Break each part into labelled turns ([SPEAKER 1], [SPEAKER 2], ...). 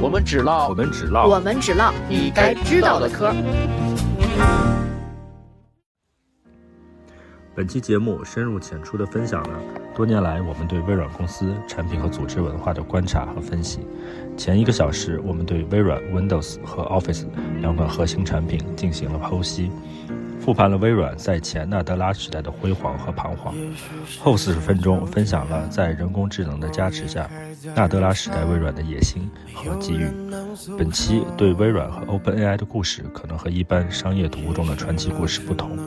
[SPEAKER 1] 我们只唠
[SPEAKER 2] 我们只唠
[SPEAKER 3] 我们只唠
[SPEAKER 1] 你该知道的科。
[SPEAKER 2] 本期节目深入浅出的分享了多年来我们对微软公司产品和组织文化的观察和分析。前一个小时，我们对微软 Windows 和 Office 两款核心产品进行了剖析，复盘了微软在前纳德拉时代的辉煌和彷徨。后四十分钟分享了在人工智能的加持下，纳德拉时代微软的野心和机遇。本期对微软和 OpenAI 的故事可能和一般商业读物中的传奇故事不同，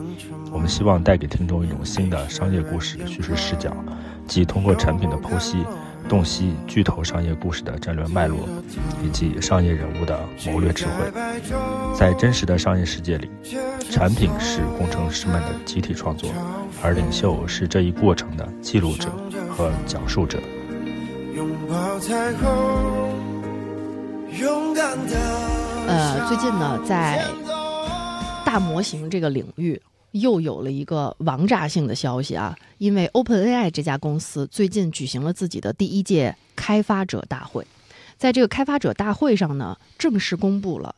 [SPEAKER 2] 我们希望带给听众一种新的商业故事叙事视角，即通过产品的剖析，洞悉巨头商业故事的战略脉络，以及商业人物的谋略智慧。在真实的商业世界里，产品是工程师们的集体创作，而领袖是这一过程的记录者和讲述者。
[SPEAKER 4] 拥抱彩虹，勇敢的。
[SPEAKER 3] 呃，最近呢，在大模型这个领域又有了一个王炸性的消息啊，因为 OpenAI 这家公司最近举行了自己的第一届开发者大会，在这个开发者大会上呢，正式公布了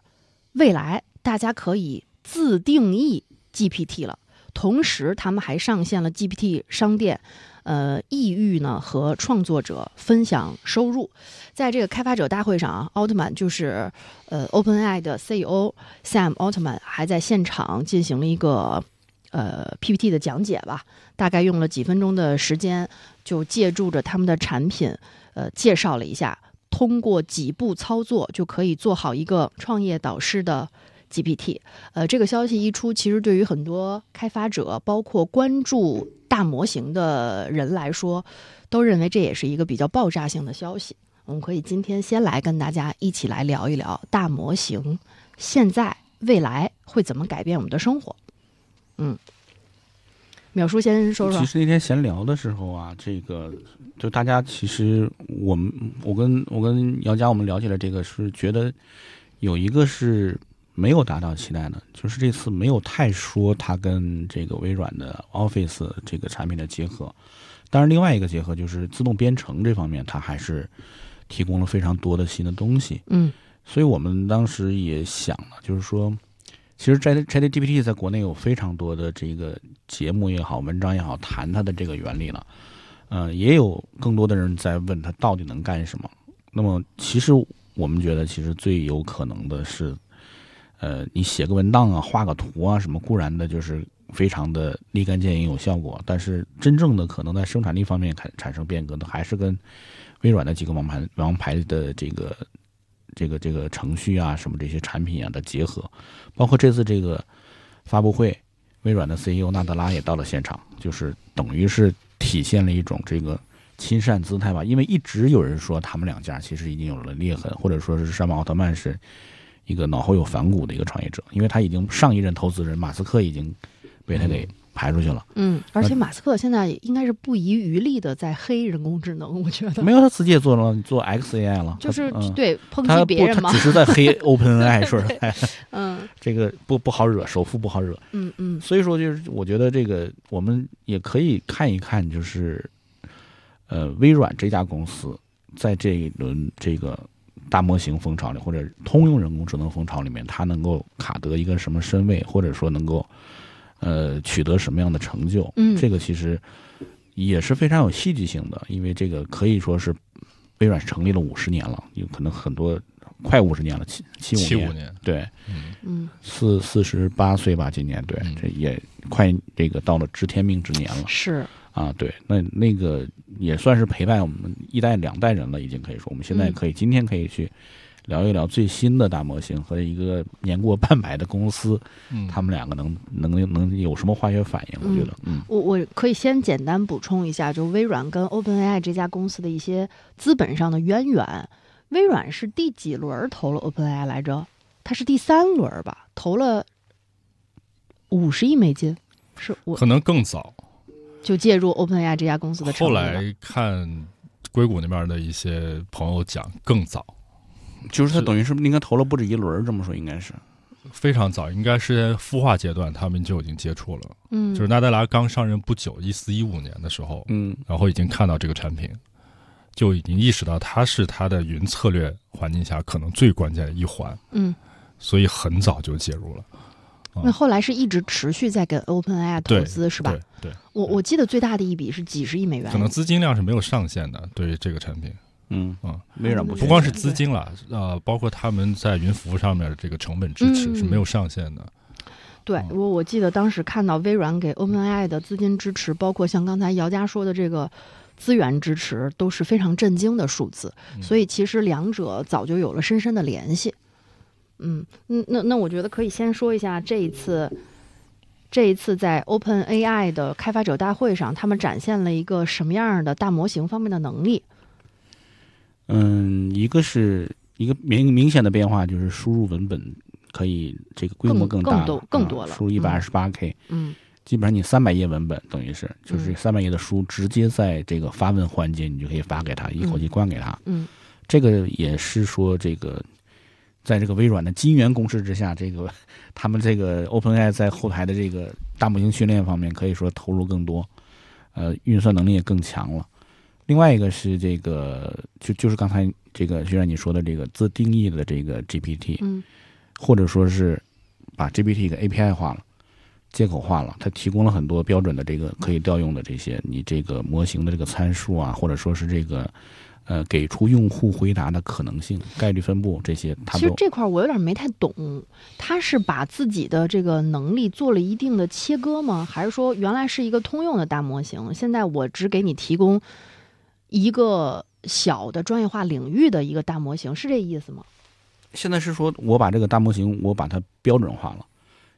[SPEAKER 3] 未来大家可以自定义 GPT 了，同时他们还上线了 GPT 商店。呃，意欲呢和创作者分享收入，在这个开发者大会上啊，奥特曼就是呃 OpenAI 的 CEO Sam 奥特曼还在现场进行了一个呃 PPT 的讲解吧，大概用了几分钟的时间，就借助着他们的产品，呃，介绍了一下，通过几步操作就可以做好一个创业导师的 GPT。呃，这个消息一出，其实对于很多开发者，包括关注大模型的人来说，都认为这也是一个比较爆炸性的消息。我们可以今天先来跟大家一起来聊一聊大模型现在、未来会怎么改变我们的生活。嗯，淼叔先说说
[SPEAKER 5] 其，实那天闲聊的时候啊，这个就大家其实我们我跟我跟姚佳我们聊起来这个是觉得有一个是没有达到期待的，就是这次没有太说它跟这个微软的 Office 这个产品的结合。当然，另外一个结合就是自动编程这方面，它还是提供了非常多的新的东西。
[SPEAKER 3] 嗯
[SPEAKER 5] 所以我们当时也想了，就是说，其实 Chat ChatGPT 在国内有非常多的这个节目也好、文章也好，谈它的这个原理了。呃，也有更多的人在问它到底能干什么。那么，其实我们觉得，其实最有可能的是，呃，你写个文档啊、画个图啊什么，固然的就是非常的立竿见影、有效果，但是真正的可能在生产力方面产产生变革的，还是跟微软的几个王牌王牌的这个这个这个程序啊，什么这些产品啊的结合，包括这次这个发布会，微软的 CEO 纳德拉也到了现场，就是等于是体现了一种这个亲善姿态吧。因为一直有人说他们两家其实已经有了裂痕，或者说是山姆奥特曼是一个脑后有反骨的一个创业者，因为他已经上一任投资人马斯克已经被他给排出去了。
[SPEAKER 3] 嗯，而且马斯克现在应该是不遗余力的在黑人工智能，我 觉得
[SPEAKER 5] 没有，他自己也做了做 XAI 了，
[SPEAKER 3] 就是、
[SPEAKER 5] 他嗯、
[SPEAKER 3] 对抨
[SPEAKER 5] 他
[SPEAKER 3] 击
[SPEAKER 5] 不
[SPEAKER 3] 别，人
[SPEAKER 5] 他
[SPEAKER 3] 嘛
[SPEAKER 5] 只。是 在黑 OpenAI，说实在，
[SPEAKER 3] 嗯
[SPEAKER 5] 这个不不好惹，首富不好惹。
[SPEAKER 3] 嗯嗯
[SPEAKER 5] 所以说，就是我觉得这个我们也可以看一看，就是呃，微软这家公司在这一轮这个大模型风潮里，或者通用人工智能风潮里面，它能够卡得一个什么身位，或者说能够呃取得什么样的成就？
[SPEAKER 3] 嗯
[SPEAKER 5] 这个其实也是非常有戏剧性的，因为这个可以说是微软成立了五十年了，有可能很多快五十年了，七七五
[SPEAKER 2] 七
[SPEAKER 5] 年，
[SPEAKER 2] 五年，
[SPEAKER 5] 对，
[SPEAKER 3] 嗯，
[SPEAKER 5] 四四十八岁吧，今年对
[SPEAKER 2] 嗯，
[SPEAKER 5] 这也快这个到了知天命之年了
[SPEAKER 3] 是
[SPEAKER 5] 啊，对，那那个也算是陪伴我们一代两代人了，已经可以说，我们现在
[SPEAKER 3] 嗯
[SPEAKER 5] 可以、今天可以去聊一聊最新的大模型和一个年过半百的公司，
[SPEAKER 2] 嗯
[SPEAKER 5] 他们两个能能能有什么化学反应？我觉得，嗯，
[SPEAKER 3] 我我可以先简单补充一下，就微软跟 OpenAI 这家公司的一些资本上的渊源。微软是第几轮投了 OpenAI 来着？它是第三轮吧，投了五十亿美金，是我
[SPEAKER 2] 可能更早。
[SPEAKER 3] 就介入 OpenAI 这家公司的成
[SPEAKER 2] 后
[SPEAKER 3] 立了
[SPEAKER 2] 来看硅谷那边的一些朋友讲，更早，
[SPEAKER 5] 就是他
[SPEAKER 2] 是
[SPEAKER 5] 等于是应该投了不止一轮儿，这么说应该是，
[SPEAKER 2] 非常早，应该是孵化阶段，他们就已经接触了。
[SPEAKER 3] 嗯，
[SPEAKER 2] 就是纳德拉刚上任不久，一四一五年的时候，
[SPEAKER 5] 嗯，
[SPEAKER 2] 然后已经看到这个产品，就已经意识到它是它的云策略环境下可能最关键的一环，
[SPEAKER 3] 嗯，
[SPEAKER 2] 所以很早就介入了。
[SPEAKER 3] 那后来是一直持续在给 OpenAI 投
[SPEAKER 2] 对，
[SPEAKER 3] 资是吧？
[SPEAKER 2] 对？
[SPEAKER 3] 我我记得最大的一笔是几十亿美
[SPEAKER 2] 对，
[SPEAKER 3] 元，
[SPEAKER 2] 嗯可能资金量是没有上限的，对于这个产品，
[SPEAKER 5] 嗯
[SPEAKER 2] 嗯，
[SPEAKER 5] 微软不缺
[SPEAKER 2] 不光是资金了，呃，包括他们在云服务上面的这个成本支持
[SPEAKER 3] 嗯
[SPEAKER 2] 是没有上限的。
[SPEAKER 3] 对
[SPEAKER 2] 嗯
[SPEAKER 3] 我我记得当时看到微软给 OpenAI 的资金支持，包括像刚才姚佳说的这个资源支持，都是非常震惊的数字。
[SPEAKER 2] 嗯
[SPEAKER 3] 所以其实两者早就有了深深的联系。嗯，嗯那那我觉得可以先说一下这一次。这一次在 OpenAI 的开发者大会上，他们展现了一个什么样的大模型方面的能力？
[SPEAKER 5] 嗯，一个是一个明明显的变化就是输入文本可以这个规模
[SPEAKER 3] 更
[SPEAKER 5] 大
[SPEAKER 3] 更多
[SPEAKER 5] 啊
[SPEAKER 3] 更多了
[SPEAKER 5] 输入一百二十八 K，
[SPEAKER 3] 嗯
[SPEAKER 5] 基本上你三百页文本等于是就是
[SPEAKER 3] 嗯
[SPEAKER 5] 三百页的书，直接在这个发问环节你就可以发给他，一口气灌给他。
[SPEAKER 3] 嗯
[SPEAKER 5] 这个也是说这个。在这个微软的金元攻势之下，这个他们这个 OpenAI 在后台的这个大模型训练方面，可以说投入更多，呃，运算能力也更强了。另外一个是这个，就就是刚才这个学长你说的这个自定义的这个 GPT，
[SPEAKER 3] 嗯
[SPEAKER 5] 或者说是把 GPT 给 API 化了、接口化了，它提供了很多标准的这个可以调用的这些你这个模型的这个参数啊，或者说是这个呃给出用户回答的可能性、概率分布这些，它
[SPEAKER 3] 其实
[SPEAKER 5] 都
[SPEAKER 3] 这块儿我有点没太懂，他是把自己的这个能力做了一定的切割吗？还是说原来是一个通用的大模型，现在我只给你提供一个小的专业化领域的一个大模型，是这意思吗？
[SPEAKER 5] 现在是说我把这个大模型我把它标准化了，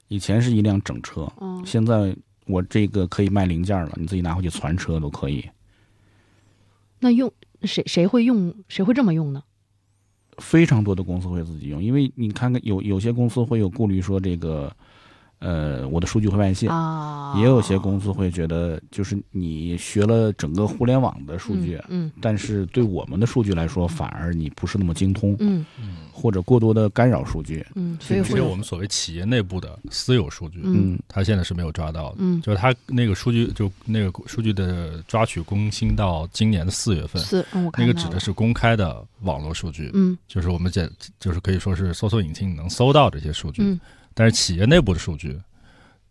[SPEAKER 5] 以前是一辆整车，
[SPEAKER 3] 嗯，
[SPEAKER 5] 现在我这个可以卖零件了，你自己拿回去传车都可以。
[SPEAKER 3] 那用谁谁会用谁会这么用呢？
[SPEAKER 5] 非常多的公司会自己用，因为你看看有有些公司会有顾虑说这个，呃，我的数据会外泄，
[SPEAKER 3] 啊，
[SPEAKER 5] 也有些公司会觉得就是你学了整个互联网的数据，啊
[SPEAKER 3] 嗯
[SPEAKER 5] 但是对我们的数据来说，反而你不是那么精通，
[SPEAKER 3] 嗯
[SPEAKER 5] 或者过多的干扰数据。
[SPEAKER 3] 嗯嗯，所以
[SPEAKER 2] 只
[SPEAKER 3] 会
[SPEAKER 2] 有我们所谓企业内部的私有数据，
[SPEAKER 3] 嗯
[SPEAKER 5] 嗯，
[SPEAKER 2] 它现在是没有抓到的。
[SPEAKER 3] 嗯
[SPEAKER 2] 就是它那个数据，就那个数据的抓取更新到今年的四月份，
[SPEAKER 3] 是，嗯我
[SPEAKER 2] 那
[SPEAKER 3] 看
[SPEAKER 2] 个
[SPEAKER 3] 到
[SPEAKER 2] 指的
[SPEAKER 3] 了
[SPEAKER 2] 是公开的网络数据，
[SPEAKER 3] 嗯
[SPEAKER 2] 就是我们简就是可以说是搜索引擎能搜到这些数据，
[SPEAKER 3] 嗯
[SPEAKER 2] 但是企业内部的数据，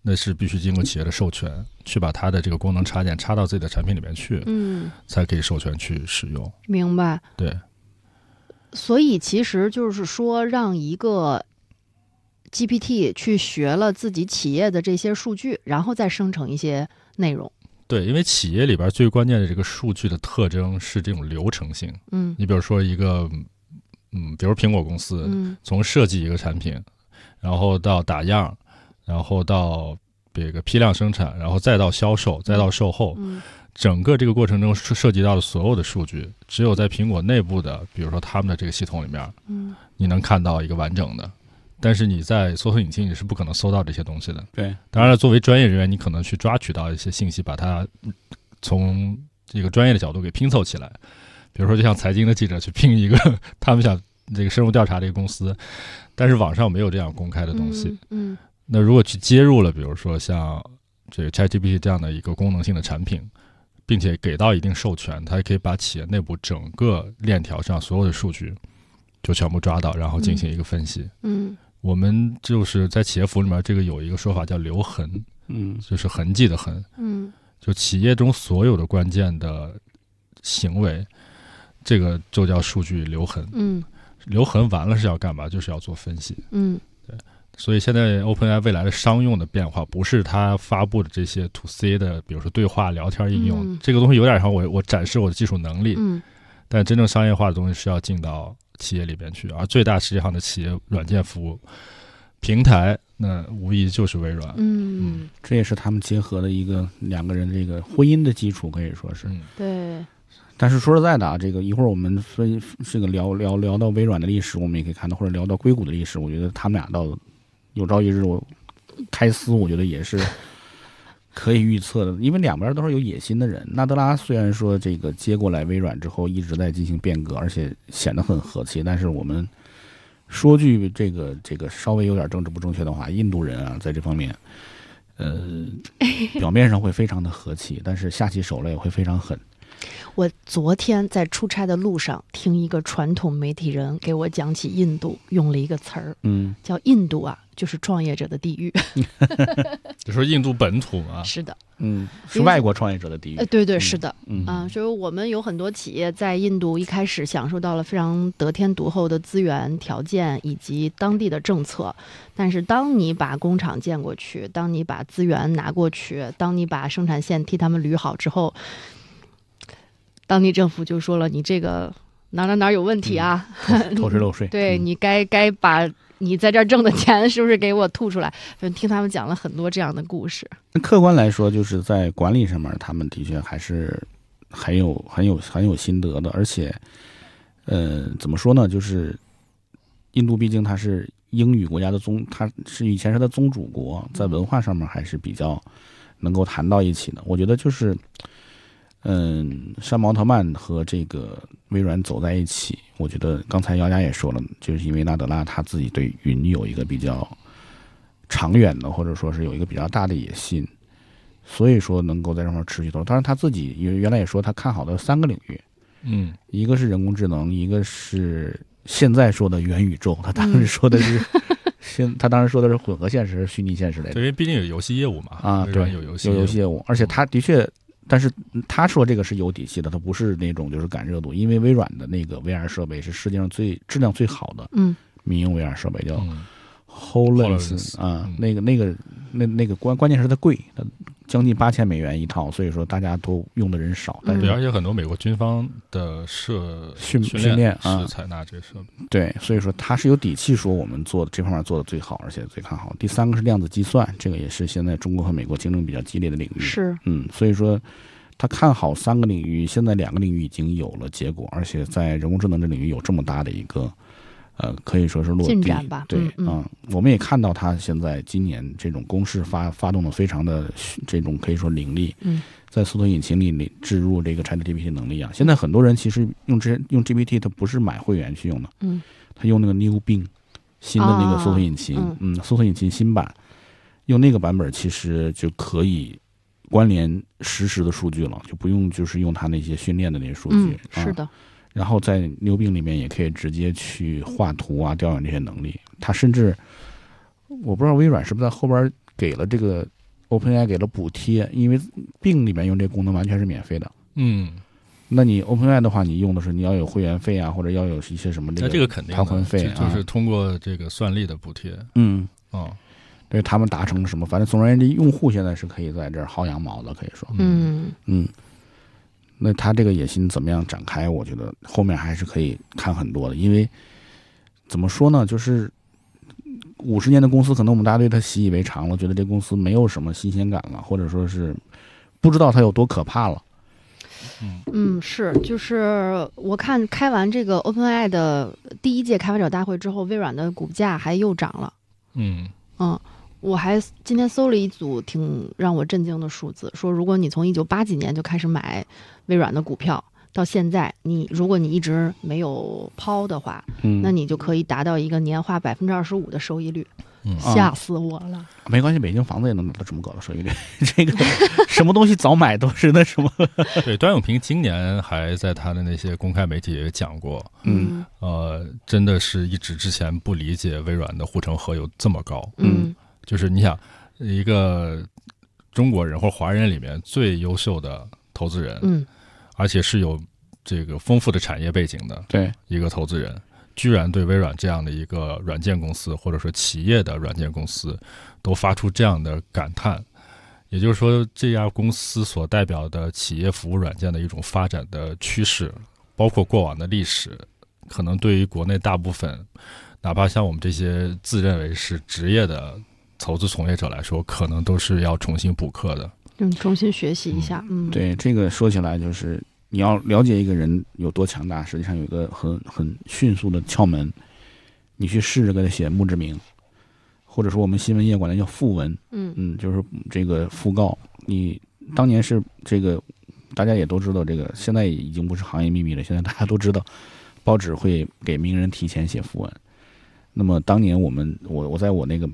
[SPEAKER 2] 那是必须经过企业的授权，去把它的这个功能插件插到自己的产品里面去，
[SPEAKER 3] 嗯，
[SPEAKER 2] 才可以授权去使用。
[SPEAKER 3] 明白。
[SPEAKER 2] 对，
[SPEAKER 3] 所以其实就是说，让一个 GPT 去学了自己企业的这些数据，然后再生成一些内容。
[SPEAKER 2] 对，因为企业里边最关键的这个数据的特征是这种流程性。
[SPEAKER 3] 嗯
[SPEAKER 2] 你比如说一个，嗯，比如苹果公司，
[SPEAKER 3] 嗯
[SPEAKER 2] 从设计一个产品，然后到打样，然后到这个批量生产，然后再到销售，再到售后，
[SPEAKER 3] 嗯
[SPEAKER 2] 整个这个过程中涉涉及到的所有的数据，只有在苹果内部的，比如说他们的这个系统里面，
[SPEAKER 3] 嗯
[SPEAKER 2] 你能看到一个完整的。但是你在搜索引擎你是不可能搜到这些东西的。
[SPEAKER 5] 对，
[SPEAKER 2] 当然了，作为专业人员，你可能去抓取到一些信息，把它嗯从这个专业的角度给拼凑起来。比如说，就像财经的记者去拼一个 他们想这个深入调查这个公司，但是网上没有这样公开的东西。
[SPEAKER 3] 嗯
[SPEAKER 2] 那如果去接入了，比如说像这个 ChatGPT 这样的一个功能性的产品，并且给到一定授权，它可以把企业内部整个链条上所有的数据就全部抓到，然后进行一个分析。
[SPEAKER 3] 嗯
[SPEAKER 2] 我们就是在企业服务里面，这个有一个说法叫“留痕”，
[SPEAKER 5] 嗯
[SPEAKER 2] 就是痕迹的痕，
[SPEAKER 3] 嗯
[SPEAKER 2] 就企业中所有的关键的行为，这个就叫数据留痕。
[SPEAKER 3] 嗯
[SPEAKER 2] 留痕完了是要干嘛？就是要做分析。
[SPEAKER 3] 嗯
[SPEAKER 2] 所以现在 OpenAI 未来的商用的变化，不是它发布的这些 To C 的，比如说对话、聊天应用，
[SPEAKER 3] 嗯
[SPEAKER 2] 这个东西有点像我我展示我的技术能力，
[SPEAKER 3] 嗯
[SPEAKER 2] 但真正商业化的东西是要进到企业里边去，而最大实际上的企业软件服务平台，那无疑就是微软。
[SPEAKER 3] 嗯，
[SPEAKER 5] 这也是他们结合的一个两个人这个婚姻的基础，可以说是。
[SPEAKER 2] 嗯
[SPEAKER 3] 对，
[SPEAKER 5] 但是说实在的啊，这个一会儿我们分这个聊聊聊到微软的历史，我们也可以看到，或者聊到硅谷的历史，我觉得他们俩到有朝一日我开撕，我觉得也是可以预测的，因为两边都是有野心的人。纳德拉虽然说这个接过来微软之后一直在进行变革，而且显得很和气，但是我们说句这个这个稍微有点政治不正确的话，印度人啊，在这方面。呃，表面上会非常的和气，但是下起手来也会非常狠。
[SPEAKER 3] 我昨天在出差的路上，听一个传统媒体人给我讲起印度，用了一个词儿
[SPEAKER 5] 嗯，
[SPEAKER 3] 叫“印度啊，就是创业者的地狱。
[SPEAKER 2] 就说印度本土”嘛
[SPEAKER 3] 是的，
[SPEAKER 5] 嗯，
[SPEAKER 3] 因
[SPEAKER 5] 是
[SPEAKER 3] 为
[SPEAKER 5] 外国创业者的地
[SPEAKER 3] 呃，
[SPEAKER 5] 狱。
[SPEAKER 3] 对对，是的，
[SPEAKER 5] 嗯
[SPEAKER 3] 啊，所以我们有很多企业在印度一开始享受到了非常得天独厚的资源条件以及当地的政策，但是当你把工厂建过去，当你把资源拿过去，当你把生产线替他们捋好之后，当地政府就说了，你这个哪哪哪有问题啊，
[SPEAKER 5] 偷税漏税。
[SPEAKER 3] 对
[SPEAKER 5] 嗯
[SPEAKER 3] 你该该把你在这儿挣的钱是不是给我吐出来？就听他们讲了很多这样的故事，
[SPEAKER 5] 那客观来说，就是在管理上面，他们的确还是很有很有很有心得的，而且，呃，怎么说呢？就是印度毕竟它是英语国家的宗，它是以前是它宗主国，在文化上面还是比较能够谈到一起的。我觉得就是，嗯，山姆奥特曼和这个微软走在一起，我觉得刚才姚佳也说了，就是因为纳德拉他自己对云有一个比较长远的，或者说是有一个比较大的野心，所以说能够在这方面持续投入。当然他自己原原来也说他看好的三个领域，
[SPEAKER 2] 嗯，
[SPEAKER 5] 一个是人工智能，一个是现在说的元宇宙，他当时说的 是现、他当时说的是混合现实、虚拟现实类
[SPEAKER 2] 对，
[SPEAKER 5] 的
[SPEAKER 2] 因为毕竟有游戏业务嘛，
[SPEAKER 5] 哎啊，
[SPEAKER 2] 微
[SPEAKER 5] 对，
[SPEAKER 2] 软有游戏
[SPEAKER 5] 有
[SPEAKER 2] 业务
[SPEAKER 5] 游戏业务，而且他的确。但是他说这个是有底气的，他不是那种就是赶热度，因为微软的那个 VR 设备是世界上最质量最好的
[SPEAKER 3] 嗯
[SPEAKER 5] 民用 VR 设备，叫
[SPEAKER 2] 嗯
[SPEAKER 5] HoloLens 啊、
[SPEAKER 2] 嗯
[SPEAKER 5] 那个那个那那个关关键是它贵，它将近八千美元一套，所以说大家都用的人少，但是、
[SPEAKER 2] 对，而且很多美国军方的设
[SPEAKER 5] 训训
[SPEAKER 2] 训
[SPEAKER 5] 练啊
[SPEAKER 2] 是采纳这个设备。
[SPEAKER 5] 对，所以说它是有底气说我们做的这方面做的最好，而且最看好。第三个是量子计算，这个也是现在中国和美国竞争比较激烈的领域，
[SPEAKER 3] 是
[SPEAKER 5] 嗯，所以说他看好三个领域，现在两个领域已经有了结果，而且在人工智能这领域有这么大的一个。呃，可以说是落地
[SPEAKER 3] 进展吧
[SPEAKER 5] 对，啊
[SPEAKER 3] 嗯嗯
[SPEAKER 5] 我们也看到它现在今年这种公式发发动的非常的这种可以说凌厉，
[SPEAKER 3] 嗯，
[SPEAKER 5] 在搜索引擎里里置入这个 ChatGPT 能力啊。现在很多人其实用这用 GPT，它不是买会员去用的，
[SPEAKER 3] 嗯，
[SPEAKER 5] 他用那个 New Bing 新的那个搜索引擎，
[SPEAKER 3] 啊
[SPEAKER 5] 嗯，搜索引擎新版，用那个版本其实就可以关联实时的数据了，就不用就是用它那些训练的那些数据
[SPEAKER 3] 嗯，，是
[SPEAKER 5] 啊
[SPEAKER 3] 的，
[SPEAKER 5] 然后在牛病里面也可以直接去画图啊、调研这些能力。它甚至我不知道微软是不是在后边给了这个 OpenAI 给了补贴，因为病里面用这功能完全是免费的。
[SPEAKER 2] 嗯，
[SPEAKER 5] 那你 OpenAI 的话，你用的是你要有会员费啊，或者要有一些什么这
[SPEAKER 2] 那
[SPEAKER 5] 个
[SPEAKER 2] 这个肯定
[SPEAKER 5] 盘桓
[SPEAKER 2] 的，
[SPEAKER 5] 费
[SPEAKER 2] 这就
[SPEAKER 5] 啊
[SPEAKER 2] 是通过这个算力的补贴
[SPEAKER 5] 嗯，
[SPEAKER 2] 啊。
[SPEAKER 5] 对他们达成了什么？反正总而言之，用户现在是可以在这儿薅羊毛的，可以说，
[SPEAKER 3] 嗯
[SPEAKER 5] 嗯，那他这个野心怎么样展开？我觉得后面还是可以看很多的，因为怎么说呢，就是五十年的公司，可能我们大家对它习以为常了，觉得这公司没有什么新鲜感了，或者说是不知道它有多可怕了。
[SPEAKER 3] 嗯，是，就是我看开完这个 OpenAI 的第一届开发者大会之后，微软的股价还又涨了。
[SPEAKER 2] 嗯，
[SPEAKER 3] 嗯，我还今天搜了一组挺让我震惊的数字，说如果你从一九八几年就开始买微软的股票，到现在你如果你一直没有抛的话，
[SPEAKER 5] 嗯，
[SPEAKER 3] 那你就可以达到一个年化百分之二十五的收益率，
[SPEAKER 2] 嗯
[SPEAKER 5] 啊
[SPEAKER 3] 吓死我了。
[SPEAKER 5] 没关系，北京房子也能拿到这么高的收益率。 这个什么东西早买都是那什么，
[SPEAKER 2] 对，端永平今年还在他的那些公开媒体也讲过，
[SPEAKER 5] 嗯
[SPEAKER 2] 呃，真的是一直之前不理解微软的护城河有这么高，
[SPEAKER 3] 嗯
[SPEAKER 2] 就是你想一个中国人或者华人里面最优秀的投资人，
[SPEAKER 3] 嗯
[SPEAKER 2] 而且是有这个丰富的产业背景的
[SPEAKER 5] 对，
[SPEAKER 2] 一个投资人，居然对微软这样的一个软件公司或者说企业的软件公司都发出这样的感叹，也就是说，这家公司所代表的企业服务软件的一种发展的趋势，包括过往的历史，可能对于国内大部分，哪怕像我们这些自认为是职业的投资从业者来说，可能都是要重新补课的。
[SPEAKER 3] 嗯，重新学习一下。嗯，，
[SPEAKER 5] 对，这个说起来就是你要了解一个人有多强大，实际上有一个很很迅速的窍门，你去试着给他写墓志铭，或者说我们新闻业管它叫讣文，
[SPEAKER 3] 嗯
[SPEAKER 5] 嗯，就是这个讣告。你当年是这个，大家也都知道，这个现在已经不是行业秘密了，现在大家都知道，报纸会给名人提前写讣文。那么当年我们，我我在我那个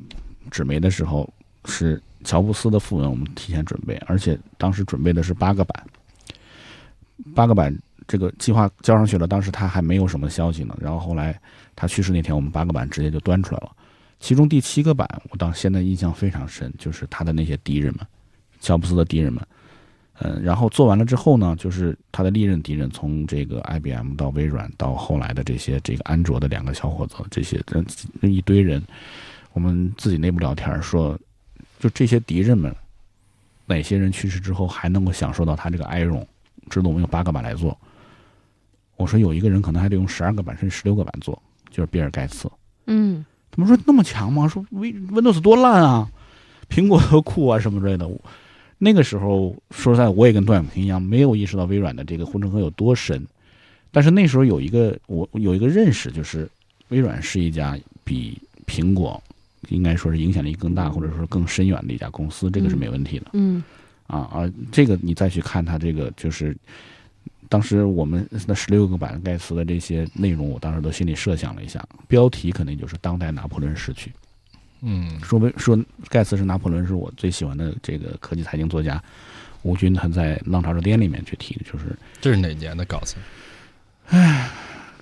[SPEAKER 5] 纸媒的时候，是乔布斯的讣文，我们提前准备，而且当时准备的是八个版。八个版这个计划交上去了，当时他还没有什么消息呢。然后后来他去世那天，我们八个版直接就端出来了。其中第七个版，我到现在印象非常深，就是他的那些敌人们，乔布斯的敌人们。嗯，然后做完了之后呢，就是他的历任敌人，从这个 IBM 到微软，到后来的这些这个安卓的两个小伙子，这些这这一堆人，我们自己内部聊天儿说，就这些敌人们，哪些人去世之后还能够享受到他这个哀荣？知道我们用八个版来做，我说有一个人可能还得用十二个版甚至十六个版做，就是比尔盖茨。
[SPEAKER 3] 嗯，
[SPEAKER 5] 他们说那么强吗？说 Win Windows 多烂啊，苹果多酷啊什么之类的。我那个时候说实在，我也跟段永平一样，没有意识到微软的这个护城河有多深。但是那时候有一个我有一个认识，就是微软是一家比苹果应该说是影响力更大，或者说更深远的一家公司，这个是没问题的。
[SPEAKER 3] 嗯，
[SPEAKER 5] 啊，而这个你再去看它这个就是。当时我们那十六个版盖茨的这些内容，我当时都心里设想了一下，标题肯定就是“当代拿破仑逝去”。
[SPEAKER 2] 嗯
[SPEAKER 5] 说为说盖茨是拿破仑，是我最喜欢的这个科技财经作家。吴军他在《浪潮热点》里面去提的，就是
[SPEAKER 2] 这是哪年的稿子？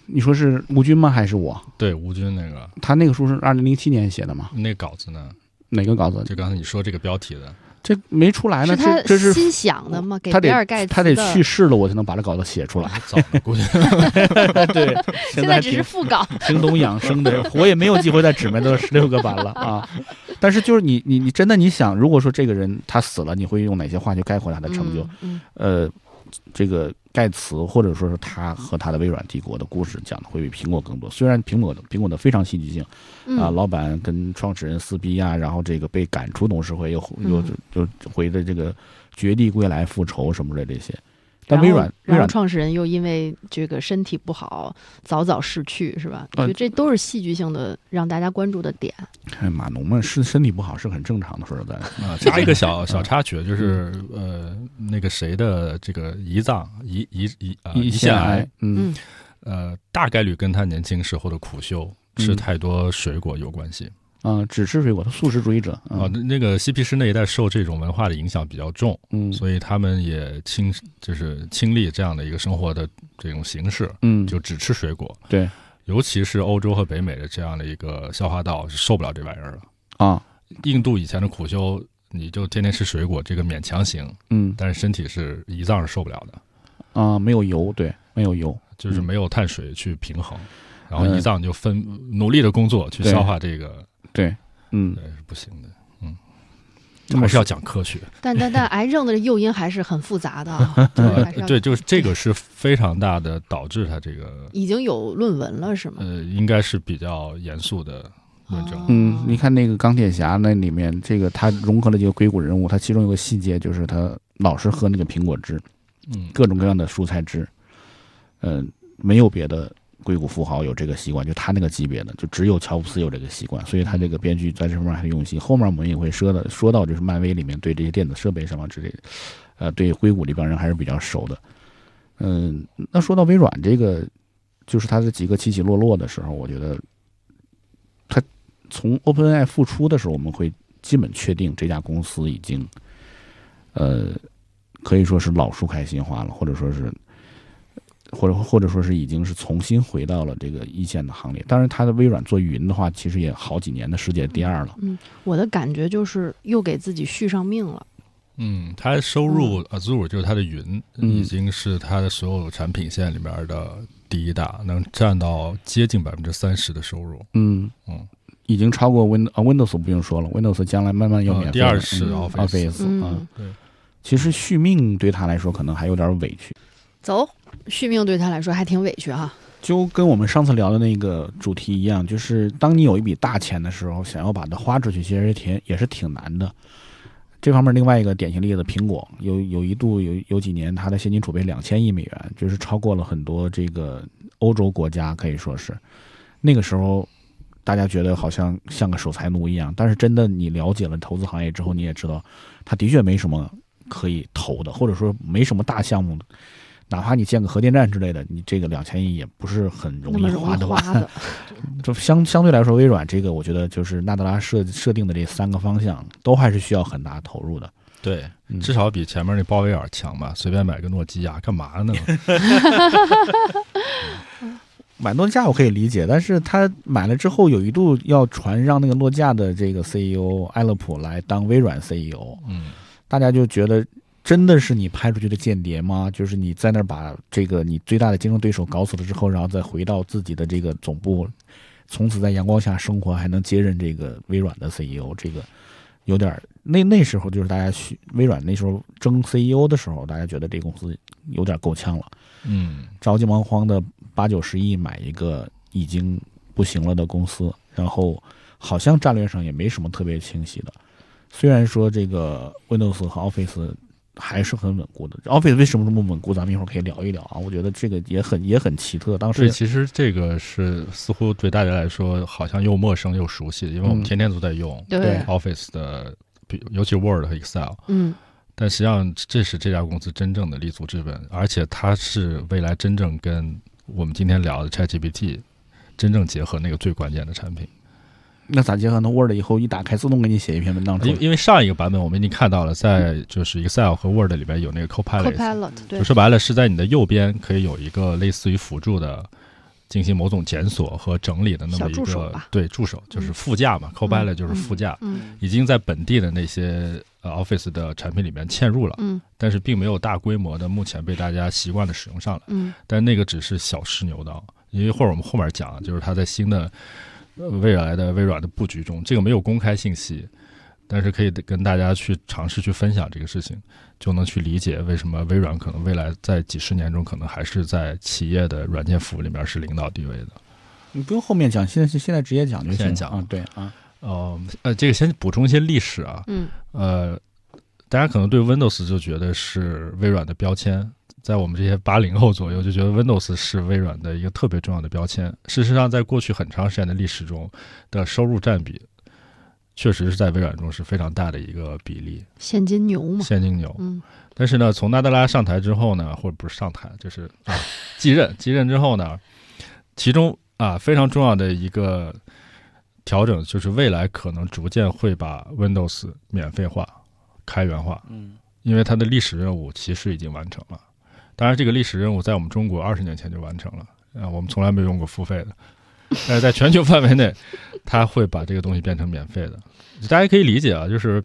[SPEAKER 5] 你说是吴军吗？还是我？
[SPEAKER 2] 对，吴军那个
[SPEAKER 5] 他那个书是二零零七年写的嘛？
[SPEAKER 2] 那个稿子呢？
[SPEAKER 5] 哪个稿子？
[SPEAKER 2] 就刚才你说这个标题 的，
[SPEAKER 5] 这没出来呢，
[SPEAKER 3] 是
[SPEAKER 5] 哎这
[SPEAKER 3] 他
[SPEAKER 5] 这是哦
[SPEAKER 3] 心想的吗？给
[SPEAKER 5] 他
[SPEAKER 3] 比尔盖
[SPEAKER 5] 得
[SPEAKER 3] 茨
[SPEAKER 5] 他得
[SPEAKER 3] 的
[SPEAKER 5] 去，世了，我才能把这稿子写 出来。
[SPEAKER 2] 早呢，估计
[SPEAKER 5] 对，现
[SPEAKER 3] 现
[SPEAKER 5] 在还
[SPEAKER 3] 在只
[SPEAKER 5] 挺
[SPEAKER 3] 是副稿。
[SPEAKER 5] 挺懂养生的，我也没有机会再只卖到十六个版了啊。但是就是你你你真的你想，如果说这个人他死了，你会用哪些话去概括他的成就？
[SPEAKER 3] 嗯，
[SPEAKER 5] 呃，这个盖茨或者说是他和他的微软帝国的故事讲的会比苹果更多。虽然苹果的苹果的非常戏剧性啊、
[SPEAKER 3] 嗯嗯
[SPEAKER 5] 老板跟创始人撕逼啊，然后这个被赶出董事会，又又
[SPEAKER 3] 嗯
[SPEAKER 5] 又回的这个绝地归来复仇什么的这些。
[SPEAKER 3] 然
[SPEAKER 5] 但
[SPEAKER 3] 后
[SPEAKER 5] 微软微
[SPEAKER 3] 然后
[SPEAKER 5] 软
[SPEAKER 3] 创始人又因为这个身体不好，早早逝去，是吧？我觉得这都是戏剧性的，让大家关注的点。
[SPEAKER 5] 哎码农们是身体不好是很正常的，说实在的。
[SPEAKER 2] 啊，加一个小小插曲，就是呃，那个谁的这个胰脏胰胰胰 啊胰腺癌，，
[SPEAKER 5] 嗯，
[SPEAKER 3] 嗯
[SPEAKER 2] 呃，大概率跟他年轻时候的苦修吃
[SPEAKER 5] 嗯
[SPEAKER 2] 太多水果有关系。
[SPEAKER 5] 啊、只吃水果，他素食主义者
[SPEAKER 2] 啊，
[SPEAKER 5] 嗯
[SPEAKER 2] 那那个嬉皮士那一代受这种文化的影响比较重，
[SPEAKER 5] 嗯
[SPEAKER 2] 所以他们也亲就是亲历这样的一个生活的这种形式，
[SPEAKER 5] 嗯，
[SPEAKER 2] 就只吃水果。
[SPEAKER 5] 对
[SPEAKER 2] 尤其是欧洲和北美的这样的一个消化道是受不了这玩意儿了。
[SPEAKER 5] 啊，
[SPEAKER 2] 印度以前的苦修，你就天天吃水果，这个勉强行，
[SPEAKER 5] 嗯
[SPEAKER 2] 但是身体是胰脏是受不了的，
[SPEAKER 5] 啊，没有油，对，没有油，
[SPEAKER 2] 就是
[SPEAKER 5] 嗯
[SPEAKER 2] 没有碳水去平衡，然后
[SPEAKER 5] 嗯
[SPEAKER 2] 胰脏就分努力的工作去
[SPEAKER 5] 对
[SPEAKER 2] 消化这个，
[SPEAKER 5] 对，嗯
[SPEAKER 2] 对，是不行的。
[SPEAKER 5] 这么
[SPEAKER 2] 还是要讲科学，
[SPEAKER 3] 但但但癌症的诱因还是很复杂的啊，
[SPEAKER 5] 嗯
[SPEAKER 3] 对，还是要
[SPEAKER 2] 呃对，就是这个是非常大的导致它这个
[SPEAKER 3] 已经有论文了是吗？
[SPEAKER 2] 呃，应该是比较严肃的论证。
[SPEAKER 3] 哦
[SPEAKER 5] 嗯，你看那个钢铁侠那里面，这个他融合了几个硅谷人物，他其中有个细节就是他老是喝那个苹果汁，
[SPEAKER 2] 嗯，
[SPEAKER 5] 各种各样的蔬菜汁，嗯、没有别的硅谷富豪有这个习惯，就他那个级别的，就只有乔布斯有这个习惯，所以他这个编剧在这方面很用心。后面我们也会说的，说到就是漫威里面对这些电子设备什么之类的，呃，对硅谷这帮人还是比较熟的。嗯，那说到微软这个，就是它的几个起起落落的时候，我觉得它从 OpenAI 复出的时候，我们会基本确定这家公司已经，呃，可以说是老树开新花了，或者说是，或者或者说是已经是重新回到了这个一线的行列。当然，它的微软做云的话，其实也好几年的世界第二了。
[SPEAKER 3] 我的感觉就是又给自己续上命了。
[SPEAKER 2] 嗯，它收入 Azure 就是它的云，
[SPEAKER 5] 嗯
[SPEAKER 2] 已经是它的所有产品线里面的第一大，能占到接近百分之三十的收入。
[SPEAKER 5] 嗯
[SPEAKER 2] 嗯，
[SPEAKER 5] 已经超过 Win 啊 Windows 不用说了，Windows 将来慢慢要
[SPEAKER 2] 呃
[SPEAKER 5] 免费
[SPEAKER 2] 第
[SPEAKER 5] 了
[SPEAKER 2] 二是
[SPEAKER 5] 嗯
[SPEAKER 2] Office
[SPEAKER 5] Office 啊
[SPEAKER 3] 嗯，，
[SPEAKER 5] 其实续命对他来说可能还有点委屈，
[SPEAKER 3] 走，续命对他来说还挺委屈哈。
[SPEAKER 5] 就跟我们上次聊的那个主题一样，就是当你有一笔大钱的时候，想要把它花出去，其实也挺也是挺难的。这方面另外一个典型例子，苹果有有一度有有几年，它的现金储备两千亿美元，就是超过了很多这个欧洲国家，可以说是那个时候大家觉得好像像个守财奴一样，但是真的你了解了投资行业之后，你也知道，它的确没什么可以投的，或者说没什么大项目哪怕你建个核电站之类的，你这个两千亿也不是很容
[SPEAKER 3] 那
[SPEAKER 5] 易
[SPEAKER 3] 么容
[SPEAKER 5] 花
[SPEAKER 3] 易
[SPEAKER 5] 的
[SPEAKER 3] 花
[SPEAKER 5] 吧？
[SPEAKER 3] 的，
[SPEAKER 5] 就相相对来说，微软这个我觉得就是纳德拉设设定的这三个方向，都还是需要很大投入的。
[SPEAKER 2] 对，
[SPEAKER 5] 嗯
[SPEAKER 2] 至少比前面那鲍威尔强吧？随便买个诺基亚干嘛呢？嗯
[SPEAKER 5] 买诺基亚我可以理解，但是他买了之后有一度要传让那个诺基亚的这个 CEO 埃勒普来当微软 CEO，
[SPEAKER 2] 嗯，
[SPEAKER 5] 大家就觉得真的是你派出去的间谍吗？就是你在那儿把这个你最大的竞争对手搞死了之后，然后再回到自己的这个总部，从此在阳光下生活，还能接任这个微软的 CEO，这个有点儿那那时候就是大家去微软那时候争 E CEO 的时候，大家觉得这公司有点够呛了。
[SPEAKER 2] 嗯，
[SPEAKER 5] 着急忙慌的八九十亿买一个已经不行了的公司，然后好像战略上也没什么特别清晰的。虽然说这个 Windows 和 Office 还是很稳固的，Office 为什么这么稳固？咱们一会儿可以聊一聊啊。我觉得这个也很也很奇特。当
[SPEAKER 2] 对，
[SPEAKER 5] 时
[SPEAKER 2] 其实这个是似乎对大家来说好像又陌生又熟悉，因为我们
[SPEAKER 5] 嗯
[SPEAKER 2] 天天都在用
[SPEAKER 5] 对
[SPEAKER 2] Office 的，比尤其 Word 和 Excel。
[SPEAKER 3] 嗯，
[SPEAKER 2] 但实际上，这是这家公司真正的立足之本，而且它是未来真正跟我们今天聊的 ChatGPT 真正结合那个最关键的产品。
[SPEAKER 5] 那咋结合呢？Word 以后一打开，自动给你写一篇文章出
[SPEAKER 2] 因
[SPEAKER 5] 来
[SPEAKER 2] 为。因为上一个版本我们已经看到了，在就是 Excel 和 Word 里边有那个 Copilot，
[SPEAKER 1] Copilot 对
[SPEAKER 2] 就，说白了是在你的右边可以有一个类似于辅助的。进行某种检索和整理的那么
[SPEAKER 3] 小
[SPEAKER 2] 一
[SPEAKER 3] 助手
[SPEAKER 2] 个
[SPEAKER 3] 吧
[SPEAKER 2] 对助手就是副驾嘛、c o p i l o t 就是副驾，
[SPEAKER 3] 嗯
[SPEAKER 2] 已经在本地的那些呃 Office 的产品里面嵌入了，
[SPEAKER 3] 嗯
[SPEAKER 2] 但是并没有大规模的目前被大家习惯的使用上来。
[SPEAKER 3] 嗯
[SPEAKER 2] 但那个只是小试牛刀，因为一会儿我们后面讲，啊就是它在新的呃未来的微软的布局中，这个没有公开信息，但是可以跟大家去尝试去分享这个事情，就能去理解为什么微软可能未来在几十年中可能还是在企业的软件服务里面是领导地位的。
[SPEAKER 5] 你不用后面讲，现在现在直接讲就
[SPEAKER 2] 现在
[SPEAKER 5] 行
[SPEAKER 2] 讲
[SPEAKER 5] 啊。对啊，
[SPEAKER 2] 哦，呃，这个先补充一些历史啊，
[SPEAKER 3] 嗯
[SPEAKER 2] 呃，大家可能对 Windows 就觉得是微软的标签，在我们这些八零后左右就觉得 Windows 是微软的一个特别重要的标签。事实上，在过去很长时间的历史中的收入占比，确实是在微软中是非常大的一个比例，
[SPEAKER 3] 现金牛嘛，
[SPEAKER 2] 现金流。
[SPEAKER 3] 嗯
[SPEAKER 2] 但是呢，从纳德拉上台之后呢，或者不是上台，就是啊继任，继任之后呢，其中啊非常重要的一个调整就是未来可能逐渐会把 Windows 免费化、开源化，
[SPEAKER 5] 嗯，
[SPEAKER 2] 因为它的历史任务其实已经完成了。当然，这个历史任务在我们中国二十年前就完成了，啊，我们从来没有用过付费的。但是在全球范围内，它会把这个东西变成免费的。大家可以理解啊，就是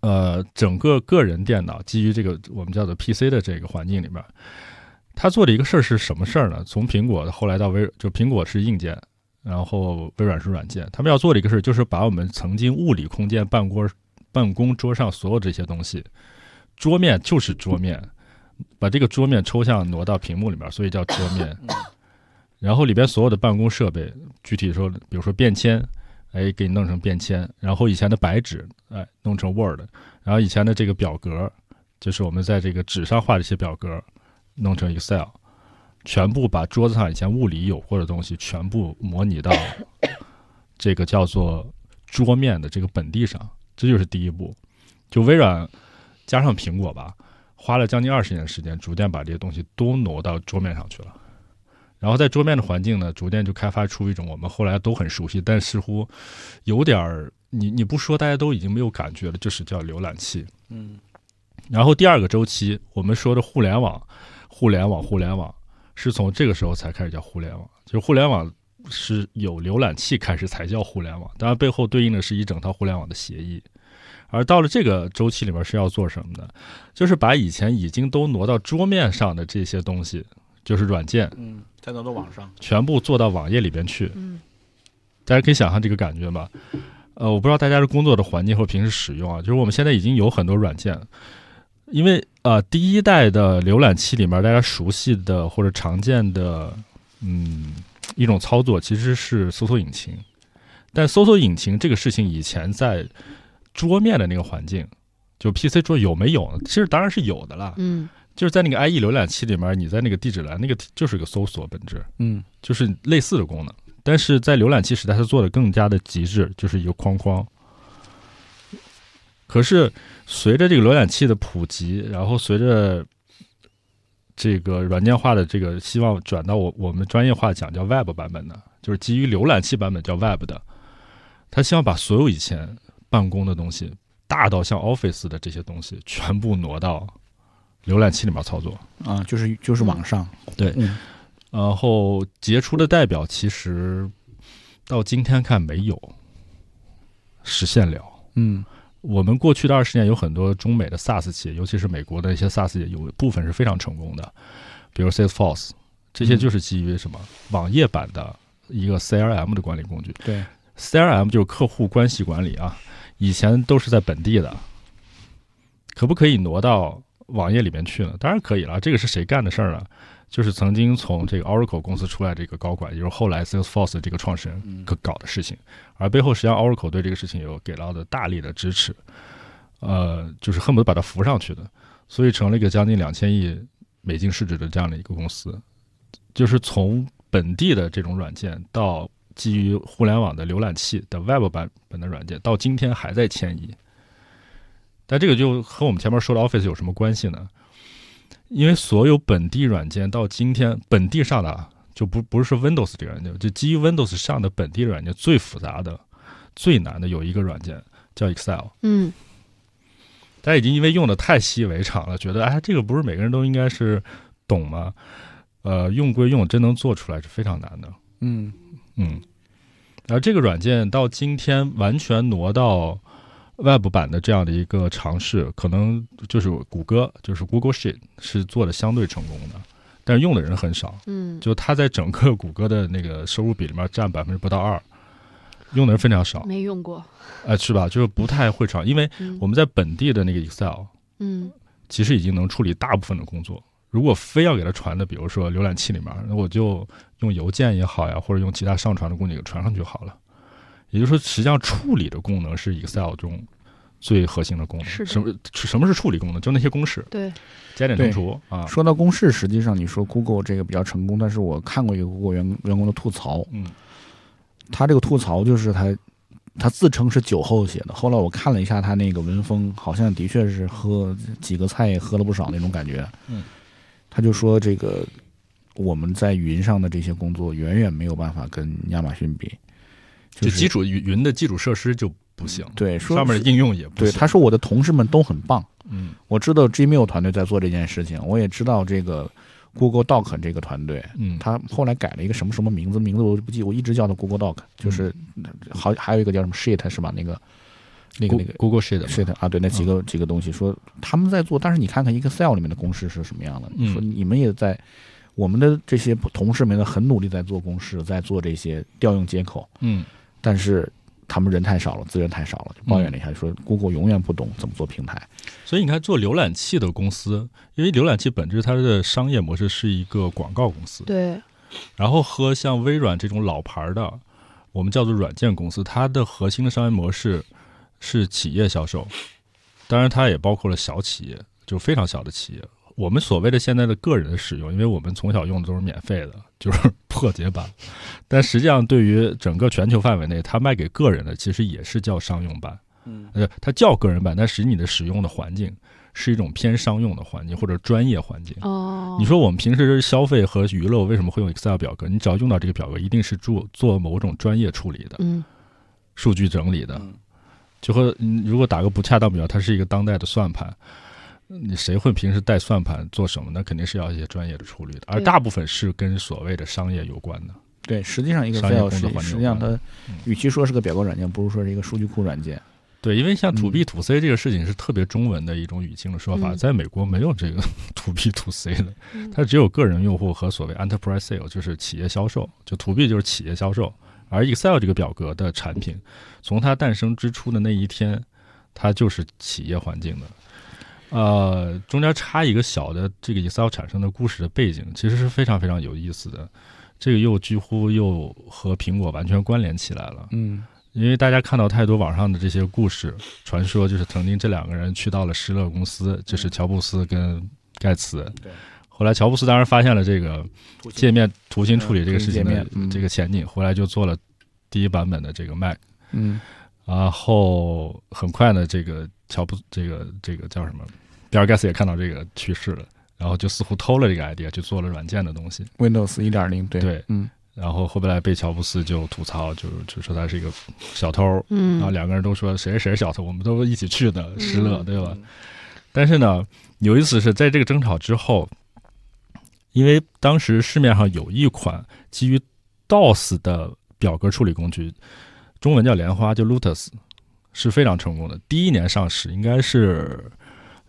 [SPEAKER 2] 呃，整个个人电脑基于这个我们叫做 PC 的这个环境里面，它做的一个事儿是什么事儿呢？从苹果后来到微，就苹果是硬件，然后微软是软件，他们要做的一个事儿就是把我们曾经物理空间办公办公桌上所有这些东西，桌面就是桌面，把这个桌面抽象挪到屏幕里面，所以叫桌面。然后里边所有的办公设备，具体说，比如说便签，哎，给你弄成便签，然后以前的白纸，哎，弄成 Word，然后以前的这个表格，就是我们在这个纸上画的一些表格，弄成 Excel，全部把桌子上以前物理有过的东西全部模拟到这个叫做桌面的这个本地上，这就是第一步。就微软加上苹果吧，花了将近二十年时间，逐渐把这些东西都挪到桌面上去了。然后在桌面的环境呢，逐渐就开发出一种我们后来都很熟悉，但似乎有点儿你你不说，大家都已经没有感觉了，就是叫浏览器。
[SPEAKER 5] 嗯，
[SPEAKER 2] 然后第二个周期，我们说的互联网，互联网，互联网是从这个时候才开始叫互联网，就是互联网是有浏览器开始才叫互联网，当然背后对应的是一整套互联网的协议。而到了这个周期里面是要做什么呢？就是把以前已经都挪到桌面上的这些东西，就是软件，
[SPEAKER 5] 嗯，再到到网上，
[SPEAKER 2] 全部做到网页里边去。
[SPEAKER 3] 嗯
[SPEAKER 2] 大家可以想象这个感觉吧。呃，我不知道大家的工作的环境或平时使用啊，就是我们现在已经有很多软件，因为呃第一代的浏览器里面大家熟悉的或者常见的嗯一种操作其实是搜索引擎，但搜索引擎这个事情以前在桌面的那个环境，就 PC 桌有没有呢？其实当然是有的啦，
[SPEAKER 3] 嗯
[SPEAKER 2] 就是在那个 IE 浏览器里面，你在那个地址栏那个就是个搜索本质，
[SPEAKER 5] 嗯，
[SPEAKER 2] 就是类似的功能，但是在浏览器时代，它做的更加的极致，就是一个框框。可是随着这个浏览器的普及，然后随着这个软件化的这个希望转到我我们专业化讲叫 Web 版本的，就是基于浏览器版本叫 Web 的，它希望把所有以前办公的东西大到像 Office 的这些东西，全部挪到浏览器里面操作。
[SPEAKER 5] 啊，就是就是网上，
[SPEAKER 2] 对
[SPEAKER 5] 嗯
[SPEAKER 2] 然后杰出的代表其实到今天看没有实现了。
[SPEAKER 5] 嗯
[SPEAKER 2] 我们过去的二十年有很多中美的 SaaS 企业，尤其是美国的一些 SaaS 企业，有部分是非常成功的，比如 Salesforce，这些就是基于什么网页版的一个 CRM 的管理工具。
[SPEAKER 5] 对，
[SPEAKER 2] CRM 就是客户关系管理啊，以前都是在本地的，可不可以挪到网页里面去呢？当然可以了，这个是谁干的事儿呢？就是曾经从这个 Oracle 公司出来这个高管，也就是后来 Salesforce 的这个创始人可搞的事情，而背后实际上 Oracle 对这个事情有给到的大力的支持，呃，就是恨不得把它扶上去的，所以成了一个将近两千亿美金市值的这样的一个公司，就是从本地的这种软件到基于互联网的浏览器的 Web 版本的软件，到今天还在迁移。但这个就和我们前面说的 Office 有什么关系呢？因为所有本地软件到今天本地上的啊，就不不是 Windows 这个软件，就基于 Windows 上的本地软件最复杂的、最难的有一个软件叫 Excel，
[SPEAKER 3] 嗯
[SPEAKER 2] 大家已经因为用的太习以为常了，觉得哎，这个不是每个人都应该是懂吗？呃，用归用，真能做出来是非常难的。
[SPEAKER 5] 嗯
[SPEAKER 2] 嗯，然后这个软件到今天完全挪到 Web 版的这样的一个尝试，可能就是谷歌，就是 Google Sheet 是做的相对成功的，但是用的人很少，
[SPEAKER 3] 嗯，
[SPEAKER 2] 就它在整个谷歌的那个收入比里面占百分之不到二，用的人非常少，
[SPEAKER 3] 没用过。
[SPEAKER 2] 哎，是吧？就是不太会尝，因为
[SPEAKER 3] 嗯
[SPEAKER 2] 我们在本地的那个 Excel
[SPEAKER 3] 嗯
[SPEAKER 2] 其实已经能处理大部分的工作。如果非要给它传的，比如说浏览器里面，那我就用邮件也好呀，或者用其他上传的工具给传上去好了。也就是说，实际上处理的功能是 Excel 中最核心的功能。
[SPEAKER 3] 是的
[SPEAKER 2] 什么什么是处理功能？就那些公式，
[SPEAKER 3] 对，
[SPEAKER 2] 加减乘除啊。
[SPEAKER 5] 说到公式，实际上你说 Google 这个比较成功，但是我看过一个 Google 员员工的吐槽，
[SPEAKER 2] 嗯
[SPEAKER 5] 他这个吐槽就是他他自称是酒后写的，后来我看了一下他那个文风，好像的确是喝几个菜也喝了不少那种感觉。
[SPEAKER 2] 嗯，
[SPEAKER 5] 他就说这个我们在云上的这些工作远远没有办法跟亚马逊比，
[SPEAKER 2] 就是基础云云的基础设施就不行，
[SPEAKER 5] 对说
[SPEAKER 2] 上面的应用也不
[SPEAKER 5] 对
[SPEAKER 2] 行。
[SPEAKER 5] 他说我的同事们都很棒，
[SPEAKER 2] 嗯
[SPEAKER 5] 我知道 Gmail 团队在做这件事情，我也知道这个 Google Doc 这个团队，
[SPEAKER 2] 嗯，
[SPEAKER 5] 他后来改了一个什么什么名字，名字我不记，我一直叫他 Google Doc，就是好还有一个叫什么 Sheet 是吧？那个那个那个
[SPEAKER 2] Google Sheet 嘛
[SPEAKER 5] Sheet 啊，对，那几个几个东西说他们在做，但是你看看 Excel 里面的公式是什么样的，
[SPEAKER 2] 嗯
[SPEAKER 5] 说你们也在。我们的这些同事们呢，很努力在做公式，在做这些调用接口，
[SPEAKER 2] 嗯
[SPEAKER 5] 但是他们人太少了，资源太少了，就抱怨了一下，就说 Google 永远不懂怎么做平台。
[SPEAKER 2] 所以你看，做浏览器的公司，因为浏览器本质它的商业模式是一个广告公司，
[SPEAKER 3] 对，
[SPEAKER 2] 然后和像微软这种老牌儿的，我们叫做软件公司，它的核心的商业模式是企业销售，当然它也包括了小企业，就非常小的企业。我们所谓的现在的个人使用，因为我们从小用的都是免费的，就是破解版。 但实际上，对于整个全球范围内，它卖给个人的其实也是叫商用版。
[SPEAKER 5] 嗯，
[SPEAKER 2] 呃，它叫个人版，但实际你的使用的环境是一种偏商用的环境或者专业环境。
[SPEAKER 3] 哦
[SPEAKER 2] 你说我们平时消费和娱乐为什么会用 Excel 表格？你只要用到这个表格，一定是做做某种专业处理的、
[SPEAKER 3] 嗯
[SPEAKER 2] 数据整理的。就和嗯如果打个不恰当比方，它是一个当代的算盘，你谁会平时带算盘做什么呢？肯定是要一些专业的处理的，而
[SPEAKER 3] 对
[SPEAKER 2] 大部分是跟所谓的商业有关的。
[SPEAKER 5] 对，实际上
[SPEAKER 2] 商业
[SPEAKER 5] Excel
[SPEAKER 2] 工作环境
[SPEAKER 5] 是实际上
[SPEAKER 2] 有关
[SPEAKER 5] 它与其说是个表格软件，不如说是一个数据库软件。
[SPEAKER 2] 对，因为像
[SPEAKER 5] 嗯
[SPEAKER 2] to B to C 这个事情是特别中文的一种语境的说法，
[SPEAKER 3] 嗯
[SPEAKER 2] 在美国没有这个 to B to C 的
[SPEAKER 3] 嗯，
[SPEAKER 2] 它只有个人用户和所谓 enterprise sale，就是企业销售，就 to B 就是企业销售，而 Excel 这个表格的产品，从它诞生之初的那一天，它就是企业环境的。呃，中间插一个小的这个 Excel 产生的故事的背景，其实是非常非常有意思的，这个又几乎又和苹果完全关联起来了。
[SPEAKER 5] 嗯，
[SPEAKER 2] 因为大家看到太多网上的这些故事传说，就是曾经这两个人去到了施乐公司，就是乔布斯跟盖茨。
[SPEAKER 5] 嗯对。
[SPEAKER 2] 后来乔布斯当然发现了这个界面图形处理这个事情
[SPEAKER 5] 图形界
[SPEAKER 2] 的
[SPEAKER 5] 面嗯
[SPEAKER 2] 这个前景，回来就做了第一版本的这个 Mac。
[SPEAKER 5] 嗯，
[SPEAKER 2] 然后很快呢，这个乔布这个这个叫什么，比尔盖茨也看到这个趋势了，然后就似乎偷了这个 idea 去做了软件的东西。
[SPEAKER 5] Windows 一点零，对
[SPEAKER 2] 对
[SPEAKER 5] 嗯，
[SPEAKER 2] 然后后来被乔布斯就吐槽，就就说他是一个小偷，
[SPEAKER 3] 嗯
[SPEAKER 2] 然后两个人都说谁是谁是小偷，我们都一起去的，失乐，对吧
[SPEAKER 5] 嗯？
[SPEAKER 2] 但是呢，有意思是在这个争吵之后，因为当时市面上有一款基于 DOS 的表格处理工具，中文叫莲花，就 Lotus，是非常成功的。第一年上市应该是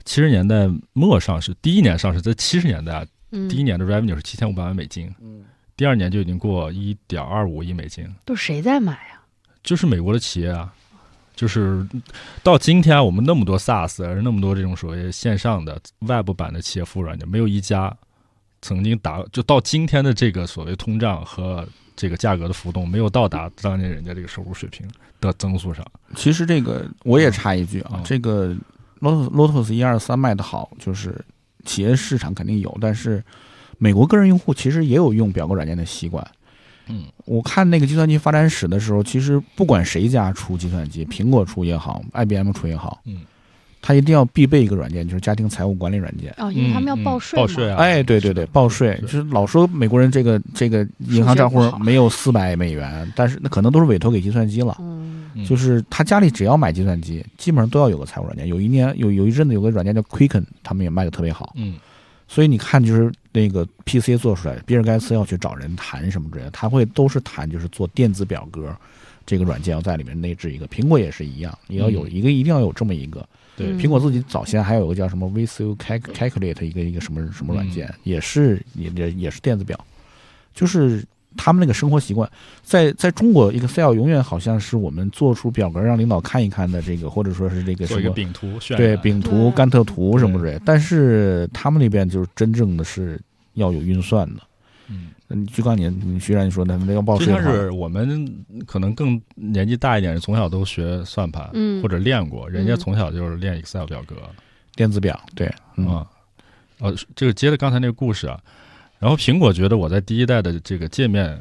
[SPEAKER 2] 七十年代末上市，第一年上市在七十年代啊，
[SPEAKER 3] 嗯
[SPEAKER 2] 第一年的 revenue 是七千五百万美金，
[SPEAKER 5] 嗯
[SPEAKER 2] 第二年就已经过一点二五亿美金，
[SPEAKER 3] 都谁在买啊？
[SPEAKER 2] 就是美国的企业啊，就是到今天我们那么多 SaaS，而那么多这种所谓线上的 Web 版的企业服务软件，没有一家曾经达就到今天的这个所谓通胀和这个价格的浮动，没有到达当年人家这个收入水平的增速上。
[SPEAKER 5] 其实这个我也插一句啊，
[SPEAKER 2] 嗯
[SPEAKER 5] 这个 Lotus Lotus 一二三卖的好，就是企业市场肯定有，但是美国个人用户其实也有用表格软件的习惯。
[SPEAKER 2] 嗯，
[SPEAKER 5] 我看那个计算机发展史的时候，其实不管谁家出计算机，苹果出也好，IBM 出也好，
[SPEAKER 2] 嗯，
[SPEAKER 5] 它一定要必备一个软件，就是家庭财务管理软件。
[SPEAKER 3] 哦，因为他们要
[SPEAKER 2] 嗯
[SPEAKER 3] 报
[SPEAKER 2] 嗯
[SPEAKER 3] 税嘛。
[SPEAKER 2] 报税啊！
[SPEAKER 5] 哎，对对对，报税
[SPEAKER 2] 是
[SPEAKER 5] 就是老说美国人这个这个银行账户
[SPEAKER 3] 数学不好
[SPEAKER 5] 没有四百美元，但是那可能都是委托给计算机了。
[SPEAKER 3] 嗯
[SPEAKER 2] 嗯
[SPEAKER 5] 就是他家里只要买计算机，基本上都要有个财务软件。有一年有有一阵子有个软件叫 Quicken，他们也卖的特别好。
[SPEAKER 2] 嗯
[SPEAKER 5] 所以你看，就是那个 PC 做出来，比尔盖茨要去找人谈什么之类的，他会都是谈就是做电子表格，这个软件要在里面内置一个。苹果也是一样，也要有
[SPEAKER 2] 嗯
[SPEAKER 5] 一个，一定要有这么一个。
[SPEAKER 2] 对
[SPEAKER 3] 嗯
[SPEAKER 5] 苹果自己早先还有个叫什么 VCU Cal- Calculate 一个一个什么什么软
[SPEAKER 2] 嗯
[SPEAKER 5] 件，也是也也也是电子表，就是他们那个生活习惯，在在中国 Excel 永远好像是我们做出表格让领导看一看的这个，或者说是这个
[SPEAKER 2] 做
[SPEAKER 5] 什
[SPEAKER 2] 一个啊
[SPEAKER 5] 么。
[SPEAKER 2] 饼图渲染，
[SPEAKER 5] 对饼图、
[SPEAKER 3] 对
[SPEAKER 5] 甘特图什么之类的，但是他们那边就是真正的是要有运算的。
[SPEAKER 2] 嗯，
[SPEAKER 5] 嗯，就刚你你徐然你说的，那要报
[SPEAKER 2] 就
[SPEAKER 5] 税的
[SPEAKER 2] 像
[SPEAKER 5] 话，
[SPEAKER 2] 是我们可能更年纪大一点，从小都学算盘，
[SPEAKER 3] 嗯
[SPEAKER 2] 或者练过，人家
[SPEAKER 3] 嗯
[SPEAKER 2] 从小就是练 Excel 表格，
[SPEAKER 5] 电子表，对，嗯，
[SPEAKER 2] 啊，呃，这个接着刚才那个故事啊，然后苹果觉得我在第一代的这个界面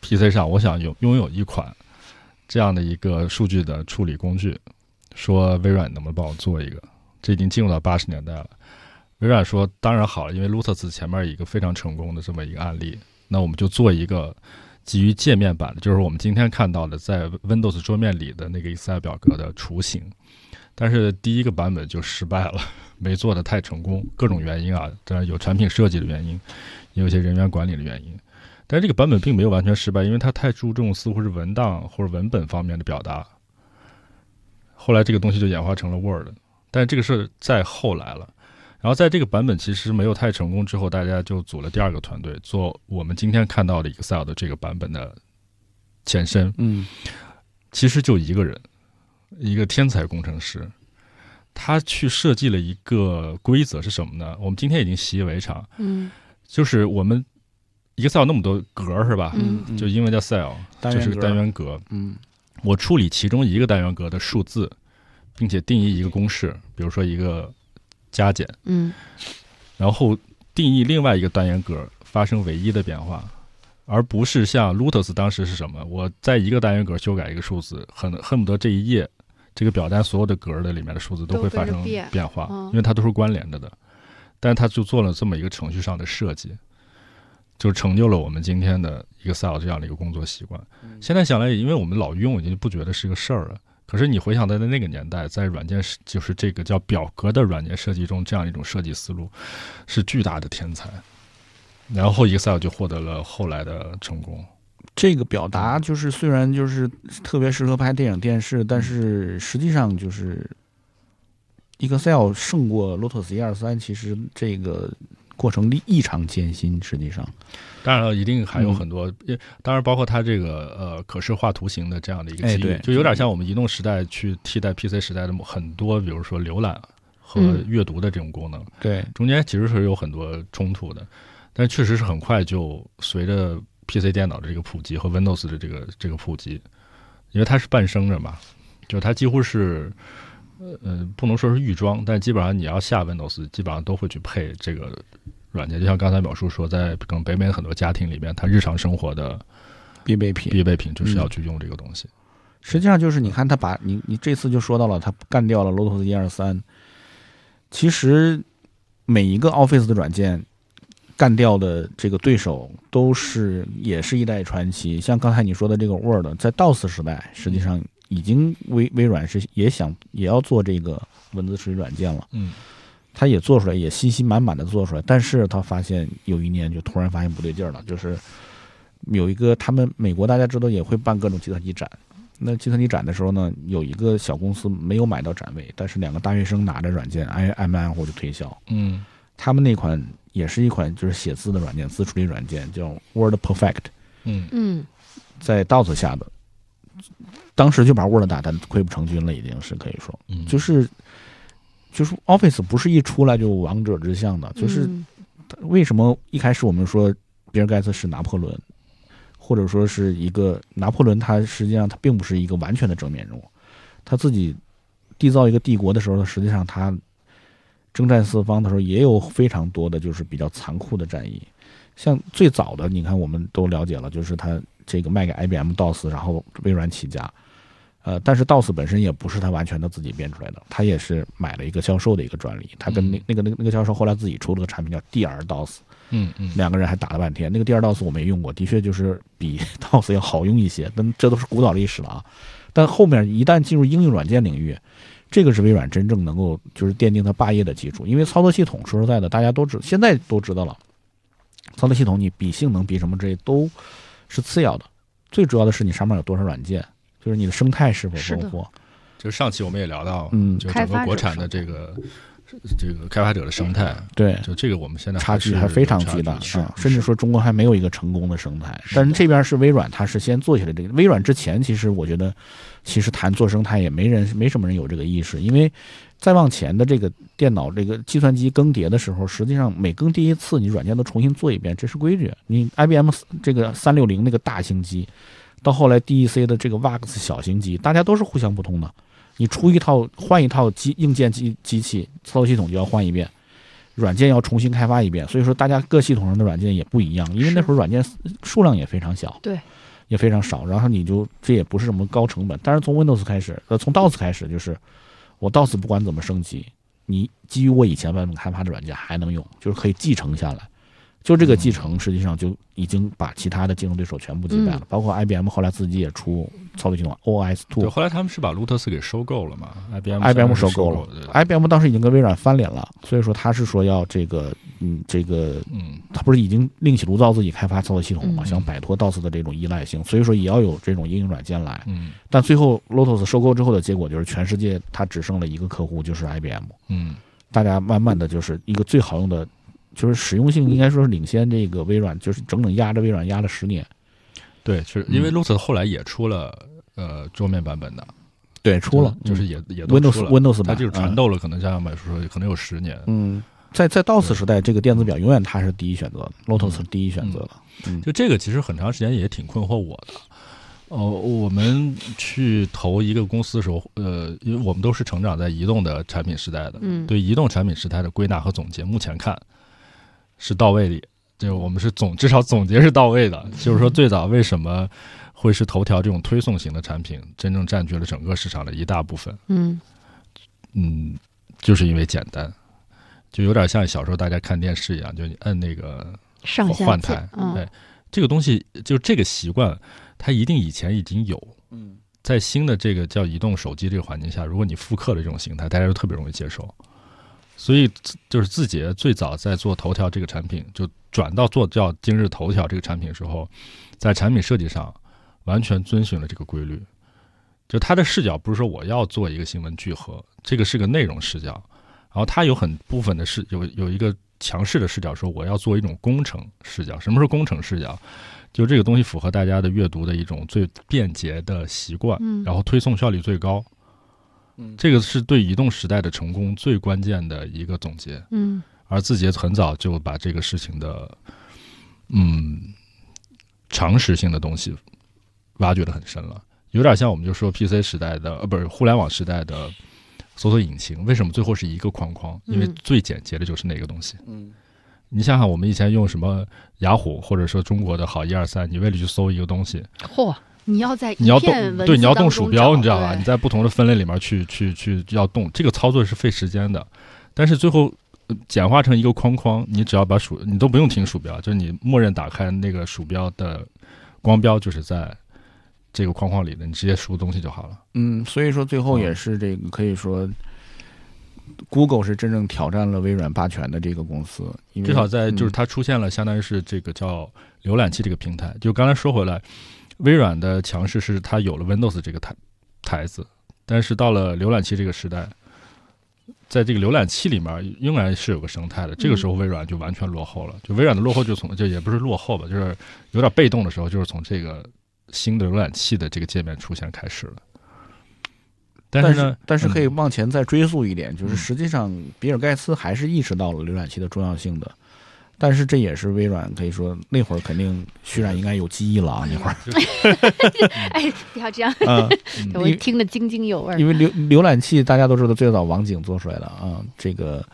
[SPEAKER 2] PC 上，我想有拥有一款这样的一个数据的处理工具，说微软能不能帮我做一个？这已经进入到八十年代了。微软说当然好了，因为 Lotus 前面有一个非常成功的这么一个案例，那我们就做一个基于界面版的，就是我们今天看到的在 Windows 桌面里的那个 Excel 表格的雏形。但是第一个版本就失败了，没做的太成功，各种原因啊，当然有产品设计的原因，也有一些人员管理的原因。但是这个版本并没有完全失败，因为它太注重似乎是文档或者文本方面的表达。后来这个东西就演化成了 Word，但这个是在后来了。然后在这个版本其实没有太成功之后，大家就组了第二个团队做我们今天看到的 Excel 的这个版本的前身。
[SPEAKER 5] 嗯，
[SPEAKER 2] 其实就一个人，一个天才工程师，他去设计了一个规则是什么呢？我们今天已经习以为常，
[SPEAKER 3] 嗯
[SPEAKER 2] 就是我们 Excel 那么多格儿是吧？
[SPEAKER 3] 嗯
[SPEAKER 2] 就英文叫 cell，
[SPEAKER 5] 单
[SPEAKER 2] 就
[SPEAKER 5] 元
[SPEAKER 2] 是个
[SPEAKER 5] 格
[SPEAKER 2] 单元格。
[SPEAKER 5] 嗯
[SPEAKER 2] 我处理其中一个单元格的数字，并且定义一个公式，比如说一个加减，
[SPEAKER 3] 嗯
[SPEAKER 2] 然后定义另外一个单元格发生唯一的变化，而不是像 Lotus 当时是什么，我在一个单元格修改一个数字，恨恨不得这一页这个表单所有的格儿的里面的数字都会发
[SPEAKER 3] 都
[SPEAKER 2] 生
[SPEAKER 3] 跟着变
[SPEAKER 2] 变化，
[SPEAKER 3] 嗯
[SPEAKER 2] 因为它都是关联着的。但是它就做了这么一个程序上的设计，就成就了我们今天的 Excel 这样的一个工作习惯。现在想来，因为我们老用，已经不觉得是个事儿了。可是你回想在那个年代，在软件设就是这个叫表格的软件设计中，这样一种设计思路是巨大的天才。然后 Excel 就获得了后来的成功。
[SPEAKER 5] 这个表达就是虽然就是特别适合拍电影电视，但是实际上就是 Excel 胜过 Lotus 一二三，其实这个过程异常艰辛，实际上，
[SPEAKER 2] 当然了，一定还有
[SPEAKER 5] 嗯
[SPEAKER 2] 很多，也当然包括它这个呃可视化图形的这样的一个
[SPEAKER 5] 哎
[SPEAKER 2] 机遇，
[SPEAKER 5] 对
[SPEAKER 2] 就有点像我们移动时代去替代 PC 时代的很多，比如说浏览和
[SPEAKER 3] 嗯
[SPEAKER 2] 阅读的这种功能。
[SPEAKER 5] 对，
[SPEAKER 2] 中间其实是有很多冲突的，但确实是很快就随着 PC 电脑的这个普及和 Windows 的这个这个普及，因为它是伴生着嘛，就是它几乎是，呃，不能说是预装，但基本上你要下 Windows，基本上都会去配这个软件。就像刚才淼叔说，在可能北美很多家庭里面，他日常生活的
[SPEAKER 5] 必备品。
[SPEAKER 2] 必备品就是要去用这个东西。
[SPEAKER 5] 实际上就是你看他把你你这次就说到了，他干掉了 Lotus 一二三。其实每一个 Office 的软件干掉的这个对手都是也是一代传奇。像刚才你说的这个 Word，在 DOS 时代，实际上已经微微软是也想也要做这个文字处理软件了，
[SPEAKER 2] 嗯，
[SPEAKER 5] 它也做出来，也信心满满的做出来。但是他发现有一年就突然发现不对劲儿了，就是有一个他们美国大家知道也会办各种计算机展。那计算机展的时候呢，有一个小公司没有买到展位，但是两个大学生拿着软件哎挨挨门挨户就推销。
[SPEAKER 2] 嗯
[SPEAKER 5] 他们那款也是一款就是写字的软件，自处理软件叫 Word Perfect，
[SPEAKER 2] 嗯
[SPEAKER 3] 嗯
[SPEAKER 5] 在 DOS 下的，当时就把 Word 打得溃不成军了，已经是可以说，
[SPEAKER 2] 嗯，
[SPEAKER 5] 就是就是 Office 不是一出来就王者之相的，就是
[SPEAKER 3] 嗯
[SPEAKER 5] 为什么一开始我们说比尔盖茨是拿破仑，或者说是一个拿破仑，他实际上他并不是一个完全的正面人物，他自己缔造一个帝国的时候，实际上他征战四方的时候也有非常多的就是比较残酷的战役，像最早的你看我们都了解了，就是他这个卖给 IBM DOS，然后微软起家。呃，但是 DOS 本身也不是他完全他自己编出来的，他也是买了一个销售的一个专利。他跟那
[SPEAKER 2] 嗯
[SPEAKER 5] 那个那个那个销售后来自己出了个产品叫 DR DOS，
[SPEAKER 2] 嗯嗯
[SPEAKER 5] 两个人还打了半天。那个第二 DOS 我没用过，的确就是比 DOS 要好用一些，但这都是古老历史了啊。但后面一旦进入应用软件领域，这个是微软真正能够就是奠定它霸业的基础。因为操作系统说实在的，大家都知现在都知道了，操作系统你比性能比什么之类都是次要的，最主要的是你上面有多少软件，就是你的生态是否
[SPEAKER 3] 是的
[SPEAKER 5] 丰富。
[SPEAKER 2] 就是上期我们也聊到，
[SPEAKER 5] 嗯
[SPEAKER 2] 就
[SPEAKER 3] 开
[SPEAKER 2] 整
[SPEAKER 3] 发
[SPEAKER 2] 个
[SPEAKER 3] 者
[SPEAKER 2] 国产的这个这个开发者的生态，
[SPEAKER 5] 对，
[SPEAKER 2] 就这个我们现在
[SPEAKER 5] 差距
[SPEAKER 2] 是
[SPEAKER 5] 还非常
[SPEAKER 2] 有差
[SPEAKER 5] 巨大，
[SPEAKER 2] 是
[SPEAKER 5] 啊甚至说中国还没有一个成功的生态。但是这边是微软，它是先做起来这个。微软之前，其实我觉得，其实谈做生态也没人没什么人有这个意识，因为再往前的这个电脑这个计算机更迭的时候，实际上每更迭一次，你软件都重新做一遍，这是规矩。你 IBM 这个三六零那个大型机，到后来 DEC 的这个 VAX 小型机，大家都是互相不通的。你出一套换一套机硬件机机器操作系统就要换一遍，软件要重新开发一遍，所以说大家各系统上的软件也不一样，因为那
[SPEAKER 3] 是
[SPEAKER 5] 会儿软件数量也非常小，
[SPEAKER 3] 对，
[SPEAKER 5] 也非常少，然后你就这也不是什么高成本，但是从 Windows 开始，呃，从 DOS 开始就是我 DOS 不管怎么升级，你基于我以前版本开发的软件还能用，就是可以继承下来。就这个继承，实际上就已经把其他的竞争对手全部击败了，包括 IBM 后来自己也出操作系统 OS
[SPEAKER 2] 对，
[SPEAKER 5] Two，
[SPEAKER 2] 后来他们是把路特斯给收购了嘛？IBM
[SPEAKER 5] IBM 收
[SPEAKER 2] 收
[SPEAKER 5] 购
[SPEAKER 2] 了
[SPEAKER 5] 了，哎
[SPEAKER 2] 对
[SPEAKER 5] IBM 当时已经跟微软翻脸了，所以说他是说要这个，嗯，这个
[SPEAKER 2] 嗯
[SPEAKER 5] 他不是已经另起炉灶自己开发操作系统了嘛，
[SPEAKER 3] 嗯
[SPEAKER 5] 想摆脱 DOS 的这种依赖性，所以说也要有这种应用软件来。
[SPEAKER 2] 嗯
[SPEAKER 5] 但最后 Lotus 收购之后的结果就是，全世界它只剩了一个客户，就是 IBM。
[SPEAKER 2] 嗯
[SPEAKER 5] 大家慢慢的就是一个最好用的，就是使用性应该说是领先这个微软，就是整整压着微软压了十年。
[SPEAKER 2] 对，是因为
[SPEAKER 5] 嗯
[SPEAKER 2] Lotus 后来也出了呃桌面版本的，
[SPEAKER 5] 对，出了
[SPEAKER 2] 就是就是
[SPEAKER 5] 嗯
[SPEAKER 2] 也也都
[SPEAKER 5] Windows
[SPEAKER 2] 出了
[SPEAKER 5] Windows
[SPEAKER 2] 它
[SPEAKER 5] 版，
[SPEAKER 2] 就是
[SPEAKER 5] 嗯
[SPEAKER 2] 缠斗了，可能像买叔说，可能有十年。
[SPEAKER 5] 嗯，在在 DOS 时代，这个电子表永远它是第一选择的，Lotus
[SPEAKER 2] 嗯
[SPEAKER 5] 是第一选择的。嗯
[SPEAKER 2] 就这个其实很长时间也挺困惑我的。哦，我们去投一个公司的时候，呃，因为我们都是成长在移动的产品时代的，
[SPEAKER 3] 嗯
[SPEAKER 2] 对移动产品时代的归纳和总结，目前看是到位的，这我们是总至少总结是到位的。就是说，最早为什么会是头条这种推送型的产品真正占据了整个市场的一大部分？
[SPEAKER 3] 嗯
[SPEAKER 2] 嗯，就是因为简单，就有点像小时候大家看电视一样，就你摁那个
[SPEAKER 3] 上下
[SPEAKER 2] 换
[SPEAKER 3] 键
[SPEAKER 2] 台，
[SPEAKER 3] 嗯
[SPEAKER 2] 对，这个东西就这个习惯，它一定以前已经有。
[SPEAKER 5] 嗯，
[SPEAKER 2] 在新的这个叫移动手机这个环境下，如果你复刻了这种形态，大家就特别容易接受。所以就是字节最早在做头条这个产品，就转到做叫今日头条这个产品的时候，在产品设计上完全遵循了这个规律。就它的视角不是说我要做一个新闻聚合，这个是个内容视角，然后它有很部分的视有有一个强势的视角，说我要做一种工程视角。什么是工程视角？就这个东西符合大家的阅读的一种最便捷的习惯，
[SPEAKER 3] 嗯
[SPEAKER 2] 然后推送效率最高。
[SPEAKER 5] 嗯
[SPEAKER 2] 这个是对移动时代的成功最关键的一个总结。
[SPEAKER 3] 嗯
[SPEAKER 2] 而字节很早就把这个事情的，嗯，常识性的东西挖掘的很深了，有点像我们就说 PC 时代的，呃，不是互联网时代的搜索引擎，为什么最后是一个框框？因为
[SPEAKER 3] 嗯
[SPEAKER 2] 最简洁的就是那个东西。
[SPEAKER 5] 嗯，
[SPEAKER 2] 你想想，我们以前用什么雅虎，或者说中国的好一二三，你为了去搜一个东西，
[SPEAKER 3] 嚯，你要在
[SPEAKER 2] 你要
[SPEAKER 3] 一
[SPEAKER 2] 动
[SPEAKER 3] 片文，字
[SPEAKER 2] 对，你要
[SPEAKER 3] 当
[SPEAKER 2] 动
[SPEAKER 3] 中
[SPEAKER 2] 鼠标，
[SPEAKER 3] 找
[SPEAKER 2] 你知道 吧？
[SPEAKER 3] 对
[SPEAKER 2] 你在不同的分类里面去去去要动，这个操作是费时间的。但是最后呃简化成一个框框，你只要把鼠，你都不用停鼠标，就是你默认打开那个鼠标的光标就是在这个框框里的，你直接输东西就好了。
[SPEAKER 5] 嗯，所以说最后也是这个，可以说，Google 是真正挑战了微软霸权的这个公司，因为
[SPEAKER 2] 至少在就是
[SPEAKER 5] 嗯
[SPEAKER 2] 它出现了，相当于是这个叫浏览器这个平台。就刚才说回来，微软的强势是它有了 Windows 这个台台子，但是到了浏览器这个时代，在这个浏览器里面仍然是有个生态的。这个
[SPEAKER 5] 嗯
[SPEAKER 2] 时候微软就完全落后了，就微软的落后就从就也不是落后吧，就是有点被动的时候，就是从这个新的浏览器的这个界面出现开始了。但
[SPEAKER 5] 但
[SPEAKER 2] 是呢，
[SPEAKER 5] 但是
[SPEAKER 2] 嗯
[SPEAKER 5] 可以往前再追溯一点，就是
[SPEAKER 2] 嗯
[SPEAKER 5] 实际上比尔盖茨还是意识到了浏览器的重要性的。但是这也是微软可以说那会儿肯定徐冉应该有记忆了啊，那会儿，
[SPEAKER 1] 哎，不要这样，
[SPEAKER 5] 嗯，因
[SPEAKER 1] 我
[SPEAKER 5] 为
[SPEAKER 1] 听得津津有味儿。
[SPEAKER 5] 因为浏浏览器大家都知道最早网景做出来的啊，这个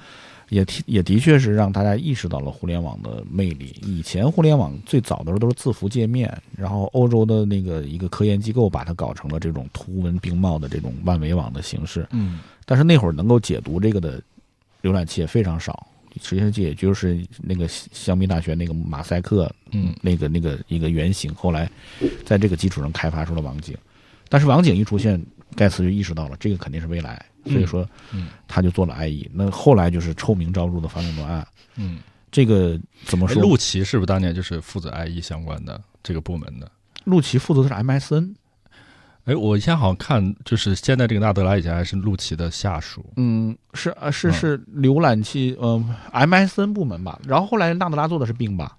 [SPEAKER 5] 也提也的确是让大家意识到了互联网的魅力。以前互联网最早的时候都是字符界面，然后欧洲的那个一个科研机构把它搞成了这种图文并茂的这种万维网的形式，
[SPEAKER 2] 嗯，
[SPEAKER 5] 但是那会儿能够解读这个的浏览器也非常少。实际上，这也就是那个香槟大学那个马赛克
[SPEAKER 2] 嗯
[SPEAKER 5] 那个那个一个原型，后来在这个基础上开发出了网景。但是网景一出现，盖茨就意识到了这个肯定是未来，所以说
[SPEAKER 2] 嗯嗯
[SPEAKER 5] 他就做了 IE。那后来就是臭名昭著的反垄断案，
[SPEAKER 2] 嗯。
[SPEAKER 5] 这个怎么
[SPEAKER 2] 哎
[SPEAKER 5] 说？
[SPEAKER 2] 陆琪是不是当年就是负责 IE 相关的这个部门的？
[SPEAKER 5] 陆琪负责的是 MSN，
[SPEAKER 2] 哎，我以前好像看，就是现在这个纳德拉以前还是陆琪的下属。
[SPEAKER 5] 嗯，是啊，是
[SPEAKER 2] 嗯
[SPEAKER 5] 是浏览器，嗯、MSN 部门吧。然后后来纳德拉做的是并吧，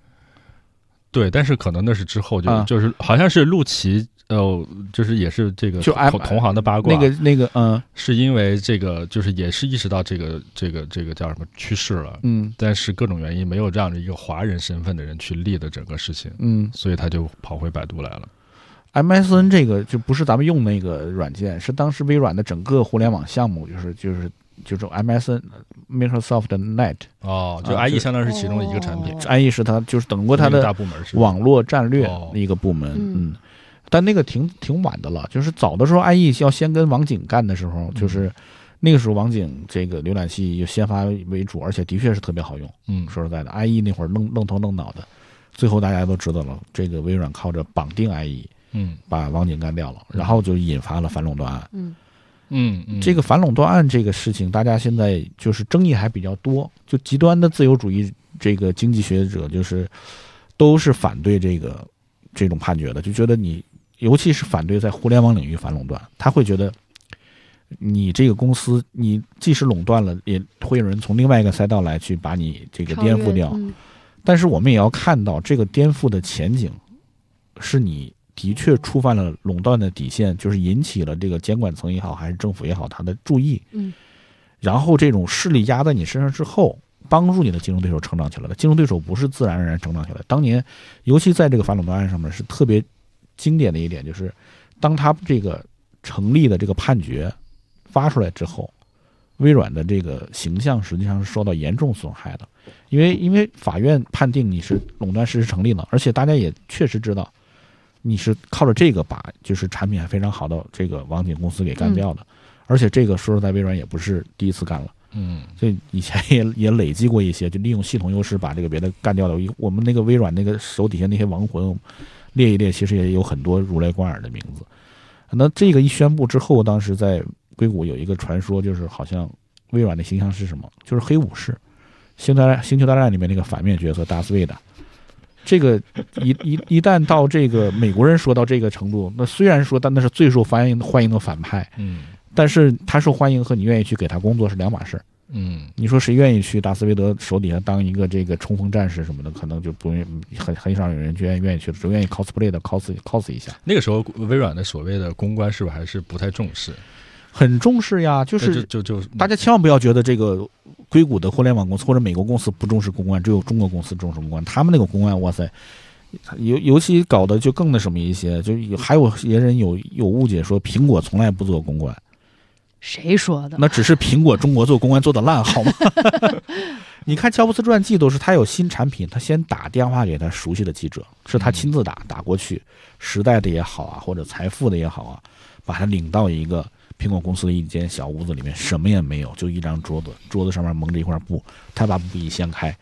[SPEAKER 2] 对，但是可能那是之后就、
[SPEAKER 5] 啊
[SPEAKER 2] 就是好像是陆琪，呃，就是也是这个
[SPEAKER 5] 就 M-
[SPEAKER 2] 同同行的八卦，
[SPEAKER 5] 那个那个，嗯
[SPEAKER 2] 是因为这个就是也是意识到这个这个这个叫什么趋势了，
[SPEAKER 5] 嗯
[SPEAKER 2] 但是各种原因没有让一个华人身份的人去立的整个事情，
[SPEAKER 5] 嗯，
[SPEAKER 2] 所以他就跑回百度来了。
[SPEAKER 5] MSN 这个就不是咱们用那个软件，是当时微软的整个互联网项目，就是就是就是 MSN Microsoft 的 Net，
[SPEAKER 2] 哦，就
[SPEAKER 5] 啊
[SPEAKER 2] IE
[SPEAKER 5] 是
[SPEAKER 2] 相当于是其中的一个产品，
[SPEAKER 1] 哦
[SPEAKER 5] 安逸是它就是等过它
[SPEAKER 2] 一个
[SPEAKER 5] 的
[SPEAKER 2] 大部门是吧
[SPEAKER 5] 网络战略
[SPEAKER 2] 哦
[SPEAKER 5] 一个部门，
[SPEAKER 1] 嗯
[SPEAKER 5] 嗯，但那个挺挺晚的了，就是早的时候 IE 要先跟网景干的时候，
[SPEAKER 2] 嗯
[SPEAKER 5] 就是那个时候网景这个浏览器就先发为主，而且的确是特别好用。
[SPEAKER 2] 嗯
[SPEAKER 5] 说实在的，IE 那会儿愣愣头愣脑的，最后大家都知道了，这个微软靠着绑定 IE
[SPEAKER 2] 嗯
[SPEAKER 5] 把网景干掉了，然后就引发了反垄断案。
[SPEAKER 1] 嗯，
[SPEAKER 2] 嗯嗯，
[SPEAKER 5] 这个反垄断案这个事情，大家现在就是争议还比较多。就极端的自由主义这个经济学者，就是都是反对这个这种判决的，就觉得你，尤其是反对在互联网领域反垄断，他会觉得你这个公司，你即使垄断了，也会有人从另外一个赛道来去把你这个
[SPEAKER 1] 超
[SPEAKER 5] 颠
[SPEAKER 1] 越
[SPEAKER 5] 覆掉。
[SPEAKER 1] 嗯
[SPEAKER 5] 但是我们也要看到，这个颠覆的前景是你的确触犯了垄断的底线，就是引起了这个监管层也好，还是政府也好，他的注意。
[SPEAKER 1] 嗯。
[SPEAKER 5] 然后这种势力压在你身上之后，帮助你的竞争对手成长起来了。竞争对手不是自然而然成长起来的。当年，尤其在这个反垄断案上面是特别经典的一点，就是当他这个成立的这个判决发出来之后，微软的这个形象实际上是受到严重损害的，因为因为法院判定你是垄断事实成立了，而且大家也确实知道你是靠着这个把就是产品还非常好的这个网景公司给干掉的，而且这个说实在，微软也不是第一次干了。
[SPEAKER 2] 嗯
[SPEAKER 5] 所以以前也也累积过一些，就利用系统优势把这个别的干掉的。我们那个微软那个手底下那些亡魂，列一列，其实也有很多如雷贯耳的名字。那这个一宣布之后，当时在硅谷有一个传说，就是好像微软的形象是什么？就是黑武士，《星球大战》《星球大战》里面那个反面角色达斯维达。这个一一一旦到这个美国人说到这个程度，那虽然说，但那是最受欢迎欢迎的反派，
[SPEAKER 2] 嗯
[SPEAKER 5] 但是他受欢迎和你愿意去给他工作是两码事儿。
[SPEAKER 2] 嗯。
[SPEAKER 5] 你说谁愿意去达斯维德手底下当一个这个冲锋战士什么的？可能就不愿很很少有人去愿意愿意去，只愿意 cosplay 的 cos cos 一下，
[SPEAKER 2] 那个时候，微软的所谓的公关是不是还是不太重视？
[SPEAKER 5] 很重视呀。呃就
[SPEAKER 2] 就
[SPEAKER 5] 嗯
[SPEAKER 2] 是就就
[SPEAKER 5] 大家千万不要觉得这个硅谷的互联网公司或者美国公司不重视公关，只有中国公司重视公关。他们那个公关，哇塞，尤尤其搞得就更那什么一些，就有还有些人有有误解说苹果从来不做公关，
[SPEAKER 1] 谁说的？
[SPEAKER 5] 那只是苹果中国做公关做的烂，好吗？你看乔布斯传记都是他有新产品，他先打电话给他熟悉的记者，是他亲自打打过去，时代的也好啊，或者财富的也好啊，把他领到一个苹果公司的一间小屋子里面，什么也没有，就一张桌子，桌子上面蒙着一块布，他把布一掀开，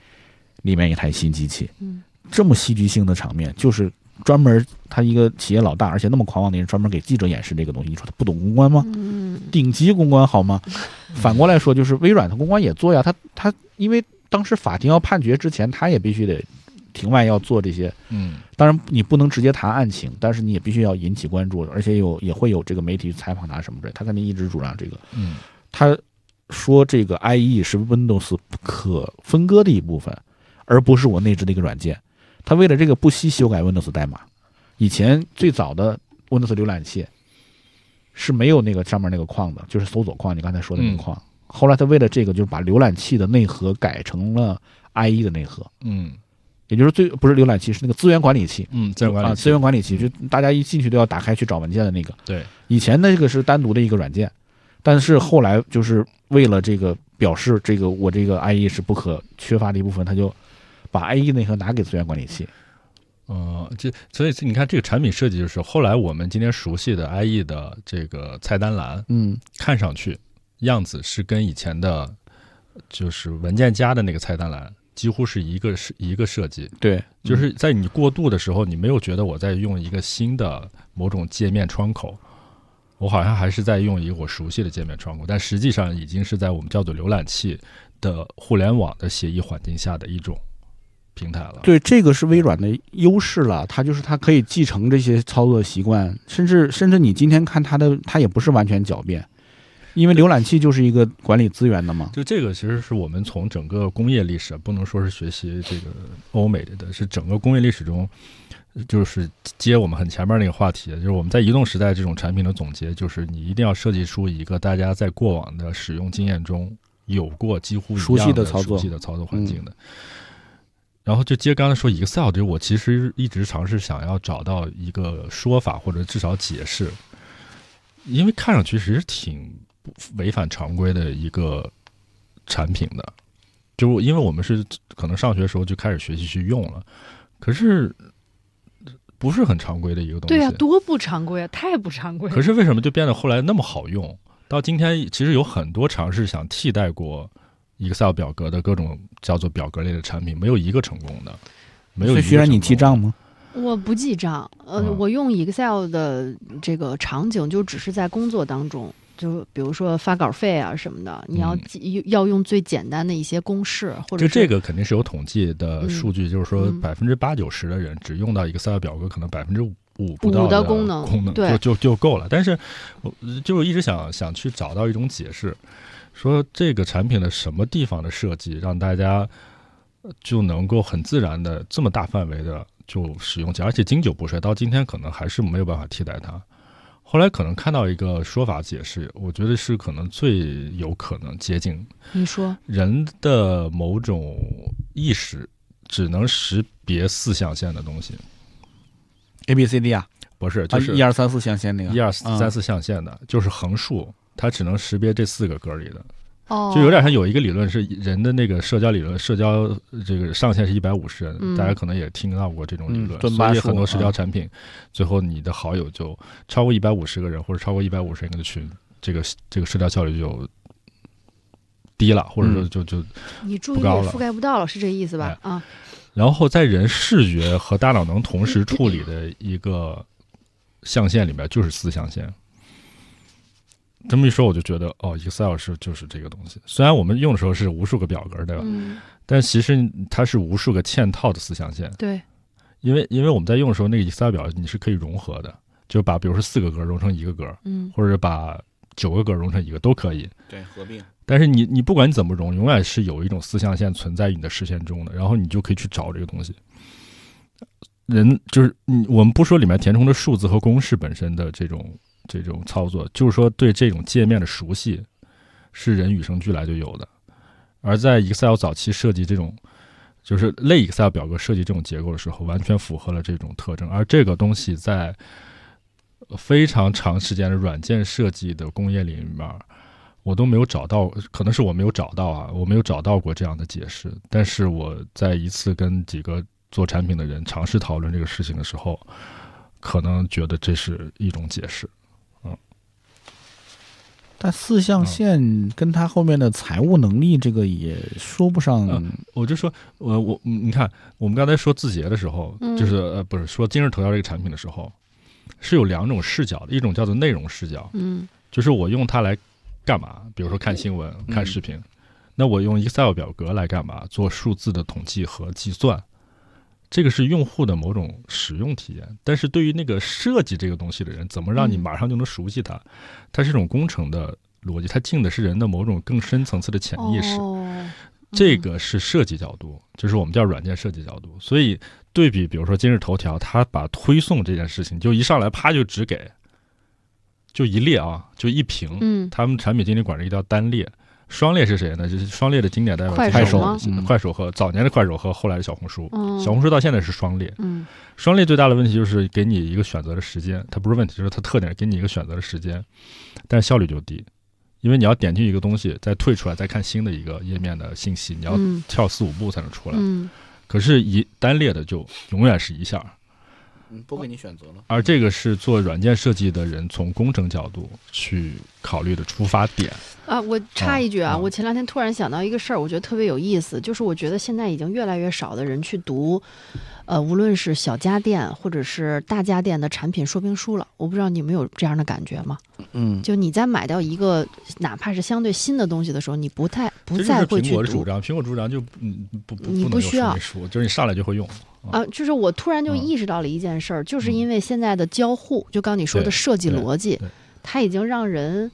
[SPEAKER 5] 里面一台新机器，
[SPEAKER 1] 嗯
[SPEAKER 5] 这么戏剧性的场面，就是专门他一个企业老大，而且那么狂妄的人，专门给记者演示这个东西，你说他不懂公关吗？
[SPEAKER 1] 嗯，
[SPEAKER 5] 顶级公关好吗？反过来说，就是微软它公关也做呀，它它因为当时法庭要判决之前，它也必须得庭外要做这些。
[SPEAKER 2] 嗯
[SPEAKER 5] 当然，你不能直接谈案情，但是你也必须要引起关注，而且有也会有这个媒体去采访他什么之类。他肯定一直主张这个。
[SPEAKER 2] 嗯
[SPEAKER 5] 他说这个 IE 是 Windows 不可分割的一部分，而不是我内置的一个软件。他为了这个不惜修改 Windows 代码。以前最早的 Windows 浏览器是没有那个上面那个框的，就是搜索框，你刚才说
[SPEAKER 2] 嗯
[SPEAKER 5] 的那个框。后来他为了这个，就是把浏览器的内核改成了 IE 的内核，
[SPEAKER 2] 嗯
[SPEAKER 5] 也就是最不是浏览器，是那个资源管理器。
[SPEAKER 2] 嗯，自然管
[SPEAKER 5] 啊，
[SPEAKER 2] 理
[SPEAKER 5] 资
[SPEAKER 2] 器，
[SPEAKER 5] 源管理器，就大家一进去都要打开去找文件的那个。
[SPEAKER 2] 对，
[SPEAKER 5] 以前那个是单独的一个软件，但是后来就是为了这个表示这个我这个 IE 是不可缺乏的一部分，他就把 IE 内核拿给资源管理器。
[SPEAKER 2] 嗯，这所以你看这个产品设计就是后来我们今天熟悉的 IE 的这个菜单栏，
[SPEAKER 5] 嗯，
[SPEAKER 2] 看上去样子是跟以前的，就是文件夹的那个菜单栏几乎是一个是一个设计，
[SPEAKER 5] 对，
[SPEAKER 2] 就是在你过渡的时候，你没有觉得我在用一个新的某种界面窗口，我好像还是在用一个我熟悉的界面窗口，但实际上已经是在我们叫做浏览器的互联网的协议环境下的一种平台了。，
[SPEAKER 5] 对，这个是微软的优势了，它就是它可以继承这些操作习惯，甚至甚至你今天看它的，它也不是完全狡辩，因为浏览器就是一个管理资源的嘛。
[SPEAKER 2] 就这个其实是我们从整个工业历史，不能说是学习这个欧美的，是整个工业历史中，就是接我们很前面那个话题，就是我们在移动时代这种产品的总结，就是你一定要设计出一个大家在过往的使用经验中有过几乎一样
[SPEAKER 5] 熟悉
[SPEAKER 2] 的
[SPEAKER 5] 的操作嗯
[SPEAKER 2] 熟悉的操作环境的。然后就接刚才说 Excel，就是我其实一直尝试想要找到一个说法或者至少解释，因为看上去其实挺不违反常规的一个产品的，就是因为我们是可能上学的时候就开始学习去用了，可是不是很常规的一个东西。
[SPEAKER 1] 对啊，多不常规啊，太不常规了。
[SPEAKER 2] 可是为什么就变得后来那么好用？到今天其实有很多尝试想替代过 Excel 表格的各种叫做表格类的产品，没有一个成功的，没有一个成功的。
[SPEAKER 5] 所以徐然，你记账吗？
[SPEAKER 3] 我不记账，呃，
[SPEAKER 2] 嗯
[SPEAKER 3] 我用 Excel 的这个场景就只是在工作当中，就比如说发稿费啊什么的，你要
[SPEAKER 2] 嗯
[SPEAKER 3] 记、要用最简单的一些公式，或者
[SPEAKER 2] 就是这个肯定是有统计的
[SPEAKER 3] 嗯
[SPEAKER 2] 数据，就是说
[SPEAKER 3] 嗯
[SPEAKER 2] 百分之八九十的人只用到 Excel 表格，可能百分之五不
[SPEAKER 3] 五
[SPEAKER 2] 到
[SPEAKER 3] 的
[SPEAKER 2] 功
[SPEAKER 3] 功能
[SPEAKER 2] 就
[SPEAKER 3] 对
[SPEAKER 2] 就就够了。但是我就是一直想想去找到一种解释，说这个产品的什么地方的设计让大家呃就能够很自然的这么大范围的就使用起来，而且经久不衰，到今天可能还是没有办法替代它。后来可能看到一个说法解释，我觉得是可能最有可能接近
[SPEAKER 3] 你说
[SPEAKER 2] 人的某种意识只能识别四象限的东西，
[SPEAKER 5] A B C D 啊，
[SPEAKER 2] 不是就是
[SPEAKER 5] 啊一二三四象限那个
[SPEAKER 2] 一二三
[SPEAKER 5] 嗯
[SPEAKER 2] 四象限的，就是横竖，它只能识别这四个格里的，
[SPEAKER 3] 哦，
[SPEAKER 2] 就有点像有一个理论是人的那个社交理论，社交这个上限是一百五十人，
[SPEAKER 3] 嗯
[SPEAKER 2] 大家可能也听到过这种理论，
[SPEAKER 5] 嗯蹲
[SPEAKER 2] 所
[SPEAKER 5] 巴
[SPEAKER 2] 以
[SPEAKER 5] 数
[SPEAKER 2] 很多社交产
[SPEAKER 5] 嗯
[SPEAKER 2] 品，最后你的好友就超过一百五十个人或者超过一百五十人的群，这个这个社交效率就低了，或者说
[SPEAKER 5] 嗯
[SPEAKER 2] 就就
[SPEAKER 3] 你注意
[SPEAKER 2] 不
[SPEAKER 3] 力
[SPEAKER 2] 高了哎
[SPEAKER 3] 覆盖不到了，是这意思吧？啊，
[SPEAKER 2] 然后在人视觉和大脑能同时处理的一个象限里面，就是四象限。这么一说，我就觉得哦，Excel 是就是这个东西。虽然我们用的时候是无数个表格，对吧？
[SPEAKER 3] 嗯，
[SPEAKER 2] 但其实它是无数个嵌套的四象限，
[SPEAKER 3] 对，
[SPEAKER 2] 因为因为我们在用的时候，那个 Excel 表你是可以融合的，就把比如说四个格融成一个格，
[SPEAKER 3] 嗯，
[SPEAKER 2] 或者把九个格融成一个都可以。
[SPEAKER 5] 对合并。
[SPEAKER 2] 但是你你不管你怎么融，永远是有一种四象限存在于你的视线中的，然后你就可以去找这个东西。人就是你，我们不说里面填充的数字和公式本身的这种这种操作，就是说对这种界面的熟悉是人与生俱来就有的。而在 Excel 早期设计这种就是类 Excel 表格设计这种结构的时候，完全符合了这种特征。而这个东西在非常长时间的软件设计的工业领域里面，我都没有找到，可能是我没有找到啊，我没有找到过这样的解释。但是我在一次跟几个做产品的人尝试讨论这个事情的时候，可能觉得这是一种解释。
[SPEAKER 5] 但四
[SPEAKER 2] 啊
[SPEAKER 5] 象限跟他后面的财务能力，这个也说不上。
[SPEAKER 2] 嗯我就说，我我嗯你看，我们刚才说字节的时候，
[SPEAKER 3] 嗯
[SPEAKER 2] 就是呃不是说今日头条这个产品的时候，是有两种视角的，一种叫做内容视角，
[SPEAKER 3] 嗯
[SPEAKER 2] 就是我用它来干嘛？比如说看新闻、
[SPEAKER 3] 嗯
[SPEAKER 2] 看视频。那我用 Excel 表格来干嘛？做数字的统计和计算，这个是用户的某种使用体验。但是对于那个设计这个东西的人，怎么让你
[SPEAKER 3] 嗯
[SPEAKER 2] 马上就能熟悉它？它是一种工程的逻辑，它进的是人的某种更深层次的潜意识。
[SPEAKER 3] 哦、
[SPEAKER 2] 这个是设计角度，就是我们叫软件设计角度。所以对比，比如说今日头条，它把推送这件事情就一上来啪就只给，就一列啊，就一屏。
[SPEAKER 3] 嗯
[SPEAKER 2] 他们产品经理管这个叫单列，双列是谁呢？就是双列的经典代表
[SPEAKER 3] 快
[SPEAKER 2] 快
[SPEAKER 5] 手
[SPEAKER 2] 手
[SPEAKER 5] 吗
[SPEAKER 2] 的、
[SPEAKER 5] 嗯
[SPEAKER 2] 快手和早年的快手和后来的小红书。
[SPEAKER 3] 嗯
[SPEAKER 2] 小红书到现在是双列，
[SPEAKER 3] 嗯
[SPEAKER 2] 双列最大的问题就是给你一个选择的时间，它不是问题，就是它特点，给你一个选择的时间，但是效率就低，因为你要点进一个东西，再退出来，再看新的一个页面的信息，你要
[SPEAKER 3] 嗯
[SPEAKER 2] 跳四五步才能出来。
[SPEAKER 3] 嗯
[SPEAKER 2] 可是，一单列的就永远是一下儿，
[SPEAKER 5] 嗯不给你选择了。
[SPEAKER 2] 而这个是做软件设计的人从工程角度去考虑的出发点。
[SPEAKER 3] 啊，我插一句啊，
[SPEAKER 2] 啊
[SPEAKER 3] 我前两天突然想到一个事儿，我觉得特别有意思，就是我觉得现在已经越来越少的人去读，呃，无论是小家电或者是大家电的产品说明书了。我不知道你们有这样的感觉吗？
[SPEAKER 5] 嗯，
[SPEAKER 3] 就你在买到一个哪怕是相对新的东西的时候，你不太不
[SPEAKER 2] 这
[SPEAKER 3] 再
[SPEAKER 2] 就是
[SPEAKER 3] 会
[SPEAKER 2] 苹
[SPEAKER 3] 去
[SPEAKER 2] 果的
[SPEAKER 3] 读
[SPEAKER 2] 主张，苹果主张就嗯不不
[SPEAKER 3] 你
[SPEAKER 2] 能
[SPEAKER 3] 不
[SPEAKER 2] 有
[SPEAKER 3] 需
[SPEAKER 2] 说
[SPEAKER 3] 要
[SPEAKER 2] 明书，就是你上来就会用。
[SPEAKER 3] 啊，就是我突然就
[SPEAKER 2] 嗯
[SPEAKER 3] 意识到了一件事儿，就是因为现在的交互，就刚你说的
[SPEAKER 2] 对
[SPEAKER 3] 设计
[SPEAKER 2] 对
[SPEAKER 3] 逻辑
[SPEAKER 2] 对，
[SPEAKER 3] 它已经让人，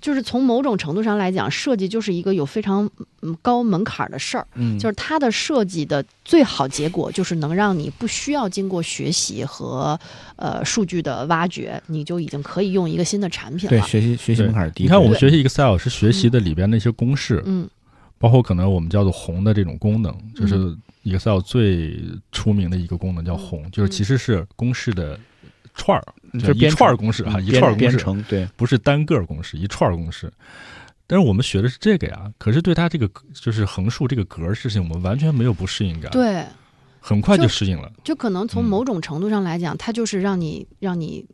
[SPEAKER 3] 就是从某种程度上来讲，设计就是一个有非常嗯高门槛儿的事儿，
[SPEAKER 5] 嗯
[SPEAKER 3] 就是它的设计的最好结果就是能让你不需要经过学习和呃数据的挖掘，你就已经可以用一个新的产品
[SPEAKER 5] 对
[SPEAKER 3] 了。
[SPEAKER 5] 学习学习门槛低。
[SPEAKER 2] 你看，我们
[SPEAKER 5] 对
[SPEAKER 2] 学习 Excel 是学习的里边那些公式，
[SPEAKER 3] 嗯
[SPEAKER 2] 包括可能我们叫做红的这种功能，就是
[SPEAKER 3] 嗯
[SPEAKER 2] Excel 最出名的一个功能叫红，就是
[SPEAKER 3] 嗯
[SPEAKER 2] 其实是公式的串儿，
[SPEAKER 5] 就是
[SPEAKER 2] 一
[SPEAKER 5] 编
[SPEAKER 2] 串儿
[SPEAKER 5] 程
[SPEAKER 2] 公式啊，
[SPEAKER 5] 嗯
[SPEAKER 2] 一串儿公
[SPEAKER 5] 编
[SPEAKER 2] 式，
[SPEAKER 5] 程对，
[SPEAKER 2] 不是单个儿公式，一串儿公式。但是我们学的是这个呀，可是对它这个就是横竖这个格儿事情，我们完全没有不适应感，，
[SPEAKER 3] 对，
[SPEAKER 2] 很快就
[SPEAKER 3] 就
[SPEAKER 2] 适应了。
[SPEAKER 3] 就可能从
[SPEAKER 2] 嗯
[SPEAKER 3] 某种程度上来讲，它就是让你让你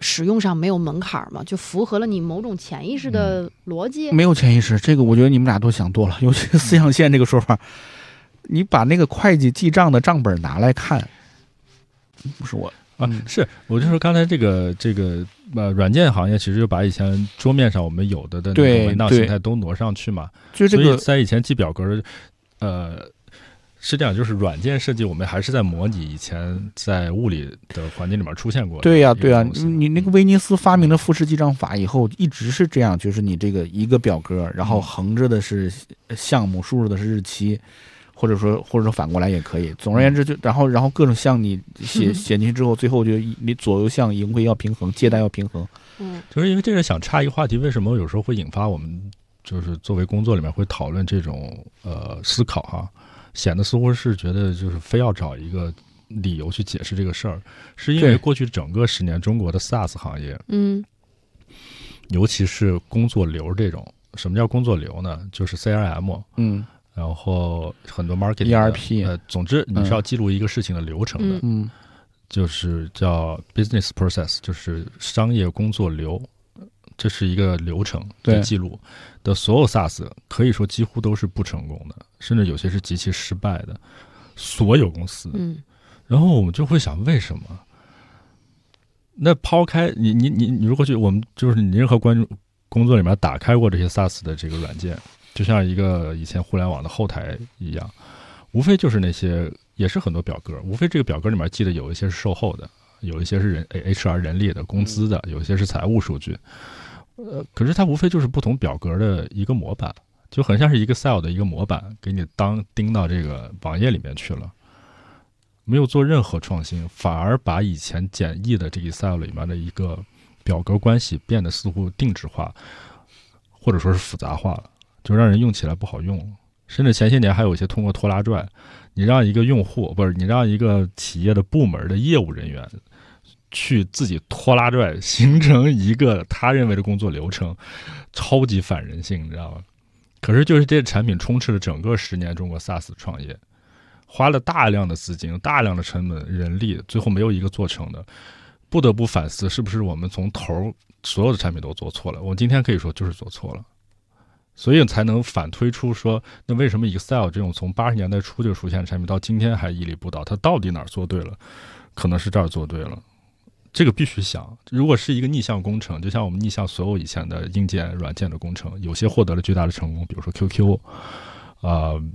[SPEAKER 3] 使用上没有门槛儿嘛，就符合了你某种潜意识
[SPEAKER 2] 嗯
[SPEAKER 3] 的逻辑。
[SPEAKER 5] 没有潜意识，这个我觉得你们俩都想多了。尤其是四象限这个说法，你把那个会计记账的账本拿来看，不是我
[SPEAKER 2] 啊
[SPEAKER 5] 嗯，
[SPEAKER 2] 是，我就说刚才这个这个呃，软件行业其实就把以前桌面上我们有的的那
[SPEAKER 5] 对
[SPEAKER 2] 种文档
[SPEAKER 5] 对
[SPEAKER 2] 形态都挪上去嘛，
[SPEAKER 5] 就这
[SPEAKER 2] 所以
[SPEAKER 5] 个
[SPEAKER 2] 在以前记表格儿，呃，是这样，就是软件设计我们还是在模拟以前在物理的环境里面出现过的
[SPEAKER 5] 对呀、
[SPEAKER 2] 一个
[SPEAKER 5] 对呀、
[SPEAKER 2] 东西嗯
[SPEAKER 5] 你你那个威尼斯发明了复式记账法以后，一直是这样，就是你这个一个表格，然后横着的是呃项目，竖着的是日期，或者说或者说反过来也可以。总而言之就，然后然后各种项你 写写进去之后，最后就一你左右项盈亏要平衡，借贷要平衡。
[SPEAKER 3] 嗯
[SPEAKER 2] 就是因为这个想插一个话题，为什么有时候会引发我们就是作为工作里面会讨论这种呃思考哈，显得似乎是觉得就是非要找一个理由去解释这个事儿，是因为
[SPEAKER 5] 对
[SPEAKER 2] 过去整个十年中国的 SaaS 行业，
[SPEAKER 3] 嗯
[SPEAKER 2] 尤其是工作流这种，什么叫工作流呢？就是 CRM。
[SPEAKER 5] 嗯
[SPEAKER 2] 然后很多 marketing 的
[SPEAKER 5] ERP
[SPEAKER 2] 呃，总之你是要记录一个事情的流程的，
[SPEAKER 3] 嗯
[SPEAKER 5] 嗯
[SPEAKER 2] 就是叫 business process，就是商业工作流，这是一个流程
[SPEAKER 5] 对
[SPEAKER 2] 的记录的所有 SaaS，可以说几乎都是不成功的，甚至有些是极其失败的，所有公司。
[SPEAKER 3] 嗯
[SPEAKER 2] 然后我们就会想，为什么？那抛开你你你你，如果去我们就是你任何关注工作里面打开过这些 SaaS 的这个软件，就像一个以前互联网的后台一样，无非就是那些也是很多表格，无非这个表格里面记得有一些是售后的，有一些是人 HR 人力的工资的，有一些是财务数据，呃，可是它无非就是不同表格的一个模板，就很像是一个 Excel 的一个模板，给你当钉到这个网页里面去了。没有做任何创新，反而把以前简易的这个 Excel 里面的一个表格关系变得似乎定制化，或者说是复杂化了，就让人用起来不好用了。甚至前些年还有一些通过拖拉拽，你让一个用户不是你让一个企业的部门的业务人员去自己拖拉拽，形成一个他认为的工作流程，超级反人性，你知道吗？可是就是这产品充斥了整个十年中国 SaaS 创业，花了大量的资金、大量的成本、人力，最后没有一个做成的，不得不反思是不是我们从头儿所有的产品都做错了。我们今天可以说就是做错了。所以才能反推出说，那为什么 Excel 这种从八十年代初就出现的产品，到今天还屹立不倒？它到底哪儿做对了？可能是这儿做对了，这个必须想。如果是一个逆向工程，就像我们逆向所有以前的硬件、软件的工程，有些获得了巨大的成功，比如说 QQ，啊、嗯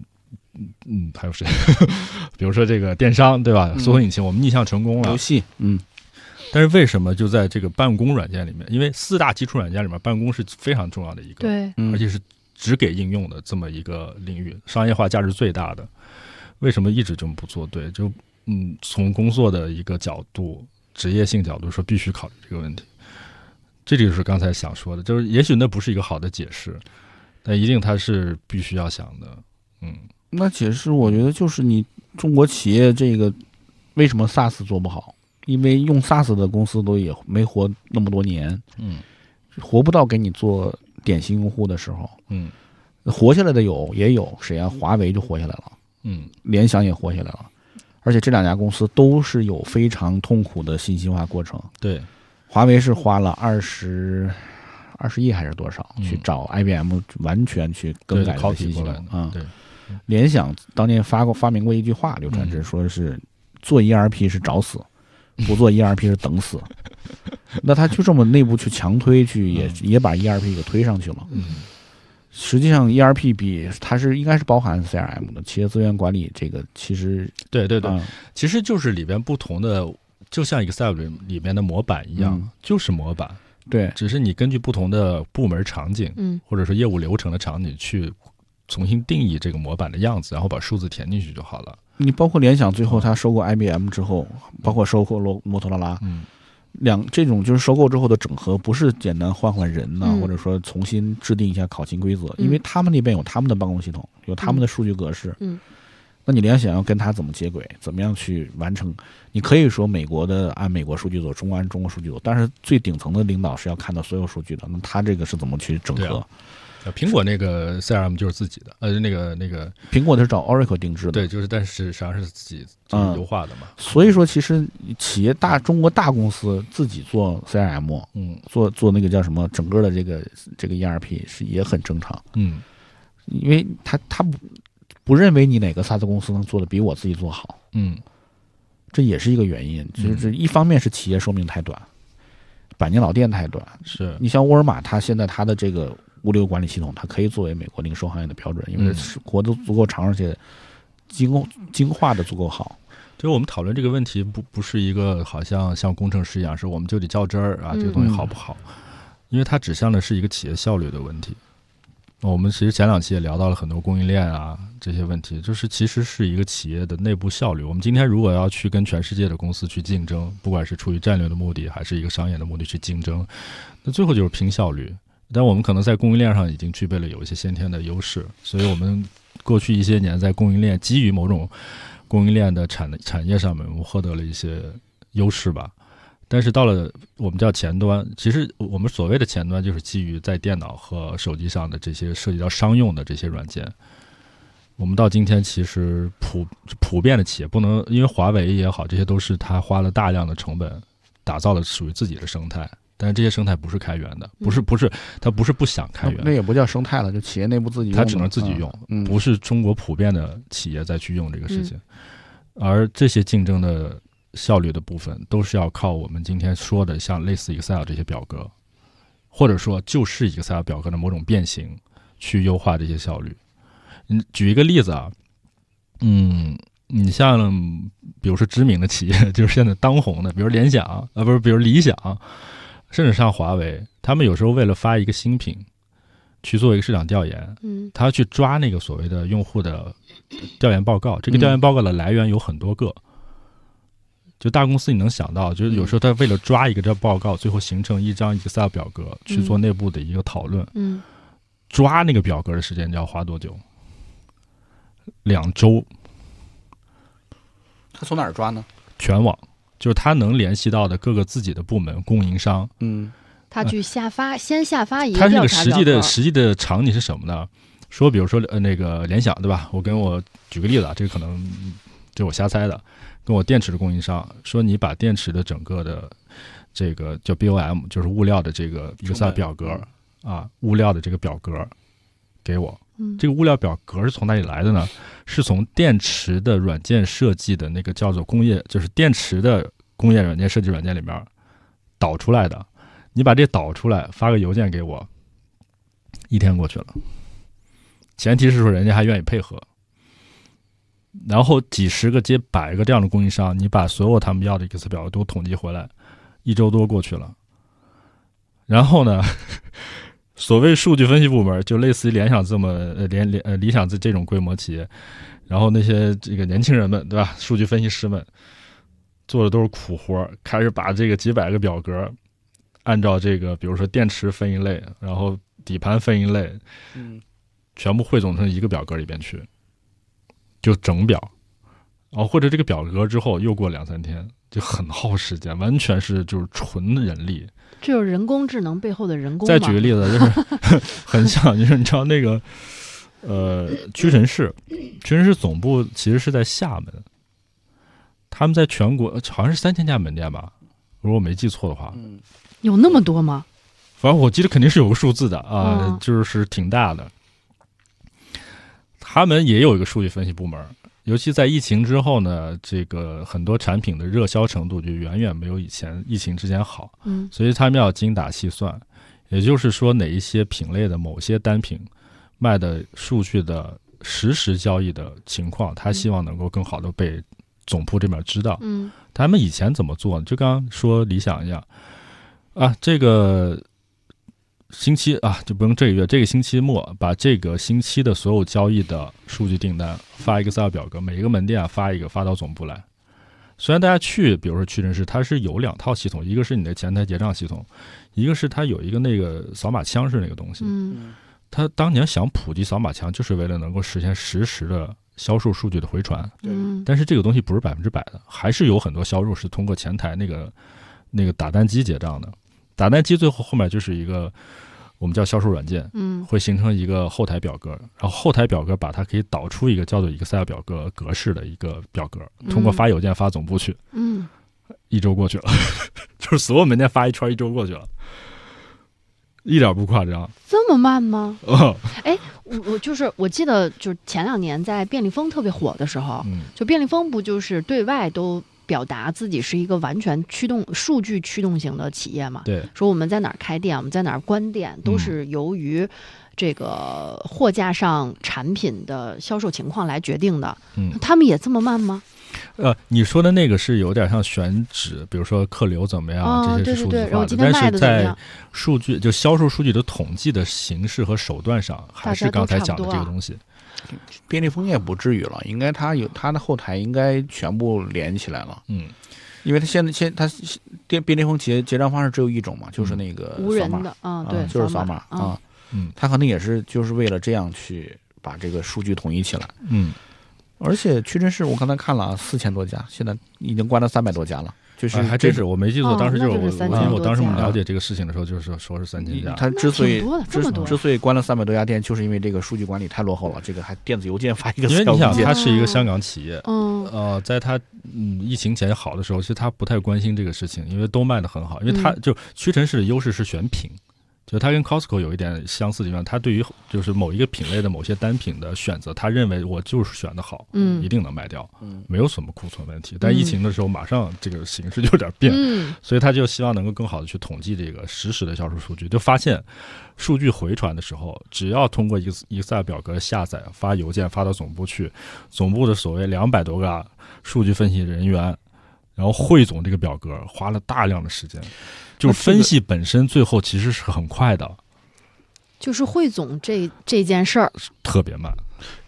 [SPEAKER 2] 嗯，还有谁？ 比如说这个电商，对吧？
[SPEAKER 5] 嗯
[SPEAKER 2] 搜索引擎，我们逆向成功了
[SPEAKER 5] 游。戏，嗯，
[SPEAKER 2] 但是为什么就在这个办公软件里面？因为四大基础软件里面，办公是非常重要的一个。
[SPEAKER 1] 对，
[SPEAKER 5] 嗯
[SPEAKER 2] 而且是只给应用的这么一个领域，商业化价值最大的，为什么一直就不做对？就嗯，从工作的一个角度、职业性角度说，必须考虑这个问题。这就是刚才想说的，就是也许那不是一个好的解释，但一定它是必须要想的。嗯，
[SPEAKER 5] 那解释我觉得就是你中国企业这个为什么 SaaS 做不好，因为用 SaaS 的公司都也没活那么多年，
[SPEAKER 2] 嗯，
[SPEAKER 5] 活不到给你做典型用户的时候，
[SPEAKER 2] 嗯
[SPEAKER 5] 活下来的有也有谁啊？华为就活下来了，
[SPEAKER 2] 嗯
[SPEAKER 5] 联想也活下来了，而且这两家公司都是有非常痛苦的信息化过程。
[SPEAKER 2] 对，
[SPEAKER 5] 华为是花了二十二十亿还是多少、
[SPEAKER 2] 嗯
[SPEAKER 5] 去找 IBM 完全去更改
[SPEAKER 2] 对
[SPEAKER 5] 这个
[SPEAKER 2] copy
[SPEAKER 5] 信息
[SPEAKER 2] 过
[SPEAKER 5] 了
[SPEAKER 2] 来的
[SPEAKER 5] 啊。
[SPEAKER 2] 对，
[SPEAKER 5] 联想当年发过发明过一句话，刘传志
[SPEAKER 2] 嗯
[SPEAKER 5] 说是做 ERP 是找死，不做 ERP 是等死。 那他就这么内部去强推，去也、也把 ERP 给推上去了。
[SPEAKER 2] 嗯
[SPEAKER 5] 实际上 ERP 比它是应该是包含 CRM 的企业资源管理这个其实
[SPEAKER 2] 对对对，
[SPEAKER 5] 啊
[SPEAKER 2] 其实就是里边不同的，就像 Excel 里里面的模板一样，
[SPEAKER 5] 嗯
[SPEAKER 2] 就是模板，
[SPEAKER 5] 对
[SPEAKER 2] 只是你根据不同的部门场景。
[SPEAKER 3] 嗯，
[SPEAKER 2] 或者说业务流程的场景去重新定义这个模板的样子，然后把数字填进去就好了。
[SPEAKER 5] 你包括联想最后它收购 IBM 之后，包括收购罗摩托罗拉，
[SPEAKER 2] 嗯，
[SPEAKER 5] 两这种就是收购之后的整合，不是简单换换人呐、
[SPEAKER 3] 嗯
[SPEAKER 5] 或者说重新制定一下考勤规则，
[SPEAKER 3] 嗯
[SPEAKER 5] 因为他们那边有他们的办公系统，有他们的数据格式。
[SPEAKER 3] 嗯，
[SPEAKER 5] 那你联想要跟他怎么接轨，怎么样去完成？你可以说美国的按美国数据走，中国按中国数据走，但是最顶层的领导是要看到所有数据的。那他这个是怎么去整
[SPEAKER 2] 对
[SPEAKER 5] 合
[SPEAKER 2] 啊？呃苹果那个 CRM 就是自己的，呃，那个那个，
[SPEAKER 5] 苹果它是找 Oracle 定制的，嗯
[SPEAKER 2] 对，就是但是实际上是自己就是优化的嘛。
[SPEAKER 5] 所以说其实企业大中国大公司自己做 CRM，
[SPEAKER 2] 嗯
[SPEAKER 5] 做做那个叫什么，整个的这个这个 ERP 是也很正常。
[SPEAKER 2] 嗯，
[SPEAKER 5] 因为他他不不认为你哪个 SaaS 公司能做的比我自己做好，
[SPEAKER 2] 嗯，
[SPEAKER 5] 这也是一个原因。就是一方面是企业寿命太短，百年老店太短。
[SPEAKER 2] 是，
[SPEAKER 5] 你像沃尔玛，它现在它的这个物流管理系统，它可以作为美国零售行业的标准，因为
[SPEAKER 2] 嗯
[SPEAKER 5] 是活得足够长，而且精精化的足够好。
[SPEAKER 2] 就是我们讨论这个问题不不是一个好像像工程师一样，是我们就得较真儿啊，
[SPEAKER 3] 嗯
[SPEAKER 2] 这个东西好不好？因为它指向的是一个企业效率的问题。我们其实前两期也聊到了很多供应链啊这些问题，就是其实是一个企业的内部效率。我们今天如果要去跟全世界的公司去竞争，不管是出于战略的目的，还是一个商业的目的去竞争，那最后就是拼效率。但我们可能在供应链上已经具备了有一些先天的优势，所以我们过去一些年在供应链基于某种供应链的产产业上面，我们获得了一些优势吧。但是到了我们叫前端，其实我们所谓的前端就是基于在电脑和手机上的这些涉及到商用的这些软件。我们到今天其实普普遍的企业不能，因为华为也好，这些都是它花了大量的成本打造了属于自己的生态，但是这些生态不是开源的，不是不是它不是不想开
[SPEAKER 5] 那
[SPEAKER 2] 源，
[SPEAKER 5] 也不叫生态了，就企业内部自己用的
[SPEAKER 2] 它只能自己用。
[SPEAKER 5] 嗯，
[SPEAKER 2] 不是中国普遍的企业在去用这个事情，而这些竞争的效率的部分，都是要靠我们今天说的像类似 Excel 这些表格，或者说就是 Excel 表格的某种变形，去优化这些效率。嗯，举一个例子啊，嗯，你像比如说知名的企业， 就是现在当红的，比如联想啊，呃不是，比如理想，甚至像华为，他们有时候为了发一个新品，去做一个市场调研，
[SPEAKER 3] 嗯
[SPEAKER 2] 他去抓那个所谓的用户的调研报告。这个调研报告的来源有很多个，就大公司你能想到，就是有时候他为了抓一个这报告，最后形成一张 Excel 表格去做内部的一个讨论。
[SPEAKER 3] 嗯
[SPEAKER 2] 抓那个表格的时间你知道花多久？两周，
[SPEAKER 5] 他从哪儿抓呢？
[SPEAKER 2] 全网。就是他能联系到的各个自己的部门供应商，
[SPEAKER 5] 嗯
[SPEAKER 3] 他去下发，先下发一
[SPEAKER 2] 它
[SPEAKER 3] 个
[SPEAKER 2] 这
[SPEAKER 3] 调
[SPEAKER 2] 个
[SPEAKER 3] 查
[SPEAKER 2] 实
[SPEAKER 3] 表
[SPEAKER 2] 际
[SPEAKER 3] 格
[SPEAKER 2] 的，实际的场景是什么呢？说，比如说呃那个联想对吧？我跟我举个例子啊，这个可能嗯这我瞎猜的，跟我电池的供应商说，你把电池的整个的这个叫 BOM，就是物料的这个
[SPEAKER 5] 成
[SPEAKER 2] Excel
[SPEAKER 5] 本嗯
[SPEAKER 2] 表格啊，物料的这个表格给我。
[SPEAKER 3] 嗯
[SPEAKER 2] 这个物料表格是从哪里来的呢？是从电池的软件设计的那个叫做工业，就是电池的工业软件设计软件里面导出来的。你把这导出来，发个邮件给我，一天过去了。前提是说人家还愿意配合。然后几十个、接百个这样的供应商，你把所有他们要的 Excel 表格都统计回来，一周多过去了。然后呢， 所谓数据分析部门，就类似于联想这么呃联联呃理想这这种规模企业，然后那些这个年轻人们，对吧？数据分析师们做的都是苦活儿，开始把这个几百个表格按照这个，比如说电池分一类，然后底盘分一类，
[SPEAKER 5] 嗯，
[SPEAKER 2] 全部汇总成一个表格里边去，就整表。哦，或者这个表格之后又过两三天，就很耗时间，完全是就是纯人力。
[SPEAKER 3] 这就是人工智能背后的人工嘛。
[SPEAKER 2] 再举个例子，就是 很像，就是你知道那个呃，屈臣氏，屈臣氏总部其实是在厦门，他们在全国呃好像是三千家门店吧，如果我没记错的话，
[SPEAKER 1] 有那么多吗？
[SPEAKER 2] 反正我记得肯定是有个数字的啊，
[SPEAKER 1] 嗯
[SPEAKER 2] 就是挺大的。他们也有一个数据分析部门，尤其在疫情之后呢，这个很多产品的热销程度就远远没有以前疫情之前好。
[SPEAKER 3] 嗯，
[SPEAKER 2] 所以他们要精打细算，也就是说哪一些品类的某些单品卖的数据的实时交易的情况，他希望能够更好的被总部这边知道。
[SPEAKER 3] 嗯
[SPEAKER 2] 他们以前怎么做呢？就刚刚说理想一样啊，这个星期啊，就不用这个月，这个星期末把这个星期的所有交易的数据订单发一个 Excel 表格，每一个门店发一个发到总部来。虽然大家去，比如说屈臣氏，它是有两套系统，一个是你的前台结账系统，一个是它有一个那个扫码枪式那个东西。
[SPEAKER 3] 嗯
[SPEAKER 2] 它当年想普及扫码枪，就是为了能够实现实时的销售数据的回传。
[SPEAKER 3] 嗯，
[SPEAKER 2] 但是这个东西不是百分之百的，还是有很多销售是通过前台那个那个打单机结账的。打单机最后后面就是一个我们叫销售软件，
[SPEAKER 3] 嗯
[SPEAKER 2] 会形成一个后台表格，然后后台表格把它可以导出一个叫做 Excel 表格格式的一个表格，通过
[SPEAKER 3] 嗯
[SPEAKER 2] 发邮件发总部去，
[SPEAKER 3] 嗯，
[SPEAKER 2] 一周过去了， 就是所有门店发一圈，一周过去了，一点不夸张。
[SPEAKER 3] 这么慢吗？
[SPEAKER 2] 哦、
[SPEAKER 3] 我我就是我记得就是前两年在便利蜂特别火的时候，
[SPEAKER 2] 嗯，
[SPEAKER 3] 就便利蜂不就是对外都表达自己是一个完全驱动数据驱动型的企业嘛？
[SPEAKER 2] 对，
[SPEAKER 3] 说我们在哪儿开店，我们在哪儿关店，都
[SPEAKER 2] 嗯
[SPEAKER 3] 是由于这个货架上产品的销售情况来决定的。
[SPEAKER 2] 嗯
[SPEAKER 3] 那他们也这么慢吗？
[SPEAKER 2] 呃，你说的那个是有点像选址，比如说客流怎么样，
[SPEAKER 3] 哦
[SPEAKER 2] 啊这些
[SPEAKER 3] 对
[SPEAKER 2] 是
[SPEAKER 3] 对
[SPEAKER 2] 数
[SPEAKER 3] 对
[SPEAKER 2] 字
[SPEAKER 3] 然后
[SPEAKER 2] 化
[SPEAKER 3] 今天
[SPEAKER 2] 但
[SPEAKER 3] 卖
[SPEAKER 2] 是
[SPEAKER 3] 的怎么
[SPEAKER 2] 在
[SPEAKER 3] 样
[SPEAKER 2] 数据就销售数据的统计的形式和手段上，还
[SPEAKER 3] 大
[SPEAKER 2] 是
[SPEAKER 3] 家
[SPEAKER 2] 刚
[SPEAKER 3] 都
[SPEAKER 2] 才
[SPEAKER 3] 差
[SPEAKER 2] 讲的
[SPEAKER 3] 不多
[SPEAKER 2] 这个
[SPEAKER 3] 啊
[SPEAKER 2] 东西。
[SPEAKER 5] 便利蜂也不至于了，应该它有它的后台应该全部连起来了，
[SPEAKER 2] 嗯，
[SPEAKER 5] 因为它现在现它电便利蜂结结账方式只有一种嘛，就是那个
[SPEAKER 3] 无
[SPEAKER 5] 扫
[SPEAKER 3] 人
[SPEAKER 5] 码
[SPEAKER 3] 的啊，
[SPEAKER 5] 啊
[SPEAKER 3] 对，
[SPEAKER 5] 就是
[SPEAKER 3] 扫
[SPEAKER 5] 扫码
[SPEAKER 3] 啊，
[SPEAKER 5] 啊，
[SPEAKER 2] 嗯
[SPEAKER 5] 它可能也是就是为了这样去把这个数据统一起来。
[SPEAKER 2] 嗯，
[SPEAKER 5] 而且屈臣氏，我刚才看了啊，四千多家，现在已经关了三百多家了，就是、
[SPEAKER 2] 哎还真是，我没记错，
[SPEAKER 3] 哦
[SPEAKER 2] 当时
[SPEAKER 3] 那
[SPEAKER 2] 是
[SPEAKER 3] 就
[SPEAKER 2] 我，
[SPEAKER 3] 是三
[SPEAKER 2] 我因为
[SPEAKER 5] 千
[SPEAKER 2] 我
[SPEAKER 3] 多
[SPEAKER 2] 当时
[SPEAKER 3] 家
[SPEAKER 2] 了解这个事情的时候，就是说说是啊三千家，
[SPEAKER 5] 嗯它之所
[SPEAKER 3] 那
[SPEAKER 5] 以
[SPEAKER 3] 挺多的这么多
[SPEAKER 5] 之之所以关了三百多家店，就是因为这个数据管理太落后了，这个还电子邮件发一个
[SPEAKER 2] 因为
[SPEAKER 5] Excel
[SPEAKER 2] 你想，啊
[SPEAKER 5] 文件
[SPEAKER 2] 它是一个香港企业，
[SPEAKER 3] 嗯
[SPEAKER 2] 呃，在它嗯疫情前好的时候，其实它不太关心这个事情，因为都卖的很好，因为它
[SPEAKER 3] 嗯
[SPEAKER 2] 就屈臣氏的优势是选品。就是它跟 Costco 有一点相似的地方，它对于就是某一个品类的某些单品的选择，它认为我就是选的好，
[SPEAKER 3] 嗯
[SPEAKER 2] 一定能卖掉，
[SPEAKER 5] 嗯
[SPEAKER 2] 没有什么库存问题。但
[SPEAKER 3] 嗯
[SPEAKER 2] 疫情的时候，马上这个形势就有点变，
[SPEAKER 3] 嗯
[SPEAKER 2] 所以他就希望能够更好的去统计这个实时的销售数据，就发现数据回传的时候，只要通过一个 Excel 表格下载、发邮件发到总部去，总部的所谓两百多个数据分析人员，然后汇总这个表格，花了大量的时间。就是分析本身最后其实是很快的，
[SPEAKER 3] 就是汇总这这件事儿，
[SPEAKER 2] 特别慢。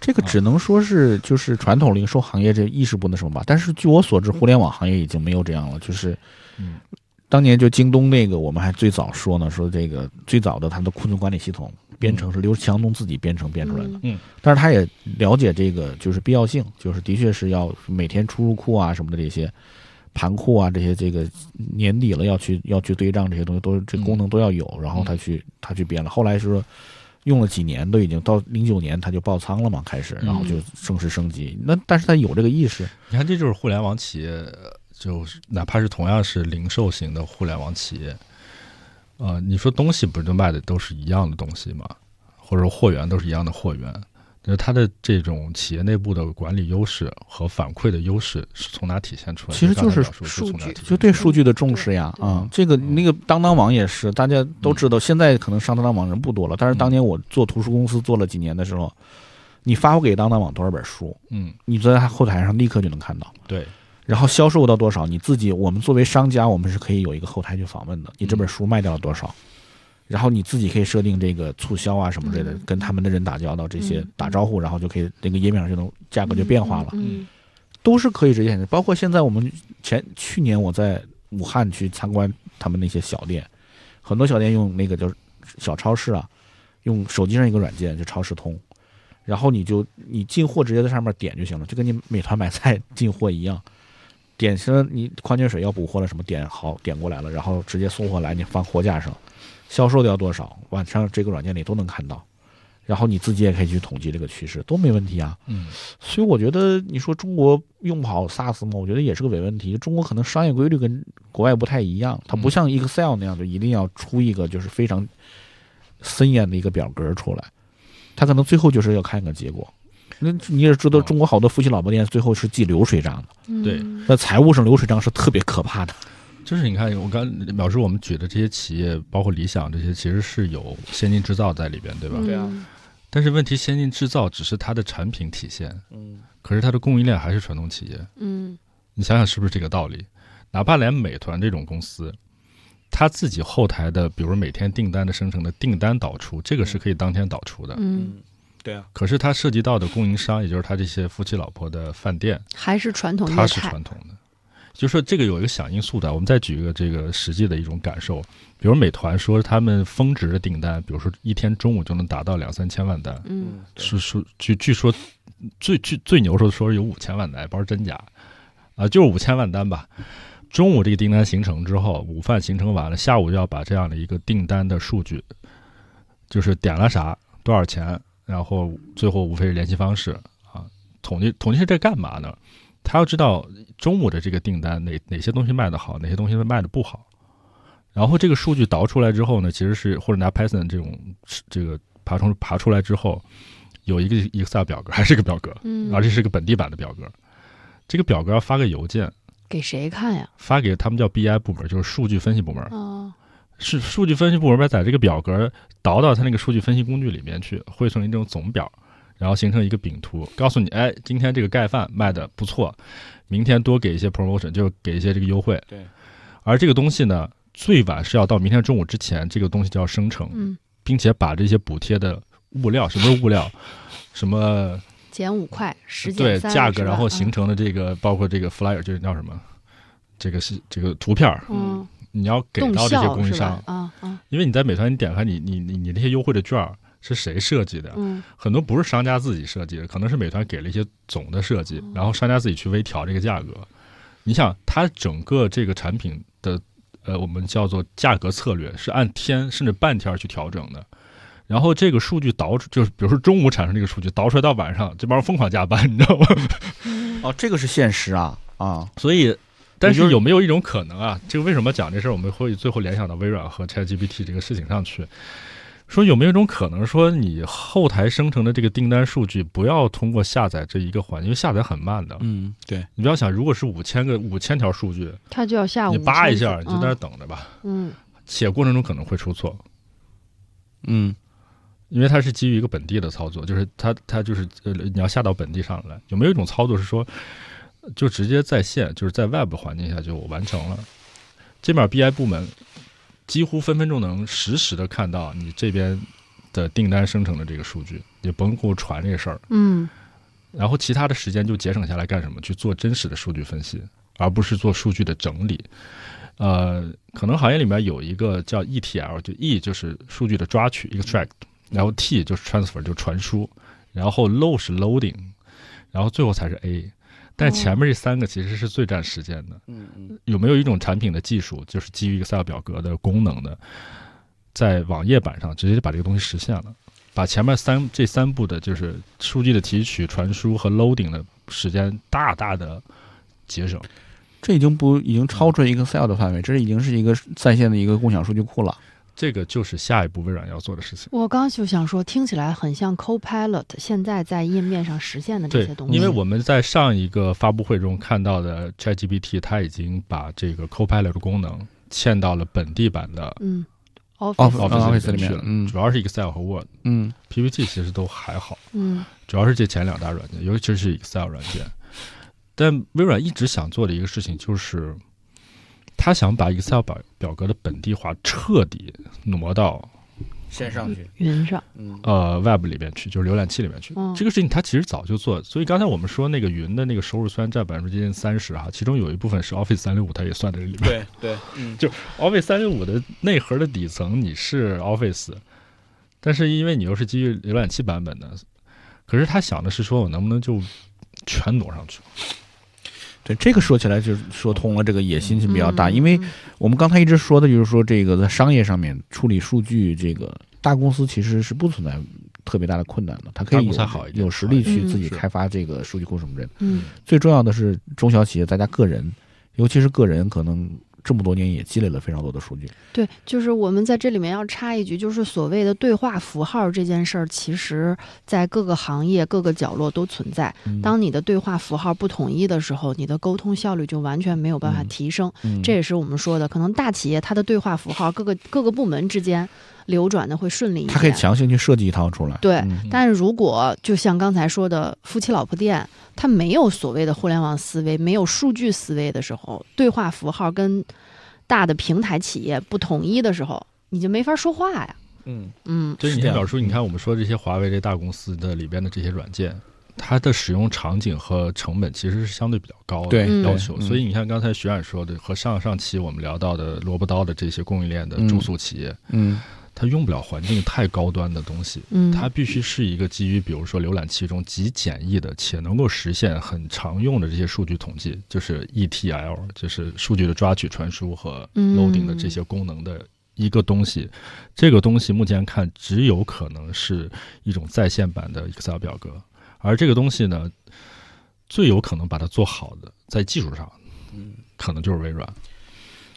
[SPEAKER 5] 这个只能说是就是传统零售行业这意识不那什么吧。但是据我所知，互联网行业已经没有这样了。就是
[SPEAKER 2] 嗯，
[SPEAKER 5] 当年就京东那个，我们还最早说呢，说这个最早的它的库存管理系统编程是刘强东自己编程编出来的。
[SPEAKER 2] 嗯，
[SPEAKER 5] 但是他也了解这个就是必要性，就是的确是要每天出入库啊什么的这些。盘库啊这些这个年底了要去要去对账这些东西都这功能都要有，然后他去他去编了，后来是说用了几年都已经到零九年他就爆仓了嘛，开始然后就正式升级。那但是他有这个意识，
[SPEAKER 2] 你看，这就是互联网企业，就是哪怕是同样是零售型的互联网企业，呃，你说东西不是都卖的都是一样的东西吗？或者货源都是一样的货源，就是它的这种企业内部的管理优势和反馈的优势是从哪体现出来的？
[SPEAKER 5] 其实就是
[SPEAKER 2] 刚才表述从
[SPEAKER 1] 数据
[SPEAKER 2] 哪体现
[SPEAKER 5] 就
[SPEAKER 2] 出
[SPEAKER 5] 对
[SPEAKER 2] 来的
[SPEAKER 5] 数据的重视呀
[SPEAKER 1] 对
[SPEAKER 5] 啊、这个那个当当网也是，大家都知道，现在可能上当当网人不多了，但是当年我做图书公司做了几年的时候，你发给当当网多少本书，
[SPEAKER 2] 嗯，
[SPEAKER 5] 你在它后台上立刻就能看到。
[SPEAKER 2] 对，
[SPEAKER 5] 然后销售到多少，你自己我们作为商家，我们是可以有一个后台去访问的，你这本书卖掉了多少，然后你自己可以设定这个促销啊什么之类的，
[SPEAKER 1] 嗯
[SPEAKER 5] 跟他们的人打交道，这些
[SPEAKER 1] 嗯
[SPEAKER 5] 打招呼，然后就可以那个页面上就能价格就变化了。
[SPEAKER 1] 嗯，
[SPEAKER 5] 都是可以直接显示。包括现在我们前去年我在武汉去参观他们那些小店，很多小店用那个叫小超市啊，用手机上一个软件就超市通，然后你就你进货直接在上面点就行了，就跟你美团买菜进货一样。 点上你矿泉水要补货了，什么点好点过来了，然后直接送货来，你放货架上，销售掉多少，晚上这个软件里都能看到，然后你自己也可以去统计这个趋势，都没问题啊。
[SPEAKER 2] 嗯，
[SPEAKER 5] 所以我觉得你说中国用不好 SaaS 吗？我觉得也是个伪问题。中国可能商业规律跟国外不太一样，它不像 Excel 那样就一定要出一个就是非常森严的一个表格出来，它可能最后就是要看个结果。那你也知道，
[SPEAKER 2] 哦
[SPEAKER 5] 中国好多夫妻老婆店最后是记流水账的，
[SPEAKER 1] 嗯
[SPEAKER 2] 对
[SPEAKER 5] 那财务上流水账是特别可怕的。
[SPEAKER 2] 就是你看，我刚表述我们举的这些企业，包括理想这些，其实是有先进制造在里边，对吧？
[SPEAKER 1] 嗯
[SPEAKER 5] 对啊
[SPEAKER 2] 但是问题，先进制造只是它的产品体现，
[SPEAKER 5] 嗯，
[SPEAKER 2] 可是它的供应链还是传统企业。
[SPEAKER 1] 嗯
[SPEAKER 2] 你想想是不是这个道理？哪怕连美团这种公司，它自己后台的，比如每天订单的生成的订单导出，这个是可以当天导出的。
[SPEAKER 1] 嗯，
[SPEAKER 5] 对啊，
[SPEAKER 2] 可是它涉及到的供应商，也就是它这些夫妻老婆的饭店，
[SPEAKER 1] 还是传统
[SPEAKER 2] 它
[SPEAKER 1] 业
[SPEAKER 2] 是
[SPEAKER 1] 态，
[SPEAKER 2] 传统的。就说这个有一个响应速度啊，我们再举一个这个实际的一种感受，比如美团说他们峰值的订单，比如说一天中午就能达到两三千万单，
[SPEAKER 1] 嗯，
[SPEAKER 2] 是说据据说最据最牛说说有五千万单，不知道真假啊，就是五千万单吧。中午这个订单形成之后，午饭形成完了，下午就要把这样的一个订单的数据，就是点了啥，多少钱，然后最后无非是联系方式啊，统计统计是这干嘛呢？他要知道中午的这个订单哪哪些东西卖得好，哪些东西卖得不好，然后这个数据导出来之后呢，其实是或者拿 Python 这种这个爬虫爬出来之后，有一个 Excel 表格，还是个表格，
[SPEAKER 1] 嗯，
[SPEAKER 2] 而且是个本地版的表格。这个表格要发个邮件，
[SPEAKER 1] 给谁看呀？
[SPEAKER 2] 发给他们叫 BI 部门，就是数据分析部门。
[SPEAKER 1] 啊，
[SPEAKER 2] 是数据分析部门把这个表格导到它那个数据分析工具里面去，汇成一种总表，然后形成一个饼图，告诉你，哎，今天这个盖饭卖的不错，明天多给一些 promotion，就是给一些这个优惠。
[SPEAKER 5] 对。
[SPEAKER 2] 而这个东西呢，最晚是要到明天中午之前，这个东西就要生成，
[SPEAKER 1] 嗯，
[SPEAKER 2] 并且把这些补贴的物料，什么是物料，什么
[SPEAKER 1] 减五块，十
[SPEAKER 2] 对
[SPEAKER 1] 减三，是
[SPEAKER 2] 价格，
[SPEAKER 1] 吧嗯
[SPEAKER 2] 然后形，成的这个包括这个 flyer 就是叫什么，这个是这个图片儿，
[SPEAKER 1] 嗯，
[SPEAKER 2] 你要给
[SPEAKER 1] 动
[SPEAKER 2] 到这些
[SPEAKER 1] 效
[SPEAKER 2] 供应
[SPEAKER 1] 是吧？，
[SPEAKER 2] 商
[SPEAKER 1] 啊啊，
[SPEAKER 2] 因为你在美团你点开你你你你那些优惠的券儿是谁设计的？
[SPEAKER 1] 嗯
[SPEAKER 2] 很多不是商家自己设计的，可能是美团给了一些总的设计，
[SPEAKER 1] 嗯
[SPEAKER 2] 然后商家自己去微调这个价格。你想，它整个这个产品的呃，我们叫做价格策略是按天甚至半天儿去调整的。然后这个数据导出，就是比如说中午产生这个数据导出来到晚上，这帮人疯狂加班，你知道吗？
[SPEAKER 5] 哦，这个是现实啊啊，
[SPEAKER 2] 所以，但
[SPEAKER 5] 就是
[SPEAKER 2] 是有没有一种可能啊？这个为什么讲这事儿，我们会最后联想到微软和 ChatGPT 这个事情上去？说有没有一种可能，说你后台生成的这个订单数据不要通过下载这一个环，因为下载很慢的。
[SPEAKER 5] 嗯，对，
[SPEAKER 2] 你不要想，如果是五千个五千条数据，
[SPEAKER 1] 他就要
[SPEAKER 3] 啊
[SPEAKER 1] 下午
[SPEAKER 2] 你扒一下，你就在那儿
[SPEAKER 1] 嗯
[SPEAKER 2] 等着吧，
[SPEAKER 1] 嗯
[SPEAKER 2] 且过程中可能会出错。
[SPEAKER 5] 嗯，
[SPEAKER 2] 因为它是基于一个本地的操作，就是它它就是呃，你要下到本地上来，有没有一种操作是说，就直接在线，就是在 Web 环境下就完成了？这边 BI 部门几乎分分钟能实时的看到你这边的订单生成的这个数据，也甭给我传这个事儿，
[SPEAKER 1] 嗯
[SPEAKER 2] 然后其他的时间就节省下来干什么？去做真实的数据分析，而不是做数据的整理。呃，可能行业里面有一个叫 ETL，就 E 就是数据的抓取 （extract），然后 T 就是 transfer 就传输，然后 Load 是 loading，然后最后才是 A。但是前面这三个其实是最占时间的。
[SPEAKER 5] 嗯嗯
[SPEAKER 2] 有没有一种产品的技术，就是基于 Excel 表格的功能的，在网页版上直接就把这个东西实现了，把前面三这三步的，就是数据的提取、传输和 loading 的时间大大的节省。
[SPEAKER 5] 这已经不已经超出 Excel 的范围，这已经是一个在线的一个共享数据库了。
[SPEAKER 2] 这个就是下一步微软要做的事情。
[SPEAKER 3] 我刚就想说，听起来很像 Copilot 现在在页面上实现的这
[SPEAKER 2] 对
[SPEAKER 3] 些东，西。
[SPEAKER 2] 因为我们在上一个发布会中看到的 ChatGPT，它已经把这个 Copilot 的功能嵌到了本地版的
[SPEAKER 3] 嗯
[SPEAKER 5] 哦
[SPEAKER 3] Office，
[SPEAKER 5] Office
[SPEAKER 2] 里
[SPEAKER 5] 里面
[SPEAKER 2] 去了，
[SPEAKER 5] 嗯
[SPEAKER 2] 主要是 Excel 和 Word、
[SPEAKER 5] 嗯，
[SPEAKER 2] PPT 其实都还好。
[SPEAKER 3] 嗯
[SPEAKER 2] 主要是这前两大软件，尤其是 Excel 软件。但微软一直想做的一个事情就是，他想把 Excel 表表格的本地化彻底挪到
[SPEAKER 5] 线上去，
[SPEAKER 3] 云上，
[SPEAKER 5] 嗯
[SPEAKER 2] 呃 Web 里边去，就是浏览器里面去。
[SPEAKER 3] 嗯
[SPEAKER 2] 这个事情他其实早就做，所以刚才我们说那个云的那个收入虽然占百分之接近三十哈，其中有一部分是 Office 三六五，它也算在这里 面。
[SPEAKER 5] 对对，嗯，
[SPEAKER 2] Office 三六五的内核的底层你是 Office，但是因为你又是基于浏览器版本的，可是他想的是说我能不能就全挪上去。
[SPEAKER 5] 对，这个说起来就是说通了，这个野心是比较大，
[SPEAKER 3] 嗯
[SPEAKER 5] 因为我们刚才一直说的就是说这个在商业上面处理数据，这个大公司其实是不存在特别大的困难的，它可
[SPEAKER 2] 大公
[SPEAKER 5] 以有
[SPEAKER 2] 司还好一点
[SPEAKER 5] 有实力去
[SPEAKER 3] 嗯
[SPEAKER 5] 自己
[SPEAKER 2] 是
[SPEAKER 5] 开发这个数据库什么之类的。
[SPEAKER 3] 嗯
[SPEAKER 5] 最重要的是中小企业，大家个人，尤其是个人，可能这么多年也积累了非常多的数据。
[SPEAKER 3] 对，就是我们在这里面要插一句，就是所谓的对话符号这件事儿，其实在各个行业、各个角落都存在。
[SPEAKER 5] 嗯
[SPEAKER 3] 当你的对话符号不统一的时候，你的沟通效率就完全没有办法
[SPEAKER 5] 嗯
[SPEAKER 3] 提升。
[SPEAKER 5] 嗯
[SPEAKER 3] 这也是我们说的，可能大企业它的对话符号各个各个部门之间流转的会顺利一
[SPEAKER 5] 他可以
[SPEAKER 3] 点。
[SPEAKER 5] 强行去设计一套出来。
[SPEAKER 3] 对
[SPEAKER 5] 嗯
[SPEAKER 3] 但是如果就像刚才说的夫妻老婆店，它没有所谓的互联网思维，没有数据思维的时候，对话符号跟大的平台企业不统一的时候，你就没法说话呀。
[SPEAKER 5] 嗯，
[SPEAKER 3] 嗯
[SPEAKER 2] 对，
[SPEAKER 5] 是
[SPEAKER 2] 你
[SPEAKER 5] 这
[SPEAKER 2] 看
[SPEAKER 5] 样
[SPEAKER 2] 表叔，你看我们说这些华为这大公司的里边的这些软件，它的使用场景和成本其实是相对比较高的
[SPEAKER 5] 对
[SPEAKER 3] 嗯
[SPEAKER 2] 要求，
[SPEAKER 5] 对嗯
[SPEAKER 2] 所以你看刚才徐冉说的和上上期我们聊到的萝卜刀的这些供应链的
[SPEAKER 5] 嗯
[SPEAKER 2] 住宿企业，
[SPEAKER 5] 嗯，
[SPEAKER 2] 它用不了环境太高端的东西。
[SPEAKER 3] 嗯，
[SPEAKER 2] 它必须是一个基于，比如说浏览器中极简易的且能够实现很常用的这些数据统计，就是啊 ETL，就是数据的抓取、传输和
[SPEAKER 3] 嗯
[SPEAKER 2] loading 的这些功能的一个东西。这个东西目前看只有可能是一种在线版的 Excel 表格，而这个东西呢，最有可能把它做好的，在技术上，可能就是微
[SPEAKER 5] 嗯
[SPEAKER 2] 软。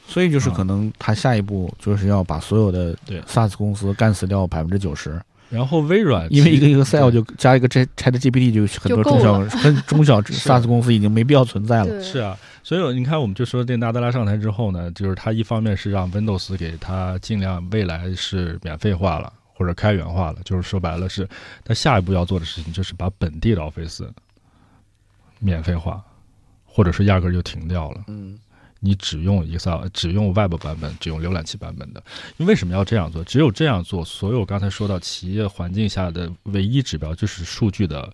[SPEAKER 5] 所以就是
[SPEAKER 2] 啊
[SPEAKER 5] 可能他下一步就是要把所有的
[SPEAKER 2] 对
[SPEAKER 5] SaaS 公司干死掉百分之九十，
[SPEAKER 2] 然后微软
[SPEAKER 5] 因为一个
[SPEAKER 2] 其
[SPEAKER 5] Excel 就加一个 Chat Chat GPT 就很
[SPEAKER 3] 就
[SPEAKER 5] 多
[SPEAKER 3] 够
[SPEAKER 5] 中小很 中小 SaaS 公司已经没必要存在了。
[SPEAKER 3] 对
[SPEAKER 2] 是啊，所以我你看，我们就说这纳德拉上台之后呢，就是它一方面是让 Windows 给它尽量未来是免费化了或者开源化了，就是说白了是它下一步要做的事情就是把本地的 Office 免费化，或者是压根儿就停掉了。
[SPEAKER 5] 嗯，
[SPEAKER 2] 你只用 Excel，只用 Web 版本，只用浏览器版本的。因为为什么要这样做？只有这样做，所有刚才说到企业环境下的唯一指标就是数据的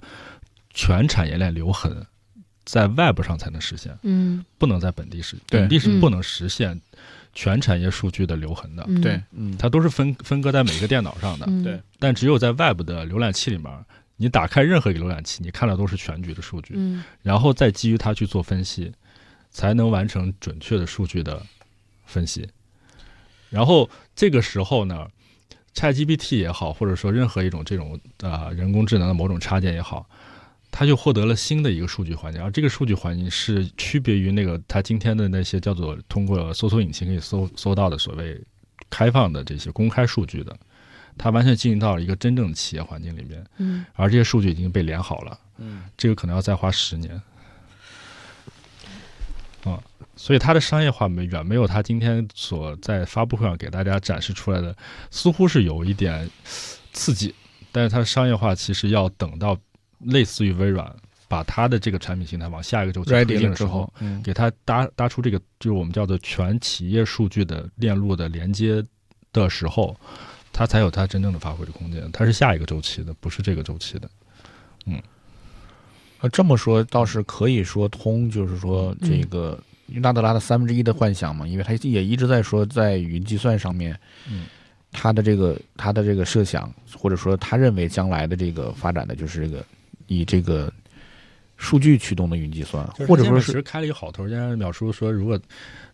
[SPEAKER 2] 全产业链留痕，在 Web 上才能实现。
[SPEAKER 3] 嗯
[SPEAKER 2] 不能在本地实，
[SPEAKER 5] 对
[SPEAKER 2] 本地是
[SPEAKER 3] 嗯
[SPEAKER 2] 不能实现全产业数据的留痕的，
[SPEAKER 3] 嗯，
[SPEAKER 5] 对，嗯，
[SPEAKER 2] 它都是分分割在每个电脑上的。
[SPEAKER 3] 嗯
[SPEAKER 5] 对
[SPEAKER 2] 但只有在 Web 的浏览器里面，你打开任何一个浏览器，你看到都是全局的数据，
[SPEAKER 3] 嗯
[SPEAKER 2] 然后再基于它去做分析，才能完成准确的数据的分析。然后这个时候呢，ChatGPT 也好，或者说任何一种这种呃人工智能的某种插件也好，它就获得了新的一个数据环境，而这个数据环境是区别于那个它今天的那些叫做通过搜索引擎可以搜搜到的所谓开放的这些公开数据的，它完全进入到了一个真正的企业环境里面，
[SPEAKER 3] 嗯，
[SPEAKER 2] 而这些数据已经被连好了，
[SPEAKER 5] 嗯，
[SPEAKER 2] 这个可能要再花十年，啊，所以它的商业化没远没有它今天所在发布会上给大家展示出来的，似乎是有一点刺激，但是它的商业化其实要等到类似于微软把它的这个产品形态往下一个周期推
[SPEAKER 5] ready
[SPEAKER 2] 进
[SPEAKER 5] 了
[SPEAKER 2] 的时
[SPEAKER 5] 之
[SPEAKER 2] 候
[SPEAKER 5] 后，，嗯，
[SPEAKER 2] 给它搭搭出这个就是我们叫做全企业数据的链路的连接的时候，它才有它真正的发挥的空间。它是下一个周期的，不是这个周期的。
[SPEAKER 5] 呃，这么说倒是可以说通，就是说这个因为纳德拉的三分之一的幻想嘛，因为他也一直在说在云计算上面，
[SPEAKER 2] 嗯，
[SPEAKER 5] 他的这个他的这个设想，或者说他认为将来的这个发展的就是这个以这个数据驱动的云计算，
[SPEAKER 2] 就是
[SPEAKER 5] 或者
[SPEAKER 2] 他现在其
[SPEAKER 5] 说是
[SPEAKER 2] 实开了一个好头，现在淼叔说，如果